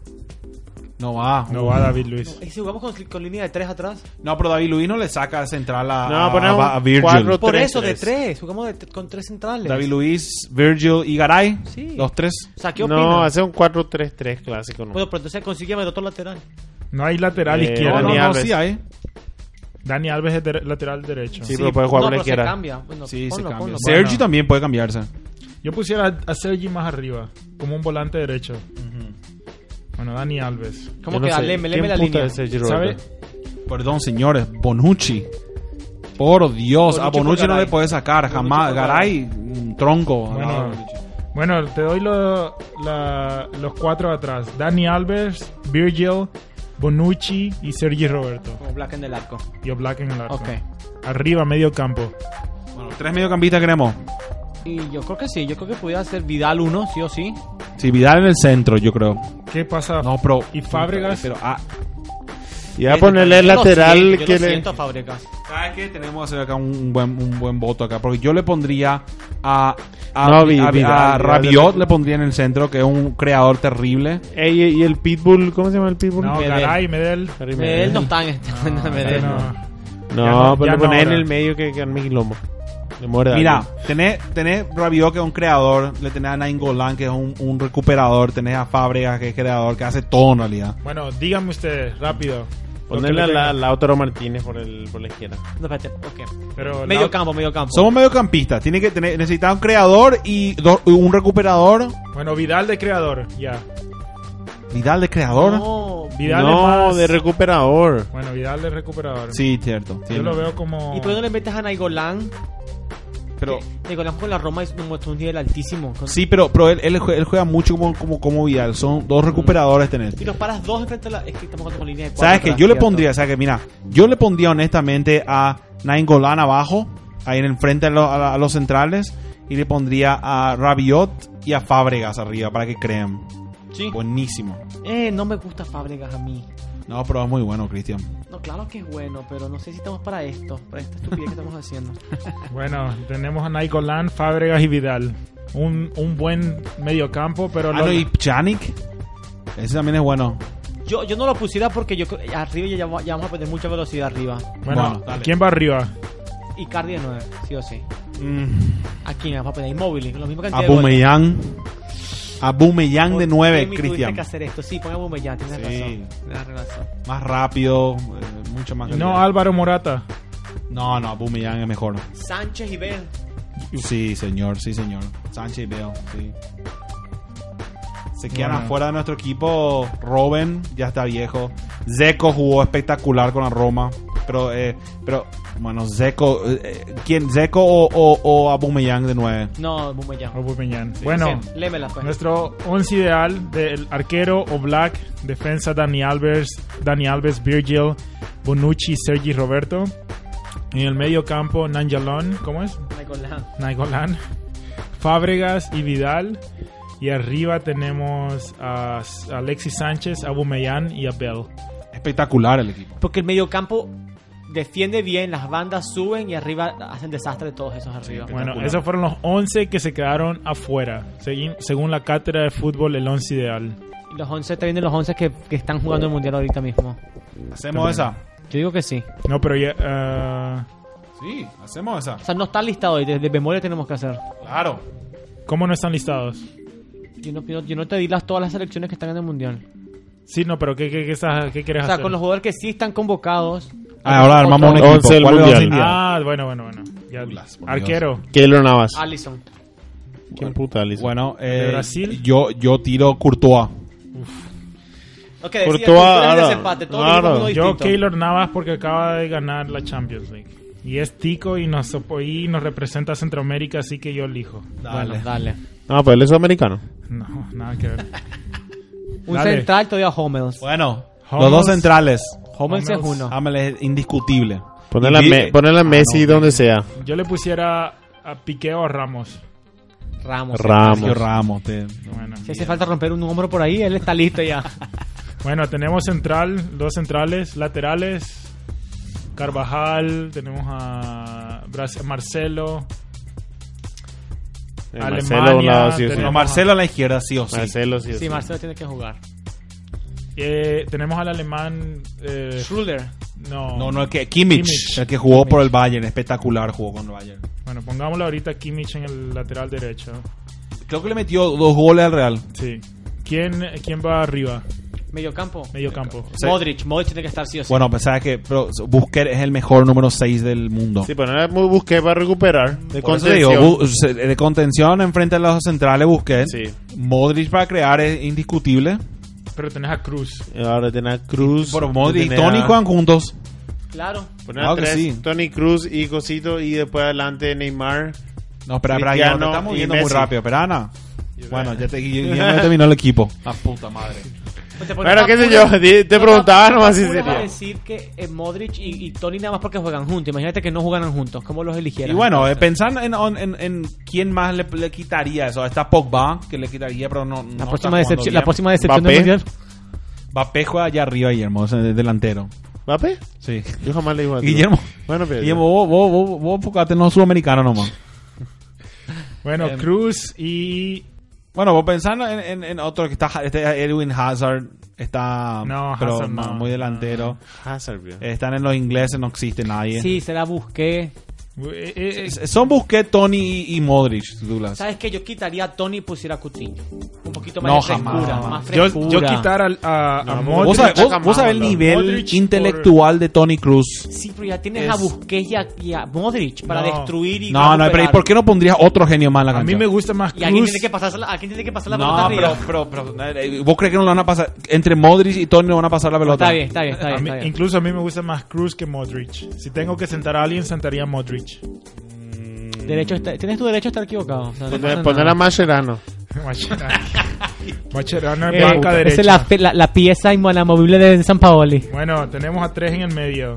[SPEAKER 5] No va.
[SPEAKER 4] No va David
[SPEAKER 1] No, eh.
[SPEAKER 4] Luis.
[SPEAKER 1] y si jugamos con, con línea de tres atrás.
[SPEAKER 5] No, pero David Luis no le saca central a,
[SPEAKER 3] No,
[SPEAKER 5] a-
[SPEAKER 3] ponemos
[SPEAKER 5] a- a Virgil.
[SPEAKER 3] cuatro-
[SPEAKER 1] Por
[SPEAKER 3] Tres,
[SPEAKER 1] eso,
[SPEAKER 3] tres.
[SPEAKER 1] de tres. Jugamos de- con tres centrales.
[SPEAKER 5] David Luis, Virgil y Garay.
[SPEAKER 1] Sí.
[SPEAKER 5] Los tres.
[SPEAKER 1] O sea, ¿qué opinas?
[SPEAKER 3] No, hace un 4-3-3 clásico. No.
[SPEAKER 1] Bueno, pero entonces consígueme el otro lateral.
[SPEAKER 4] No hay lateral
[SPEAKER 3] Eh,
[SPEAKER 4] izquierdo.
[SPEAKER 5] No, no,
[SPEAKER 3] Dani
[SPEAKER 5] no,
[SPEAKER 3] Alves.
[SPEAKER 5] sí hay.
[SPEAKER 4] Dani Alves es de- lateral derecho.
[SPEAKER 3] Sí, pero puede jugar
[SPEAKER 1] no,
[SPEAKER 3] por la
[SPEAKER 1] pero se
[SPEAKER 3] izquierda.
[SPEAKER 1] cambia. Bueno,
[SPEAKER 5] Sí,
[SPEAKER 1] ponlo,
[SPEAKER 5] se cambia.
[SPEAKER 1] ponlo,
[SPEAKER 5] Sergi
[SPEAKER 4] Bueno.
[SPEAKER 5] también puede cambiarse.
[SPEAKER 4] Yo pusiera a Sergi más arriba, como un volante derecho. Bueno, Dani Alves.
[SPEAKER 1] ponlo. ¿Cómo queda? Leme, leme la línea.
[SPEAKER 4] ¿Sabe?
[SPEAKER 5] Perdón, señores, Bonucci. Por Dios,
[SPEAKER 1] Bonucci
[SPEAKER 5] a
[SPEAKER 1] por
[SPEAKER 5] Bonucci no
[SPEAKER 1] Garay.
[SPEAKER 5] le puede sacar jamás.
[SPEAKER 1] por
[SPEAKER 5] Garay, un tronco.
[SPEAKER 4] Bueno,
[SPEAKER 5] Ah,
[SPEAKER 4] bueno, te doy lo- la- los cuatro atrás. Dani Alves, Virgil, Bonucci y Sergi Roberto.
[SPEAKER 1] Como Black en el arco.
[SPEAKER 4] Y Oblak en el arco.
[SPEAKER 1] Ok.
[SPEAKER 4] Arriba, medio campo.
[SPEAKER 5] Bueno, tres mediocampistas queremos.
[SPEAKER 1] Y yo creo que sí, yo creo que pudiera ser Vidal uno, sí o sí.
[SPEAKER 5] Sí, Vidal en el centro, yo creo.
[SPEAKER 4] ¿Qué pasa?
[SPEAKER 5] No, pero.
[SPEAKER 4] Y Fábregas.
[SPEAKER 5] Pero, ah,
[SPEAKER 2] Y a ponerle el
[SPEAKER 1] Yo lo siento,
[SPEAKER 2] lateral
[SPEAKER 1] yo
[SPEAKER 2] que
[SPEAKER 1] lo
[SPEAKER 2] le.
[SPEAKER 1] siento a Fábregas.
[SPEAKER 5] ¿Sabes qué? Tenemos que hacer acá un buen, un buen voto acá. Porque yo le pondría a. A,
[SPEAKER 2] No,
[SPEAKER 5] a-
[SPEAKER 2] vi-
[SPEAKER 5] a-
[SPEAKER 2] Vidal,
[SPEAKER 5] a
[SPEAKER 2] Vidal.
[SPEAKER 5] Rabiot le pondría en el centro, que es un creador terrible.
[SPEAKER 2] Ey, y el Pitbull, ¿cómo se llama el Pitbull?
[SPEAKER 4] No,
[SPEAKER 1] Medel.
[SPEAKER 4] Garay, Medel.
[SPEAKER 2] Harry
[SPEAKER 1] Medel no
[SPEAKER 2] Medel.
[SPEAKER 1] está en esta. No, Medel
[SPEAKER 4] No,
[SPEAKER 1] no.
[SPEAKER 2] No,
[SPEAKER 4] Ya no-
[SPEAKER 2] pero
[SPEAKER 4] ya
[SPEAKER 2] lo
[SPEAKER 4] no
[SPEAKER 2] pones en
[SPEAKER 4] ahora.
[SPEAKER 2] el medio que que arme quilombo. Le muerde
[SPEAKER 5] Mira,
[SPEAKER 2] algo.
[SPEAKER 5] tenés, tenés Rabiot, que es un creador. Le tenés a Nainggolan, que es un, un recuperador. Tenés a Fábregas, que es creador, que hace todo en realidad.
[SPEAKER 4] Bueno, díganme ustedes, rápido.
[SPEAKER 2] Ponerle
[SPEAKER 4] Lo
[SPEAKER 2] a
[SPEAKER 4] que le
[SPEAKER 2] la-
[SPEAKER 4] tenga.
[SPEAKER 2] Lautaro Martínez por, el, por la izquierda.
[SPEAKER 1] No, espérate, ok.
[SPEAKER 4] Pero
[SPEAKER 1] Medio
[SPEAKER 4] Lau-
[SPEAKER 1] campo, medio campo.
[SPEAKER 5] Somos mediocampistas. Tiene que tener, necesita un creador y do- un recuperador.
[SPEAKER 4] Bueno, Vidal de creador, ya.
[SPEAKER 5] Vidal de creador.
[SPEAKER 1] No.
[SPEAKER 4] Vidal
[SPEAKER 2] no,
[SPEAKER 4] es más-
[SPEAKER 2] de recuperador.
[SPEAKER 4] Bueno, Vidal de recuperador.
[SPEAKER 5] Sí, cierto.
[SPEAKER 4] Yo lo veo como...
[SPEAKER 1] ¿Y por qué no le metes a Naigolán?
[SPEAKER 5] Pero,
[SPEAKER 1] Naigolán con la Roma es un, es un nivel altísimo. Con-
[SPEAKER 5] sí, pero, pero él, él jue- él juega mucho como, como, como Vidal. Son dos recuperadores tenés.
[SPEAKER 1] Y los paras dos enfrente a la. Es que estamos con línea de cuatro.
[SPEAKER 5] ¿Sabes qué?
[SPEAKER 1] atrás,
[SPEAKER 5] Yo le
[SPEAKER 1] ¿cierto?
[SPEAKER 5] pondría, o sea que mira, yo le pondría honestamente a Nainggolan abajo, ahí en el frente a, lo- a la- a los centrales, y le pondría a Rabiot y a Fábregas arriba para que crean.
[SPEAKER 1] Sí.
[SPEAKER 5] Buenísimo.
[SPEAKER 1] Eh, no me gusta Fábregas a mí.
[SPEAKER 5] No, pero es muy bueno, Cristian.
[SPEAKER 1] No, claro que es bueno, pero no sé si estamos para esto. Para esta estupidez que estamos haciendo.
[SPEAKER 4] Bueno, tenemos a Nicolán, Fábregas y Vidal. Un, un buen mediocampo, pero...
[SPEAKER 5] Ah,
[SPEAKER 4] lo-
[SPEAKER 5] no, y Pjanic, ese también es bueno.
[SPEAKER 1] Yo, yo no lo pusiera porque yo creo- arriba ya, vamos- ya vamos a perder mucha velocidad arriba.
[SPEAKER 4] Bueno,
[SPEAKER 5] Bueno, dale.
[SPEAKER 4] ¿quién va arriba?
[SPEAKER 1] Y Cardi de 9, sí o sí.
[SPEAKER 5] Mm,
[SPEAKER 1] Aquí me vamos a poner inmóvil, con la misma cantidad de
[SPEAKER 5] Abumeyang. Abumeyang de
[SPEAKER 1] nueve,
[SPEAKER 5] 9,
[SPEAKER 1] Cristian.
[SPEAKER 5] Cristian.
[SPEAKER 1] que hacer esto. Sí, pon a Bumellán, tienes
[SPEAKER 5] Sí.
[SPEAKER 1] razón. Tienes razón.
[SPEAKER 5] Más rápido, eh, mucho más.
[SPEAKER 4] No,
[SPEAKER 5] calidad.
[SPEAKER 4] Álvaro Morata.
[SPEAKER 5] no, no, Abumeyang es mejor.
[SPEAKER 1] Sánchez y Bell.
[SPEAKER 5] Sí, señor, sí, señor. Sánchez y Bell, sí. Se quedan
[SPEAKER 4] Bueno.
[SPEAKER 5] afuera de nuestro equipo. Robben ya está viejo. Zeco jugó espectacular con la Roma. Pero, eh, pero bueno, Zeco. eh, eh, ¿Quién? ¿Zeco o, o, o Aubameyang de 9?
[SPEAKER 1] No, Bumellán.
[SPEAKER 4] Aubameyang. bueno,
[SPEAKER 1] lémela pues.
[SPEAKER 4] nuestro once ideal del arquero Oblak, defensa Dani Alves, Dani Alves, Virgil, Bonucci, Sergi Roberto. En el medio campo, Nanjalon, ¿cómo es?
[SPEAKER 1] Nicolás.
[SPEAKER 4] Nainggolan, Fábregas y Vidal. Y arriba tenemos a S- a Alexis Sánchez, a Bumellán y a Bell.
[SPEAKER 5] Espectacular el equipo.
[SPEAKER 1] Porque el mediocampo defiende bien, las bandas suben y arriba hacen desastre de todos esos arriba.
[SPEAKER 4] Bueno, esos fueron los 11 que se quedaron afuera, segui- según la cátedra de fútbol, el 11 ideal.
[SPEAKER 1] Y los 11, te vienen los 11 que, que están jugando el mundial ahorita mismo.
[SPEAKER 5] ¿Hacemos esa?
[SPEAKER 1] Yo digo que sí.
[SPEAKER 4] No, pero ya... ah,
[SPEAKER 5] Sí, hacemos esa.
[SPEAKER 1] O sea, no está listado y desde memoria tenemos que hacer.
[SPEAKER 5] Claro.
[SPEAKER 4] ¿Cómo no están listados?
[SPEAKER 1] Yo no, yo, yo no te di las, todas las selecciones que están en el mundial.
[SPEAKER 4] Sí, no, pero ¿qué, qué, qué estás- qué quieres
[SPEAKER 1] O sea,
[SPEAKER 4] hacer?
[SPEAKER 1] con los jugadores que sí están convocados.
[SPEAKER 5] Ah, ahora armamos un
[SPEAKER 2] Otro.
[SPEAKER 5] equipo.
[SPEAKER 2] Once del
[SPEAKER 5] ¿Cuál es el
[SPEAKER 2] Mundial.
[SPEAKER 5] once ideal?
[SPEAKER 4] Ah, bueno, bueno, bueno. Ya.
[SPEAKER 5] Douglas, por
[SPEAKER 4] Arquero.
[SPEAKER 2] Keylor Navas.
[SPEAKER 1] Allison.
[SPEAKER 2] ¿Quién puta, Alisson?
[SPEAKER 5] Bueno,
[SPEAKER 4] ¿De
[SPEAKER 5] eh,
[SPEAKER 4] Brasil?
[SPEAKER 5] Yo, yo tiro Courtois.
[SPEAKER 1] Ok, decide,
[SPEAKER 2] Courtois,
[SPEAKER 1] Courtois es el
[SPEAKER 2] ahora-
[SPEAKER 1] desempate. Todo
[SPEAKER 2] claro.
[SPEAKER 1] el mundo
[SPEAKER 4] Yo,
[SPEAKER 1] distinto.
[SPEAKER 4] Keylor Navas, porque acaba de ganar la Champions League. Y es tico y nos, sopo- y nos representa a Centroamérica, así que yo elijo.
[SPEAKER 1] Bueno, dale.
[SPEAKER 2] No, pero él es americano.
[SPEAKER 4] No, nada que ver.
[SPEAKER 1] Un
[SPEAKER 4] Dale.
[SPEAKER 1] central todavía Homels.
[SPEAKER 5] Bueno,
[SPEAKER 4] Hummels.
[SPEAKER 5] los dos centrales.
[SPEAKER 1] Homels es
[SPEAKER 4] Hummels.
[SPEAKER 1] uno.
[SPEAKER 5] Hummel es indiscutible.
[SPEAKER 2] Ponerle a,
[SPEAKER 5] Y-
[SPEAKER 2] Me- ponerle a Messi donde sea.
[SPEAKER 4] Yo le pusiera a Piqueo a Ramos.
[SPEAKER 1] Ramos.
[SPEAKER 2] Ramos.
[SPEAKER 5] Sergio Ramos. te-
[SPEAKER 4] Bueno,
[SPEAKER 1] Si hace falta romper un hombro por ahí, él está listo ya.
[SPEAKER 4] Bueno, tenemos central, dos centrales, laterales. Carvajal, tenemos a Bras- Marcelo,
[SPEAKER 2] Eh,
[SPEAKER 4] Alemania,
[SPEAKER 2] Marcelo a un lado, sí o sí.
[SPEAKER 5] No,
[SPEAKER 4] tenemos-
[SPEAKER 5] Marcelo a la izquierda, sí o sí.
[SPEAKER 2] Marcelo, sí o sí.
[SPEAKER 1] Sí, Marcelo tiene que jugar.
[SPEAKER 4] eh, tenemos al alemán. eh,
[SPEAKER 1] Schuller.
[SPEAKER 4] no,
[SPEAKER 5] No, no, el que Kimmich,
[SPEAKER 4] Kimmich.
[SPEAKER 5] el que jugó por el Bayern, espectacular jugó con el Bayern.
[SPEAKER 4] Bueno, pongámoslo ahorita a Kimmich en el lateral derecho.
[SPEAKER 5] Creo que le metió dos goles al Real.
[SPEAKER 4] Sí. ¿Quién, quién va arriba?
[SPEAKER 1] Mediocampo.
[SPEAKER 4] Medio campo.
[SPEAKER 5] Sí.
[SPEAKER 1] Modric. Modric tiene que estar sí o sí.
[SPEAKER 5] Bueno, pues sabes que pero Busquets es el mejor número 6 del mundo.
[SPEAKER 2] Sí, ponerle muy busqué para recuperar. De
[SPEAKER 5] Por eso te digo, bu- se- de contención enfrente a los centrales Busquets.
[SPEAKER 2] Sí.
[SPEAKER 5] Modric para crear es indiscutible.
[SPEAKER 4] Pero tenés a Cruz.
[SPEAKER 2] Ahora tiene a Cruz.
[SPEAKER 5] Pero Modric y
[SPEAKER 2] tiene a-
[SPEAKER 5] Toni juegan juntos.
[SPEAKER 1] Claro.
[SPEAKER 2] Poner a
[SPEAKER 5] Claro que
[SPEAKER 2] tres,
[SPEAKER 5] sí.
[SPEAKER 2] Tony Cruz y Cosito y después adelante Neymar.
[SPEAKER 5] No, espera, espera, que nos
[SPEAKER 2] Cristiano
[SPEAKER 5] estamos
[SPEAKER 2] y
[SPEAKER 5] yendo muy
[SPEAKER 2] Messi.
[SPEAKER 5] rápido, espera, Ana. Bueno, ya, te, ya- ya me terminó el equipo. La puta madre.
[SPEAKER 1] Pues
[SPEAKER 2] Bueno, qué sé yo, di- te preguntaba nomás si
[SPEAKER 1] sería.
[SPEAKER 2] sería.
[SPEAKER 1] decir que eh, Modric y, y Tony nada más porque juegan juntos. Imagínate que no jugaran juntos. ¿Cómo los
[SPEAKER 5] Y
[SPEAKER 1] eligieran?
[SPEAKER 5] bueno, eh,
[SPEAKER 1] entonces?
[SPEAKER 5] pensando en, on- en, en quién más le, le quitaría eso. Está Pogba, que le quitaría, pero no.
[SPEAKER 1] la, próxima decepción, la próxima decepción del
[SPEAKER 2] Mbappé.
[SPEAKER 1] mundial.
[SPEAKER 5] Mbappé juega allá arriba, Guillermo, o sea, de- delantero.
[SPEAKER 2] ¿Vape?
[SPEAKER 5] Sí.
[SPEAKER 2] Yo jamás le digo a ti.
[SPEAKER 5] Guillermo.
[SPEAKER 2] Bueno, pero.
[SPEAKER 5] Guillermo, vos, vos, vos, vos enfocate en los sudamericanos nomás.
[SPEAKER 4] Bueno,
[SPEAKER 5] Em.
[SPEAKER 4] Cruz y.
[SPEAKER 5] Bueno, vos pensando en, en, en otro que está este Edwin Hazard, está
[SPEAKER 4] No,
[SPEAKER 5] pero
[SPEAKER 4] Hazard no.
[SPEAKER 5] muy delantero.
[SPEAKER 2] Hazard, bro.
[SPEAKER 5] Están en los ingleses, no existe nadie.
[SPEAKER 1] Sí, será Busqué.
[SPEAKER 4] eh, eh, eh,
[SPEAKER 5] S- Son Busquets, Tony y, y Modric, Douglas.
[SPEAKER 1] ¿Sabes qué? Yo quitaría a Tony y pusiera a Coutinho. Un poquito más
[SPEAKER 5] No,
[SPEAKER 1] de frescura,
[SPEAKER 5] jamás, jamás.
[SPEAKER 1] más
[SPEAKER 4] eh, yo,
[SPEAKER 1] frescura.
[SPEAKER 4] yo quitar al- a, a, Modric.
[SPEAKER 5] ¿Vos, sabés- vos- vos sabés el
[SPEAKER 4] boludo.
[SPEAKER 5] nivel
[SPEAKER 4] Modric
[SPEAKER 5] intelectual de Tony Cruz.
[SPEAKER 1] Sí, pero ya tienes
[SPEAKER 5] Es-
[SPEAKER 1] a Busquets y a, y a Modric para
[SPEAKER 4] No.
[SPEAKER 1] destruir y
[SPEAKER 5] No, no, pero ¿y
[SPEAKER 1] recuperar.
[SPEAKER 5] por qué no pondrías otro genio más en la
[SPEAKER 4] A
[SPEAKER 5] cancha?
[SPEAKER 4] mí me gusta más
[SPEAKER 1] Y alguien
[SPEAKER 4] Cruz.
[SPEAKER 1] tiene que pasar la, alguien tiene que pasar la pelota
[SPEAKER 5] No,
[SPEAKER 1] arriba.
[SPEAKER 5] pero, pero, pero, eh, ¿vos crees que no la van a pasar? Entre Modric y Tony no van a pasar la pelota.
[SPEAKER 1] Está bien, está bien, está
[SPEAKER 4] A
[SPEAKER 1] bien.
[SPEAKER 4] mí-
[SPEAKER 1] está bien.
[SPEAKER 4] incluso a mí me gusta más Cruz que Modric. Si tengo que sentar a alguien, sentaría a Modric.
[SPEAKER 1] Derecho a estar- tienes tu derecho a estar equivocado. O sea, no pasa
[SPEAKER 5] Pues,
[SPEAKER 2] Poner,
[SPEAKER 1] nada.
[SPEAKER 2] poner a Mascherano.
[SPEAKER 4] Macherano en
[SPEAKER 1] Eh,
[SPEAKER 4] banca
[SPEAKER 1] esa
[SPEAKER 4] derecha.
[SPEAKER 1] es la, la, la pieza inamovible de San Paoli.
[SPEAKER 4] Bueno, tenemos a tres en el medio.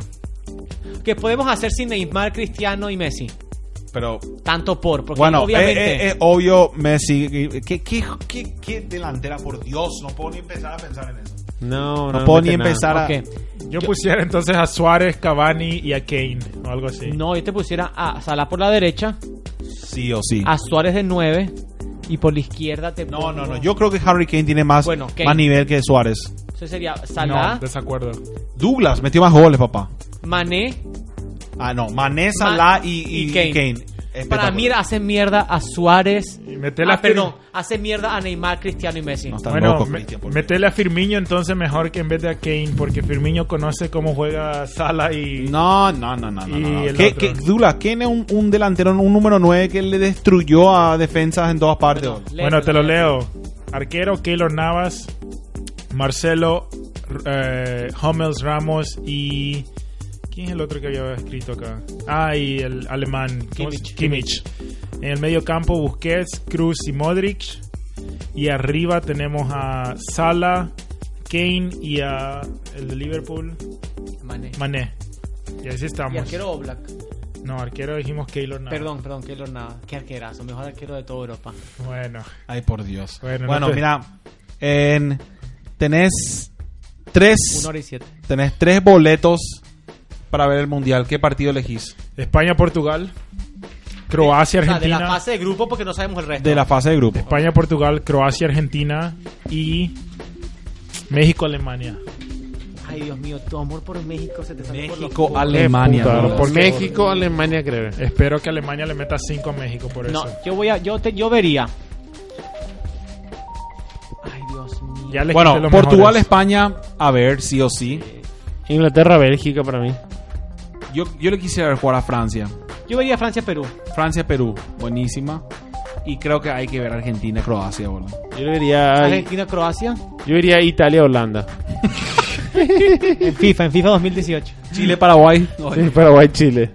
[SPEAKER 1] ¿Qué podemos hacer sin Neymar, Cristiano y Messi?
[SPEAKER 5] Pero,
[SPEAKER 1] Tanto por, porque
[SPEAKER 5] bueno, eh,
[SPEAKER 1] obviamente...
[SPEAKER 5] es, es- es obvio Messi. ¿Qué, qué, qué, qué delantera, por Dios? No puedo ni empezar a pensar en eso.
[SPEAKER 2] No,
[SPEAKER 5] No,
[SPEAKER 2] no.
[SPEAKER 5] puedo
[SPEAKER 2] mete
[SPEAKER 5] ni
[SPEAKER 2] nada.
[SPEAKER 5] empezar a...
[SPEAKER 1] Ok.
[SPEAKER 4] Yo pusiera entonces a Suárez, Cavani y a Kane o algo así.
[SPEAKER 1] No, yo te pusiera a Salah por la derecha,
[SPEAKER 5] Sí o sí.
[SPEAKER 1] a Suárez de 9 y por la izquierda te
[SPEAKER 5] No,
[SPEAKER 1] pongo-
[SPEAKER 5] no, no. Yo creo que Harry Kane tiene más,
[SPEAKER 1] Bueno, Kane.
[SPEAKER 5] más nivel que Suárez.
[SPEAKER 1] Entonces sería
[SPEAKER 4] No,
[SPEAKER 1] Salah,
[SPEAKER 4] desacuerdo.
[SPEAKER 5] Douglas metió más goles, papá.
[SPEAKER 1] Mané.
[SPEAKER 5] Ah, no. Mané, Salah y,
[SPEAKER 1] y
[SPEAKER 5] y,
[SPEAKER 1] Kane.
[SPEAKER 5] Kane.
[SPEAKER 1] Para
[SPEAKER 5] Espectacular.
[SPEAKER 1] mí hace mierda a Suárez.
[SPEAKER 4] Y metela
[SPEAKER 1] Ah,
[SPEAKER 4] fir-
[SPEAKER 1] perdón, hace mierda a Neymar, Cristiano y Messi.
[SPEAKER 5] No, está
[SPEAKER 4] Bueno,
[SPEAKER 5] loco,
[SPEAKER 4] me-
[SPEAKER 5] Cristian, por
[SPEAKER 4] metele a Firmino entonces mejor que en vez de a Kane, porque Firmino conoce cómo juega Sala y...
[SPEAKER 5] No, no, no, no. no,
[SPEAKER 4] Y
[SPEAKER 5] no.
[SPEAKER 4] el
[SPEAKER 5] ¿Qué-
[SPEAKER 4] otro.
[SPEAKER 5] qué- Douglas, ¿quién es un, un delantero, un número 9 que le destruyó a defensas en todas partes?
[SPEAKER 1] Perdón, léetelo,
[SPEAKER 4] bueno, te lo
[SPEAKER 1] léetelo.
[SPEAKER 4] leo. Arquero, Keylor Navas, Marcelo, eh, Hummels Ramos y... ¿Quién es el otro que había escrito acá? Ah, y el alemán. ¿cómo se-
[SPEAKER 1] Kimmich.
[SPEAKER 4] Kimmich. En el medio campo, Busquets, Cruz y Modric. Y arriba tenemos a Sala, Kane y a el de Liverpool,
[SPEAKER 1] Mané.
[SPEAKER 4] Mané. Y así
[SPEAKER 1] Y
[SPEAKER 4] estamos.
[SPEAKER 1] arquero Oblak.
[SPEAKER 4] No, arquero dijimos Keylor Navas.
[SPEAKER 1] Perdón, perdón, que nada. Qué arquerazo, mejor arquero de toda Europa.
[SPEAKER 4] Bueno.
[SPEAKER 5] Ay, por Dios.
[SPEAKER 4] Bueno,
[SPEAKER 5] Bueno,
[SPEAKER 4] no sé.
[SPEAKER 5] mira, en- tenés tres,
[SPEAKER 1] 1 hora y 7.
[SPEAKER 5] tenés tres boletos para ver el mundial. ¿Qué partido elegís?
[SPEAKER 4] España, Portugal, Croacia,
[SPEAKER 1] de
[SPEAKER 4] Argentina.
[SPEAKER 1] la fase de grupo porque no sabemos el resto.
[SPEAKER 5] De la fase de grupo.
[SPEAKER 4] España, Portugal, Croacia, Argentina y México, Alemania.
[SPEAKER 1] Ay, Dios mío, tu amor por México se te sale por
[SPEAKER 5] México,
[SPEAKER 1] los...
[SPEAKER 5] Alemania.
[SPEAKER 2] Puta,
[SPEAKER 5] bro.
[SPEAKER 2] por México, Alemania, creo.
[SPEAKER 4] Espero que Alemania le meta 5 a México por
[SPEAKER 1] No,
[SPEAKER 4] ah, eso.
[SPEAKER 1] yo voy a, yo te, yo vería. Ay, Dios mío.
[SPEAKER 4] Ya les quité
[SPEAKER 5] Bueno,
[SPEAKER 4] los
[SPEAKER 5] Portugal,
[SPEAKER 4] mejores.
[SPEAKER 5] España, a ver, sí o sí.
[SPEAKER 2] Inglaterra, Bélgica para mí.
[SPEAKER 5] Yo, yo le quisiera ver jugar a Francia.
[SPEAKER 1] Yo vería Francia-Perú.
[SPEAKER 5] Francia-Perú, buenísima. Y creo que hay que ver Argentina, Croacia, boludo.
[SPEAKER 2] Yo diría,
[SPEAKER 1] Argentina-Croacia.
[SPEAKER 2] yo diría Italia, Holanda.
[SPEAKER 1] En FIFA, en FIFA 2018.
[SPEAKER 5] Chile, Paraguay.
[SPEAKER 2] Sí, Paraguay, Chile.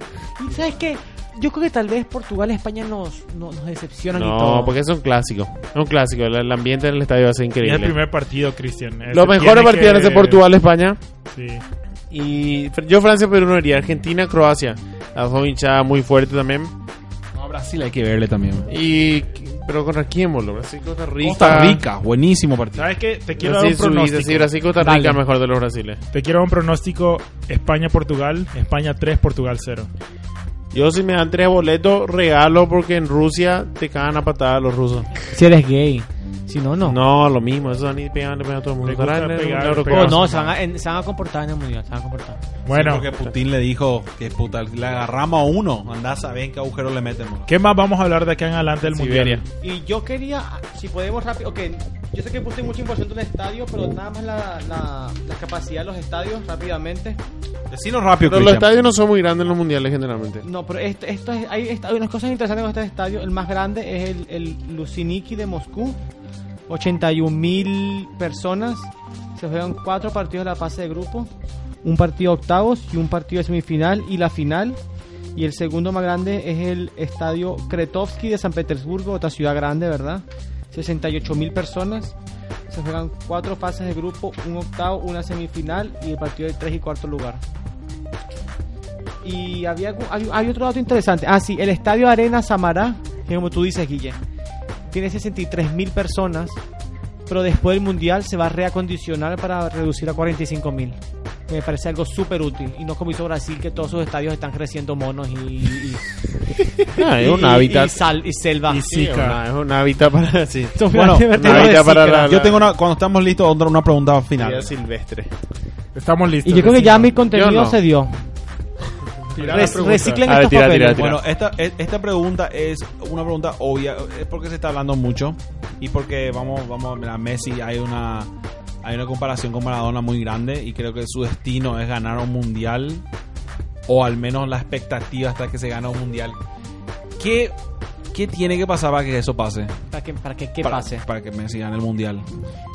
[SPEAKER 1] ¿Y sabes qué? Yo creo que tal vez Portugal y España nos, no- nos decepcionan y todo.
[SPEAKER 2] No, porque es un clásico. Es un clásico. El, el ambiente en el estadio va a ser
[SPEAKER 4] Y es el
[SPEAKER 2] increíble.
[SPEAKER 4] primer partido, Cristian. Eh,
[SPEAKER 2] Los
[SPEAKER 4] se
[SPEAKER 2] mejores
[SPEAKER 4] tiene
[SPEAKER 2] partidos
[SPEAKER 4] que-
[SPEAKER 2] de Portugal, España.
[SPEAKER 4] Sí.
[SPEAKER 2] Y fr- yo Francia, Perú no iría. Argentina, Croacia. La fue hinchada muy fuerte también.
[SPEAKER 5] No, Brasil hay que verle también.
[SPEAKER 2] Y pero contra quién, boludo. Brasil, Costa Rica.
[SPEAKER 5] Costa Rica, buenísimo partido.
[SPEAKER 4] ¿Sabes qué? Te quiero dar
[SPEAKER 2] Brasil,
[SPEAKER 4] un pronóstico.
[SPEAKER 2] subida, sí, Brasil, Costa Rica,
[SPEAKER 1] Dale.
[SPEAKER 2] mejor de los brasiles.
[SPEAKER 4] Te quiero dar un pronóstico España-Portugal. España 3, Portugal 0.
[SPEAKER 2] Yo si me dan tres boletos, regalo porque en Rusia te cagan a patada los rusos.
[SPEAKER 1] Si eres gay. Si no, no.
[SPEAKER 2] No, lo mismo, eso ni pegan, le pegan a todo el
[SPEAKER 4] Me
[SPEAKER 2] mundo.
[SPEAKER 4] gusta
[SPEAKER 2] Ahora en el-
[SPEAKER 4] pegar,
[SPEAKER 2] en la Eurocopa.
[SPEAKER 1] Oh,
[SPEAKER 4] pegar.
[SPEAKER 1] no, se van, a, en- se van a comportar en el mundial. Se van a comportar.
[SPEAKER 4] Bueno,
[SPEAKER 5] Porque Putin le dijo que puta, le agarramos a uno. Andá a saber en qué agujero le meten, boludo.
[SPEAKER 4] ¿qué más vamos a hablar de acá en adelante del
[SPEAKER 2] Siberia.
[SPEAKER 4] Mundial?
[SPEAKER 1] Y yo quería, si podemos rápido, ok, yo sé que puse mucha información del estadio, pero nada más la, la, la capacidad de los estadios rápidamente.
[SPEAKER 5] Decilo rápido,
[SPEAKER 2] Pero los
[SPEAKER 5] Cristian.
[SPEAKER 2] estadios no son muy grandes en los mundiales generalmente.
[SPEAKER 1] No, pero esto, esto es, hay, esta- hay unas cosas interesantes con este estadio. El más grande es el, el Lusiniki de Moscú, 81 mil personas. Se juegan cuatro partidos de la fase de grupo, un partido de octavos y un partido de semifinal y la final. Y el segundo más grande es el estadio Kretovsky de San Petersburgo, otra ciudad grande, ¿verdad? 68 mil personas. se juegan cuatro fases de grupo, un octavo, una semifinal y el partido de tres y cuarto lugar. Y había algún- hay, hay otro dato interesante. Ah, sí, el Estadio Arena Samará, que como tú dices, Guille, tiene 63 mil personas, pero después del Mundial se va a reacondicionar para reducir a 45 mil. Me parece algo súper útil. Y no como hizo Brasil, que todos sus estadios están creciendo monos y, y-
[SPEAKER 3] Ah, es
[SPEAKER 1] y-
[SPEAKER 3] un
[SPEAKER 1] y-
[SPEAKER 3] hábitat.
[SPEAKER 1] y sal- y selva.
[SPEAKER 4] Y
[SPEAKER 3] Ah, Sí, es una- es un hábitat para sí.
[SPEAKER 1] Son
[SPEAKER 5] Bueno,
[SPEAKER 1] verdaderos
[SPEAKER 3] una vida
[SPEAKER 1] de
[SPEAKER 3] para
[SPEAKER 1] Zika.
[SPEAKER 3] la-
[SPEAKER 5] Yo tengo una, cuando estamos listos, otra- una pregunta final.
[SPEAKER 3] Vida silvestre.
[SPEAKER 4] Estamos listos.
[SPEAKER 1] Y yo creo que ya mi
[SPEAKER 4] Recién.
[SPEAKER 1] contenido
[SPEAKER 3] Yo no.
[SPEAKER 1] se dio.
[SPEAKER 3] Tira
[SPEAKER 1] Res-
[SPEAKER 3] la pregunta.
[SPEAKER 1] reciclen
[SPEAKER 3] A ver,
[SPEAKER 1] estos
[SPEAKER 3] tira,
[SPEAKER 1] papeles.
[SPEAKER 3] tira, tira.
[SPEAKER 5] Bueno, esta, e- esta pregunta es una pregunta obvia, es porque se está hablando mucho y porque vamos, vamos, mira, Messi hay una hay una comparación con Maradona muy grande y creo que su destino es ganar un mundial o al menos la expectativa hasta que se gana un mundial. ¿Qué, qué tiene que pasar para que eso pase?
[SPEAKER 1] Para que, para que, que
[SPEAKER 5] para,
[SPEAKER 1] pase.
[SPEAKER 5] Para que Messi gane el mundial.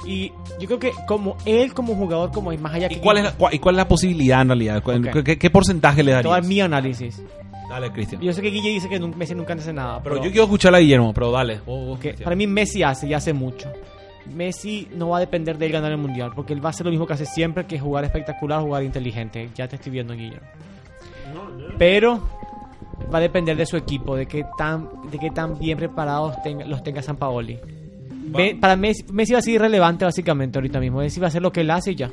[SPEAKER 1] Y yo creo que como él, como jugador, como es más allá
[SPEAKER 5] ¿Y
[SPEAKER 1] que
[SPEAKER 5] cuál es la, cua- y cuál es la posibilidad en realidad? ¿Cuál-
[SPEAKER 1] Ok.
[SPEAKER 5] ¿Qué, qué porcentaje le
[SPEAKER 1] Todo
[SPEAKER 5] darías?
[SPEAKER 1] mi análisis.
[SPEAKER 5] Dale, Cristian.
[SPEAKER 1] Yo sé que Guille dice que nun- Messi nunca hace nada.
[SPEAKER 5] Pero yo quiero escuchar a Guillermo, pero dale. vos- vos,
[SPEAKER 1] que
[SPEAKER 5] Cristian.
[SPEAKER 1] para mí Messi hace y hace mucho. Messi no va a depender de él ganar el mundial, porque él va a hacer lo mismo que hace siempre, que es jugar espectacular, jugar inteligente. Ya te estoy viendo, Guillermo. Pero va a depender de su equipo, de qué tan, de qué tan bien preparados tenga- los tenga San Paoli. para Messi, Messi va a ser irrelevante básicamente ahorita mismo. Messi va a hacer lo que él hace y ya.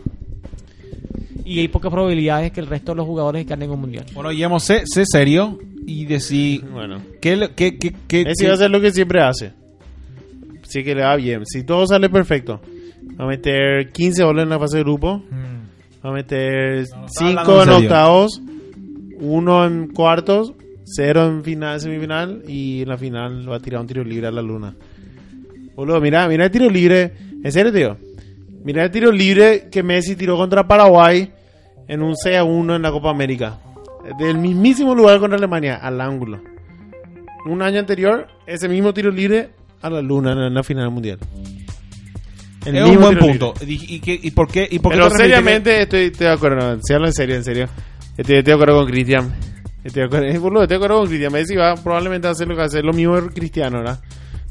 [SPEAKER 1] Y hay pocas probabilidades que el resto de los jugadores ganen un mundial.
[SPEAKER 5] Bueno, Guillermo, sé, sé serio y decir
[SPEAKER 3] Bueno.
[SPEAKER 5] qué, le- qué, qué, qué-
[SPEAKER 3] Messi
[SPEAKER 5] qué-
[SPEAKER 3] va a hacer lo que siempre hace. Así que le va bien. Si todo sale perfecto, va a meter 15 goles en la fase de grupo,
[SPEAKER 4] Mm.
[SPEAKER 3] va a meter
[SPEAKER 5] hablando
[SPEAKER 3] 5
[SPEAKER 5] en
[SPEAKER 3] en
[SPEAKER 5] serio.
[SPEAKER 3] octavos, 1 en cuartos, 0 en final, semifinal y en la final va a tirar un tiro libre a la luna. Boludo, mira, mira el tiro libre. En serio, tío. Mira el tiro libre que Messi tiró contra Paraguay en un 6 a 1 en la Copa América. Del mismísimo lugar contra Alemania, al ángulo. Un año anterior, ese mismo tiro libre a la luna en la final mundial. El
[SPEAKER 5] es un
[SPEAKER 3] mismo
[SPEAKER 5] buen
[SPEAKER 3] tiro libre.
[SPEAKER 5] punto. ¿Y, y qué- y por qué? Y por qué
[SPEAKER 3] Pero
[SPEAKER 5] te repite que-
[SPEAKER 3] seriamente estoy, estoy de acuerdo. Si hablo en serio, en serio. Estoy, estoy de acuerdo con Cristian. Estoy de acuerdo, eh, boludo, estoy de acuerdo con Cristian. Messi va probablemente a hacer lo que hace lo mismo que Cristiano, ¿verdad?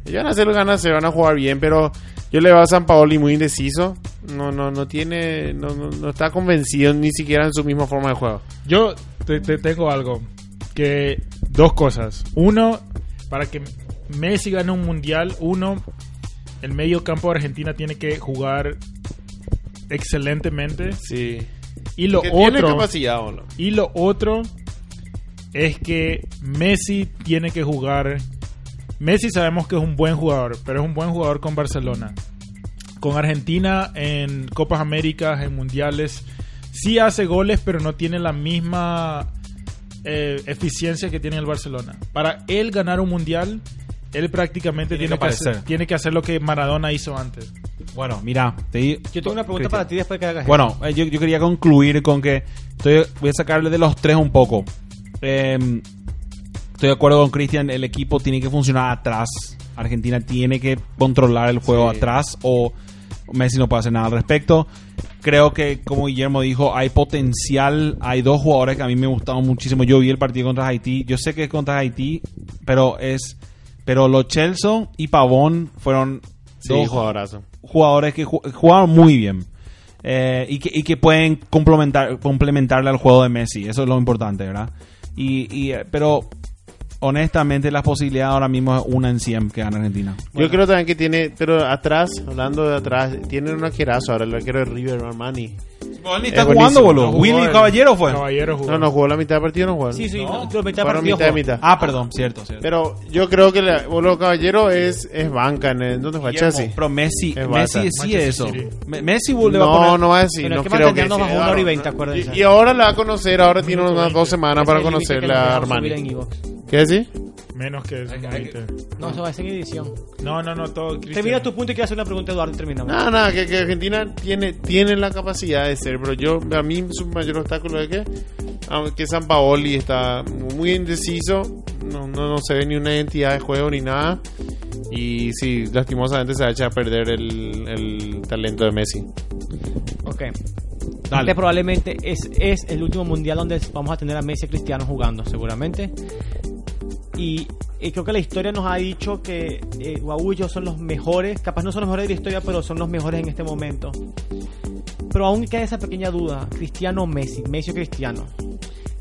[SPEAKER 3] Ellos van a hacer lo que van a hacer, van a jugar bien, pero yo le veo a San Paoli muy indeciso. No, no, no tiene, no, no, no está convencido ni siquiera en su misma forma de juego.
[SPEAKER 4] Yo te, te tengo algo. Que dos cosas. Uno, para que Messi gane un mundial, uno, el medio campo de Argentina tiene que jugar excelentemente.
[SPEAKER 3] Sí.
[SPEAKER 4] Y lo
[SPEAKER 3] que tiene
[SPEAKER 4] otro.
[SPEAKER 3] capacidad, boludo.
[SPEAKER 4] Y lo otro es que Messi tiene que jugar. Messi sabemos que es un buen jugador, pero es un buen jugador con Barcelona. Con Argentina en Copas Américas, en Mundiales, sí hace goles, pero no tiene la misma eh, eficiencia que tiene el Barcelona. Para él ganar un Mundial, él prácticamente
[SPEAKER 5] Tiene
[SPEAKER 4] tiene,
[SPEAKER 5] que
[SPEAKER 4] que, hacer,
[SPEAKER 5] aparecer.
[SPEAKER 4] tiene que hacer lo que Maradona hizo antes.
[SPEAKER 5] Bueno, mira, te di-
[SPEAKER 1] Yo tengo una pregunta
[SPEAKER 5] Cristian.
[SPEAKER 1] para ti después que hagas
[SPEAKER 5] Bueno, eh, yo, yo quería concluir con que estoy- voy a sacarle de los tres un poco. Eh, estoy de acuerdo con Cristian, el equipo tiene que funcionar atrás. Argentina tiene que controlar el juego atrás o Messi no puede hacer nada al respecto. Creo que, como Guillermo dijo, hay potencial. Hay dos jugadores que a mí me gustaron muchísimo. Yo vi el partido contra Haití. Yo sé que es contra Haití, pero es... Pero los Chelsea y Pavón fueron
[SPEAKER 3] Sí,
[SPEAKER 5] dos
[SPEAKER 3] jugadorazo.
[SPEAKER 5] jugadores que ju- jugaron muy bien eh, y, que, y que pueden complementar, complementarle al juego de Messi. Eso es lo importante, ¿verdad? Y, y, eh, pero honestamente las posibilidades ahora mismo es una en 100 que gana Argentina.
[SPEAKER 3] Yo creo también que tiene, pero atrás, hablando de atrás, tiene un arquerazo ahora, el arquero de River, Armani.
[SPEAKER 5] Ni
[SPEAKER 3] está jugando, boludo.
[SPEAKER 4] Jugó
[SPEAKER 5] Willy
[SPEAKER 4] el-
[SPEAKER 5] Caballero fue.
[SPEAKER 4] Caballero jugó.
[SPEAKER 3] No, no jugó la mitad del partido, no jugó.
[SPEAKER 1] Sí, sí,
[SPEAKER 5] No.
[SPEAKER 1] lo metí a
[SPEAKER 3] Fueron
[SPEAKER 1] partido,
[SPEAKER 3] mitad,
[SPEAKER 1] Juan.
[SPEAKER 3] mitad.
[SPEAKER 5] Ah, perdón, cierto, cierto.
[SPEAKER 3] Pero yo creo que la- Bolo Caballero es, es banca. ¿no? ¿Dónde fue?
[SPEAKER 5] Guillermo,
[SPEAKER 3] Chelsea.
[SPEAKER 5] pero Messi,
[SPEAKER 3] Es
[SPEAKER 5] Messi
[SPEAKER 3] Barça.
[SPEAKER 5] decide
[SPEAKER 4] Manchester
[SPEAKER 5] eso.
[SPEAKER 4] City.
[SPEAKER 5] Me- Messi le va a
[SPEAKER 3] No,
[SPEAKER 5] poner-
[SPEAKER 3] no va a decir.
[SPEAKER 1] Pero es
[SPEAKER 3] No
[SPEAKER 1] que
[SPEAKER 3] creo que
[SPEAKER 1] mantenernos bajo
[SPEAKER 3] sea,
[SPEAKER 1] una hora y
[SPEAKER 3] Eduardo.
[SPEAKER 1] veinte, acuérdense.
[SPEAKER 3] Y, y ahora la va a conocer. Ahora tiene
[SPEAKER 4] Minuto
[SPEAKER 3] unas
[SPEAKER 4] 20.
[SPEAKER 3] dos semanas para
[SPEAKER 1] Ese es el límite que
[SPEAKER 3] conocerla a
[SPEAKER 1] nos dejamos
[SPEAKER 3] Armani.
[SPEAKER 1] subir en iVoox.
[SPEAKER 3] ¿Qué decir?
[SPEAKER 4] Menos que eso.
[SPEAKER 5] hay que-
[SPEAKER 4] veinte.
[SPEAKER 1] No, eso va a ser en edición.
[SPEAKER 4] No, no, no, todo. Cristiano.
[SPEAKER 1] Termina tu punto y quiero hacer una pregunta, Eduardo, y terminamos.
[SPEAKER 3] Nada, nada. Que, que Argentina tiene, tiene la capacidad de ser. Pero yo, a mí, su mayor obstáculo es que. Aunque San Paoli está muy indeciso. No, no, no se ve ni una identidad de juego ni nada. Y sí, lastimosamente se va a echar a perder el, el talento de Messi.
[SPEAKER 1] Ok.
[SPEAKER 5] Dale.
[SPEAKER 1] Este probablemente es, es el último mundial donde vamos a tener a Messi y Cristiano jugando, seguramente. Y eh, creo que la historia nos ha dicho que eh, Guau y yo son los mejores, capaz no son los mejores de la historia, pero son los mejores en este momento. Pero aún queda esa pequeña duda, Cristiano o Messi, Messi o Cristiano.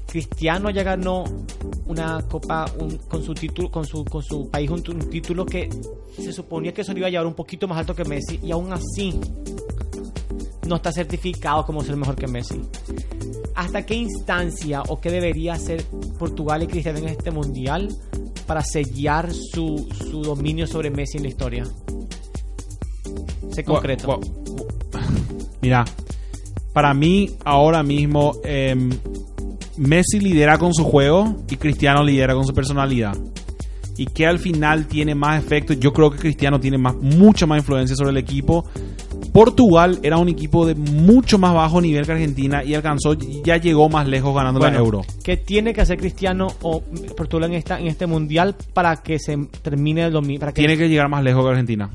[SPEAKER 1] Cristiano ya ganó una copa un- con su título, con su, con su país un, tu- un título que se suponía que se lo iba a llevar un poquito más alto que Messi y aún así no está certificado como ser mejor que Messi. ¿Hasta qué instancia o qué debería hacer Portugal y Cristiano en este mundial para sellar su, su dominio sobre Messi en la historia? Sé concreto.
[SPEAKER 5] Gua- gua- Mira, para mí ahora mismo em, Messi lidera con su juego y Cristiano lidera con su personalidad. Y que al final tiene más efecto. Yo creo que Cristiano tiene más, mucha más influencia sobre el equipo. Portugal era un equipo de mucho más bajo nivel que Argentina y alcanzó, ya llegó más lejos ganando
[SPEAKER 1] Bueno,
[SPEAKER 5] la Euro.
[SPEAKER 1] ¿Qué tiene que hacer Cristiano o Portugal en, esta, en este mundial para que se termine el dominio? Para que
[SPEAKER 5] Tiene que llegar más lejos que Argentina.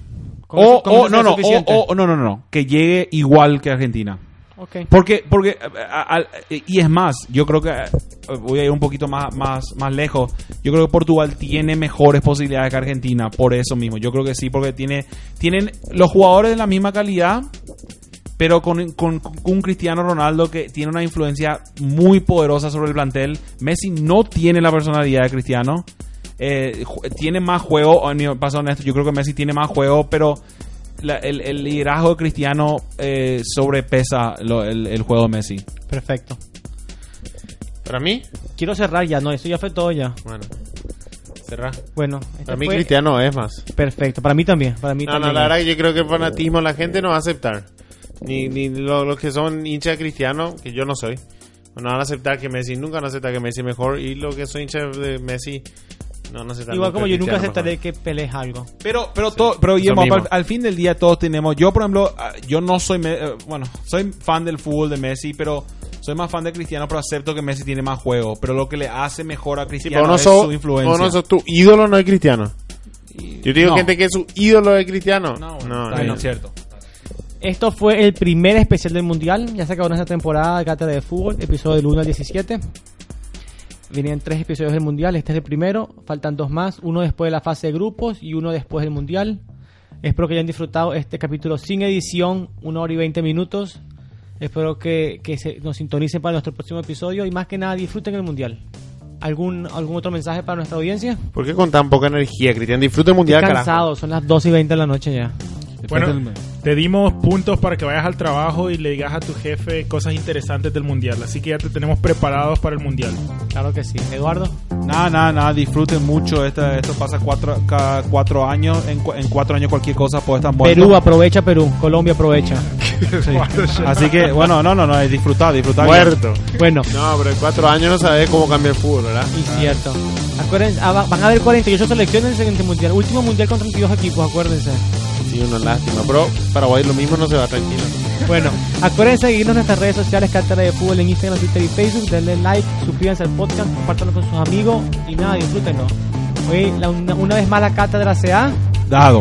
[SPEAKER 1] con
[SPEAKER 5] O,
[SPEAKER 1] eso- con
[SPEAKER 5] o-
[SPEAKER 1] eso
[SPEAKER 5] no, oh,
[SPEAKER 1] sea
[SPEAKER 5] no, o,
[SPEAKER 1] suficiente.
[SPEAKER 5] o- no, no, no, que llegue igual que Argentina.
[SPEAKER 1] Ok.
[SPEAKER 5] Porque, porque eh, a- a- a- y es más, yo creo que eh, voy a ir un poquito más, más, más lejos. Yo creo que Portugal tiene mejores posibilidades que Argentina, por eso mismo. Yo creo que sí, porque tiene, tienen los jugadores de la misma calidad, pero con, con- con un Cristiano Ronaldo que tiene una influencia muy poderosa sobre el plantel. Messi no tiene la personalidad de Cristiano. Eh, ju- tiene más juego, en mi paso honesto, yo creo que Messi tiene más juego, pero la- el, el liderazgo de Cristiano eh, sobrepesa lo- el, el juego de Messi.
[SPEAKER 1] Perfecto.
[SPEAKER 3] ¿Para mí?
[SPEAKER 1] Quiero cerrar ya, no, eso ya fue todo ya.
[SPEAKER 3] Bueno. Cerrá.
[SPEAKER 1] Bueno, este
[SPEAKER 3] Para mí
[SPEAKER 1] fue-
[SPEAKER 3] Cristiano es más.
[SPEAKER 1] Perfecto, para mí también, para mí
[SPEAKER 3] No, no,
[SPEAKER 1] también.
[SPEAKER 3] la verdad que yo creo que el fanatismo la gente no va a aceptar. Ni, ni lo- los que son hinchas cristianos, que yo no soy, no van a aceptar que Messi, nunca van a aceptar que Messi es mejor. Y los que son hinchas de Messi, no van a aceptar.
[SPEAKER 1] Igual
[SPEAKER 3] nunca
[SPEAKER 1] como
[SPEAKER 3] que
[SPEAKER 1] yo nunca
[SPEAKER 3] Cristiano
[SPEAKER 1] aceptaré
[SPEAKER 3] mejor.
[SPEAKER 1] que pelees algo.
[SPEAKER 5] Pero, pero, todo, pero Guillermo,
[SPEAKER 3] mismo.
[SPEAKER 5] al, al fin del día todos tenemos. Yo, por ejemplo, ah, yo no soy. me- eh, Bueno, soy fan del fútbol de Messi, pero soy más fan de Cristiano, pero acepto que Messi tiene más juego. Pero lo que le hace mejor a
[SPEAKER 3] Sí,
[SPEAKER 5] Cristiano
[SPEAKER 3] pero no
[SPEAKER 5] es
[SPEAKER 3] sos,
[SPEAKER 5] su influencia.
[SPEAKER 3] vos no sos tu ídolo, no es cristiano. Yo digo
[SPEAKER 5] No.
[SPEAKER 3] gente que es su ídolo de cristiano. No,
[SPEAKER 5] No, bueno, está
[SPEAKER 3] eh,
[SPEAKER 5] bien, es cierto.
[SPEAKER 1] Esto fue el primer especial del Mundial. Ya se acabó nuestra temporada de Cátedra de Fútbol, episodio del 1 al 17. Venían tres episodios del Mundial, este es el primero. Faltan dos más, uno después de la fase de grupos y uno después del Mundial. Espero que hayan disfrutado este capítulo sin edición, una hora y 20 minutos. Espero que, que se- nos sintonicen para nuestro próximo episodio y más que nada disfruten el Mundial. ¿Algún, algún otro mensaje para nuestra audiencia?
[SPEAKER 3] ¿Por qué con tan poca energía, Cristiano? Disfruta el mundial,
[SPEAKER 1] Estoy
[SPEAKER 3] carajo.
[SPEAKER 1] cansado, son las 2 y 20 de la noche ya.
[SPEAKER 4] Bueno, te dimos puntos para que vayas al trabajo y le digas a tu jefe cosas interesantes del mundial. Así que ya te tenemos preparados para el mundial.
[SPEAKER 1] Claro que sí. Eduardo.
[SPEAKER 5] Nada, nada, nada, disfruten mucho. Esta- esto pasa cuatro, cada cuatro años. En, cu- en cuatro años cualquier cosa puede estar muerto.
[SPEAKER 1] Perú aprovecha Perú, Colombia aprovecha.
[SPEAKER 5] Así que, bueno, no, no, no, eh, disfrutad, disfrutad.
[SPEAKER 3] Muerto.
[SPEAKER 1] Bueno,
[SPEAKER 3] No, pero en cuatro años no sabes cómo cambia el fútbol, ¿verdad?
[SPEAKER 1] incierto. Acuérdense, ah, va- van a haber 48 selecciones en el siguiente mundial. Último mundial con 32 equipos, acuérdense.
[SPEAKER 3] Sí, una lástima. Pero Paraguay lo mismo no se va tranquilo.
[SPEAKER 1] Bueno, acuérdense de seguirnos en nuestras redes sociales, Cátedra de Fútbol en Instagram, Twitter y Facebook. Denle like, suscríbanse al podcast, compártanlo con sus amigos y nada, disfrútenlo. Hoy, la- una, una vez más, la Cátedra se ha
[SPEAKER 5] Dado.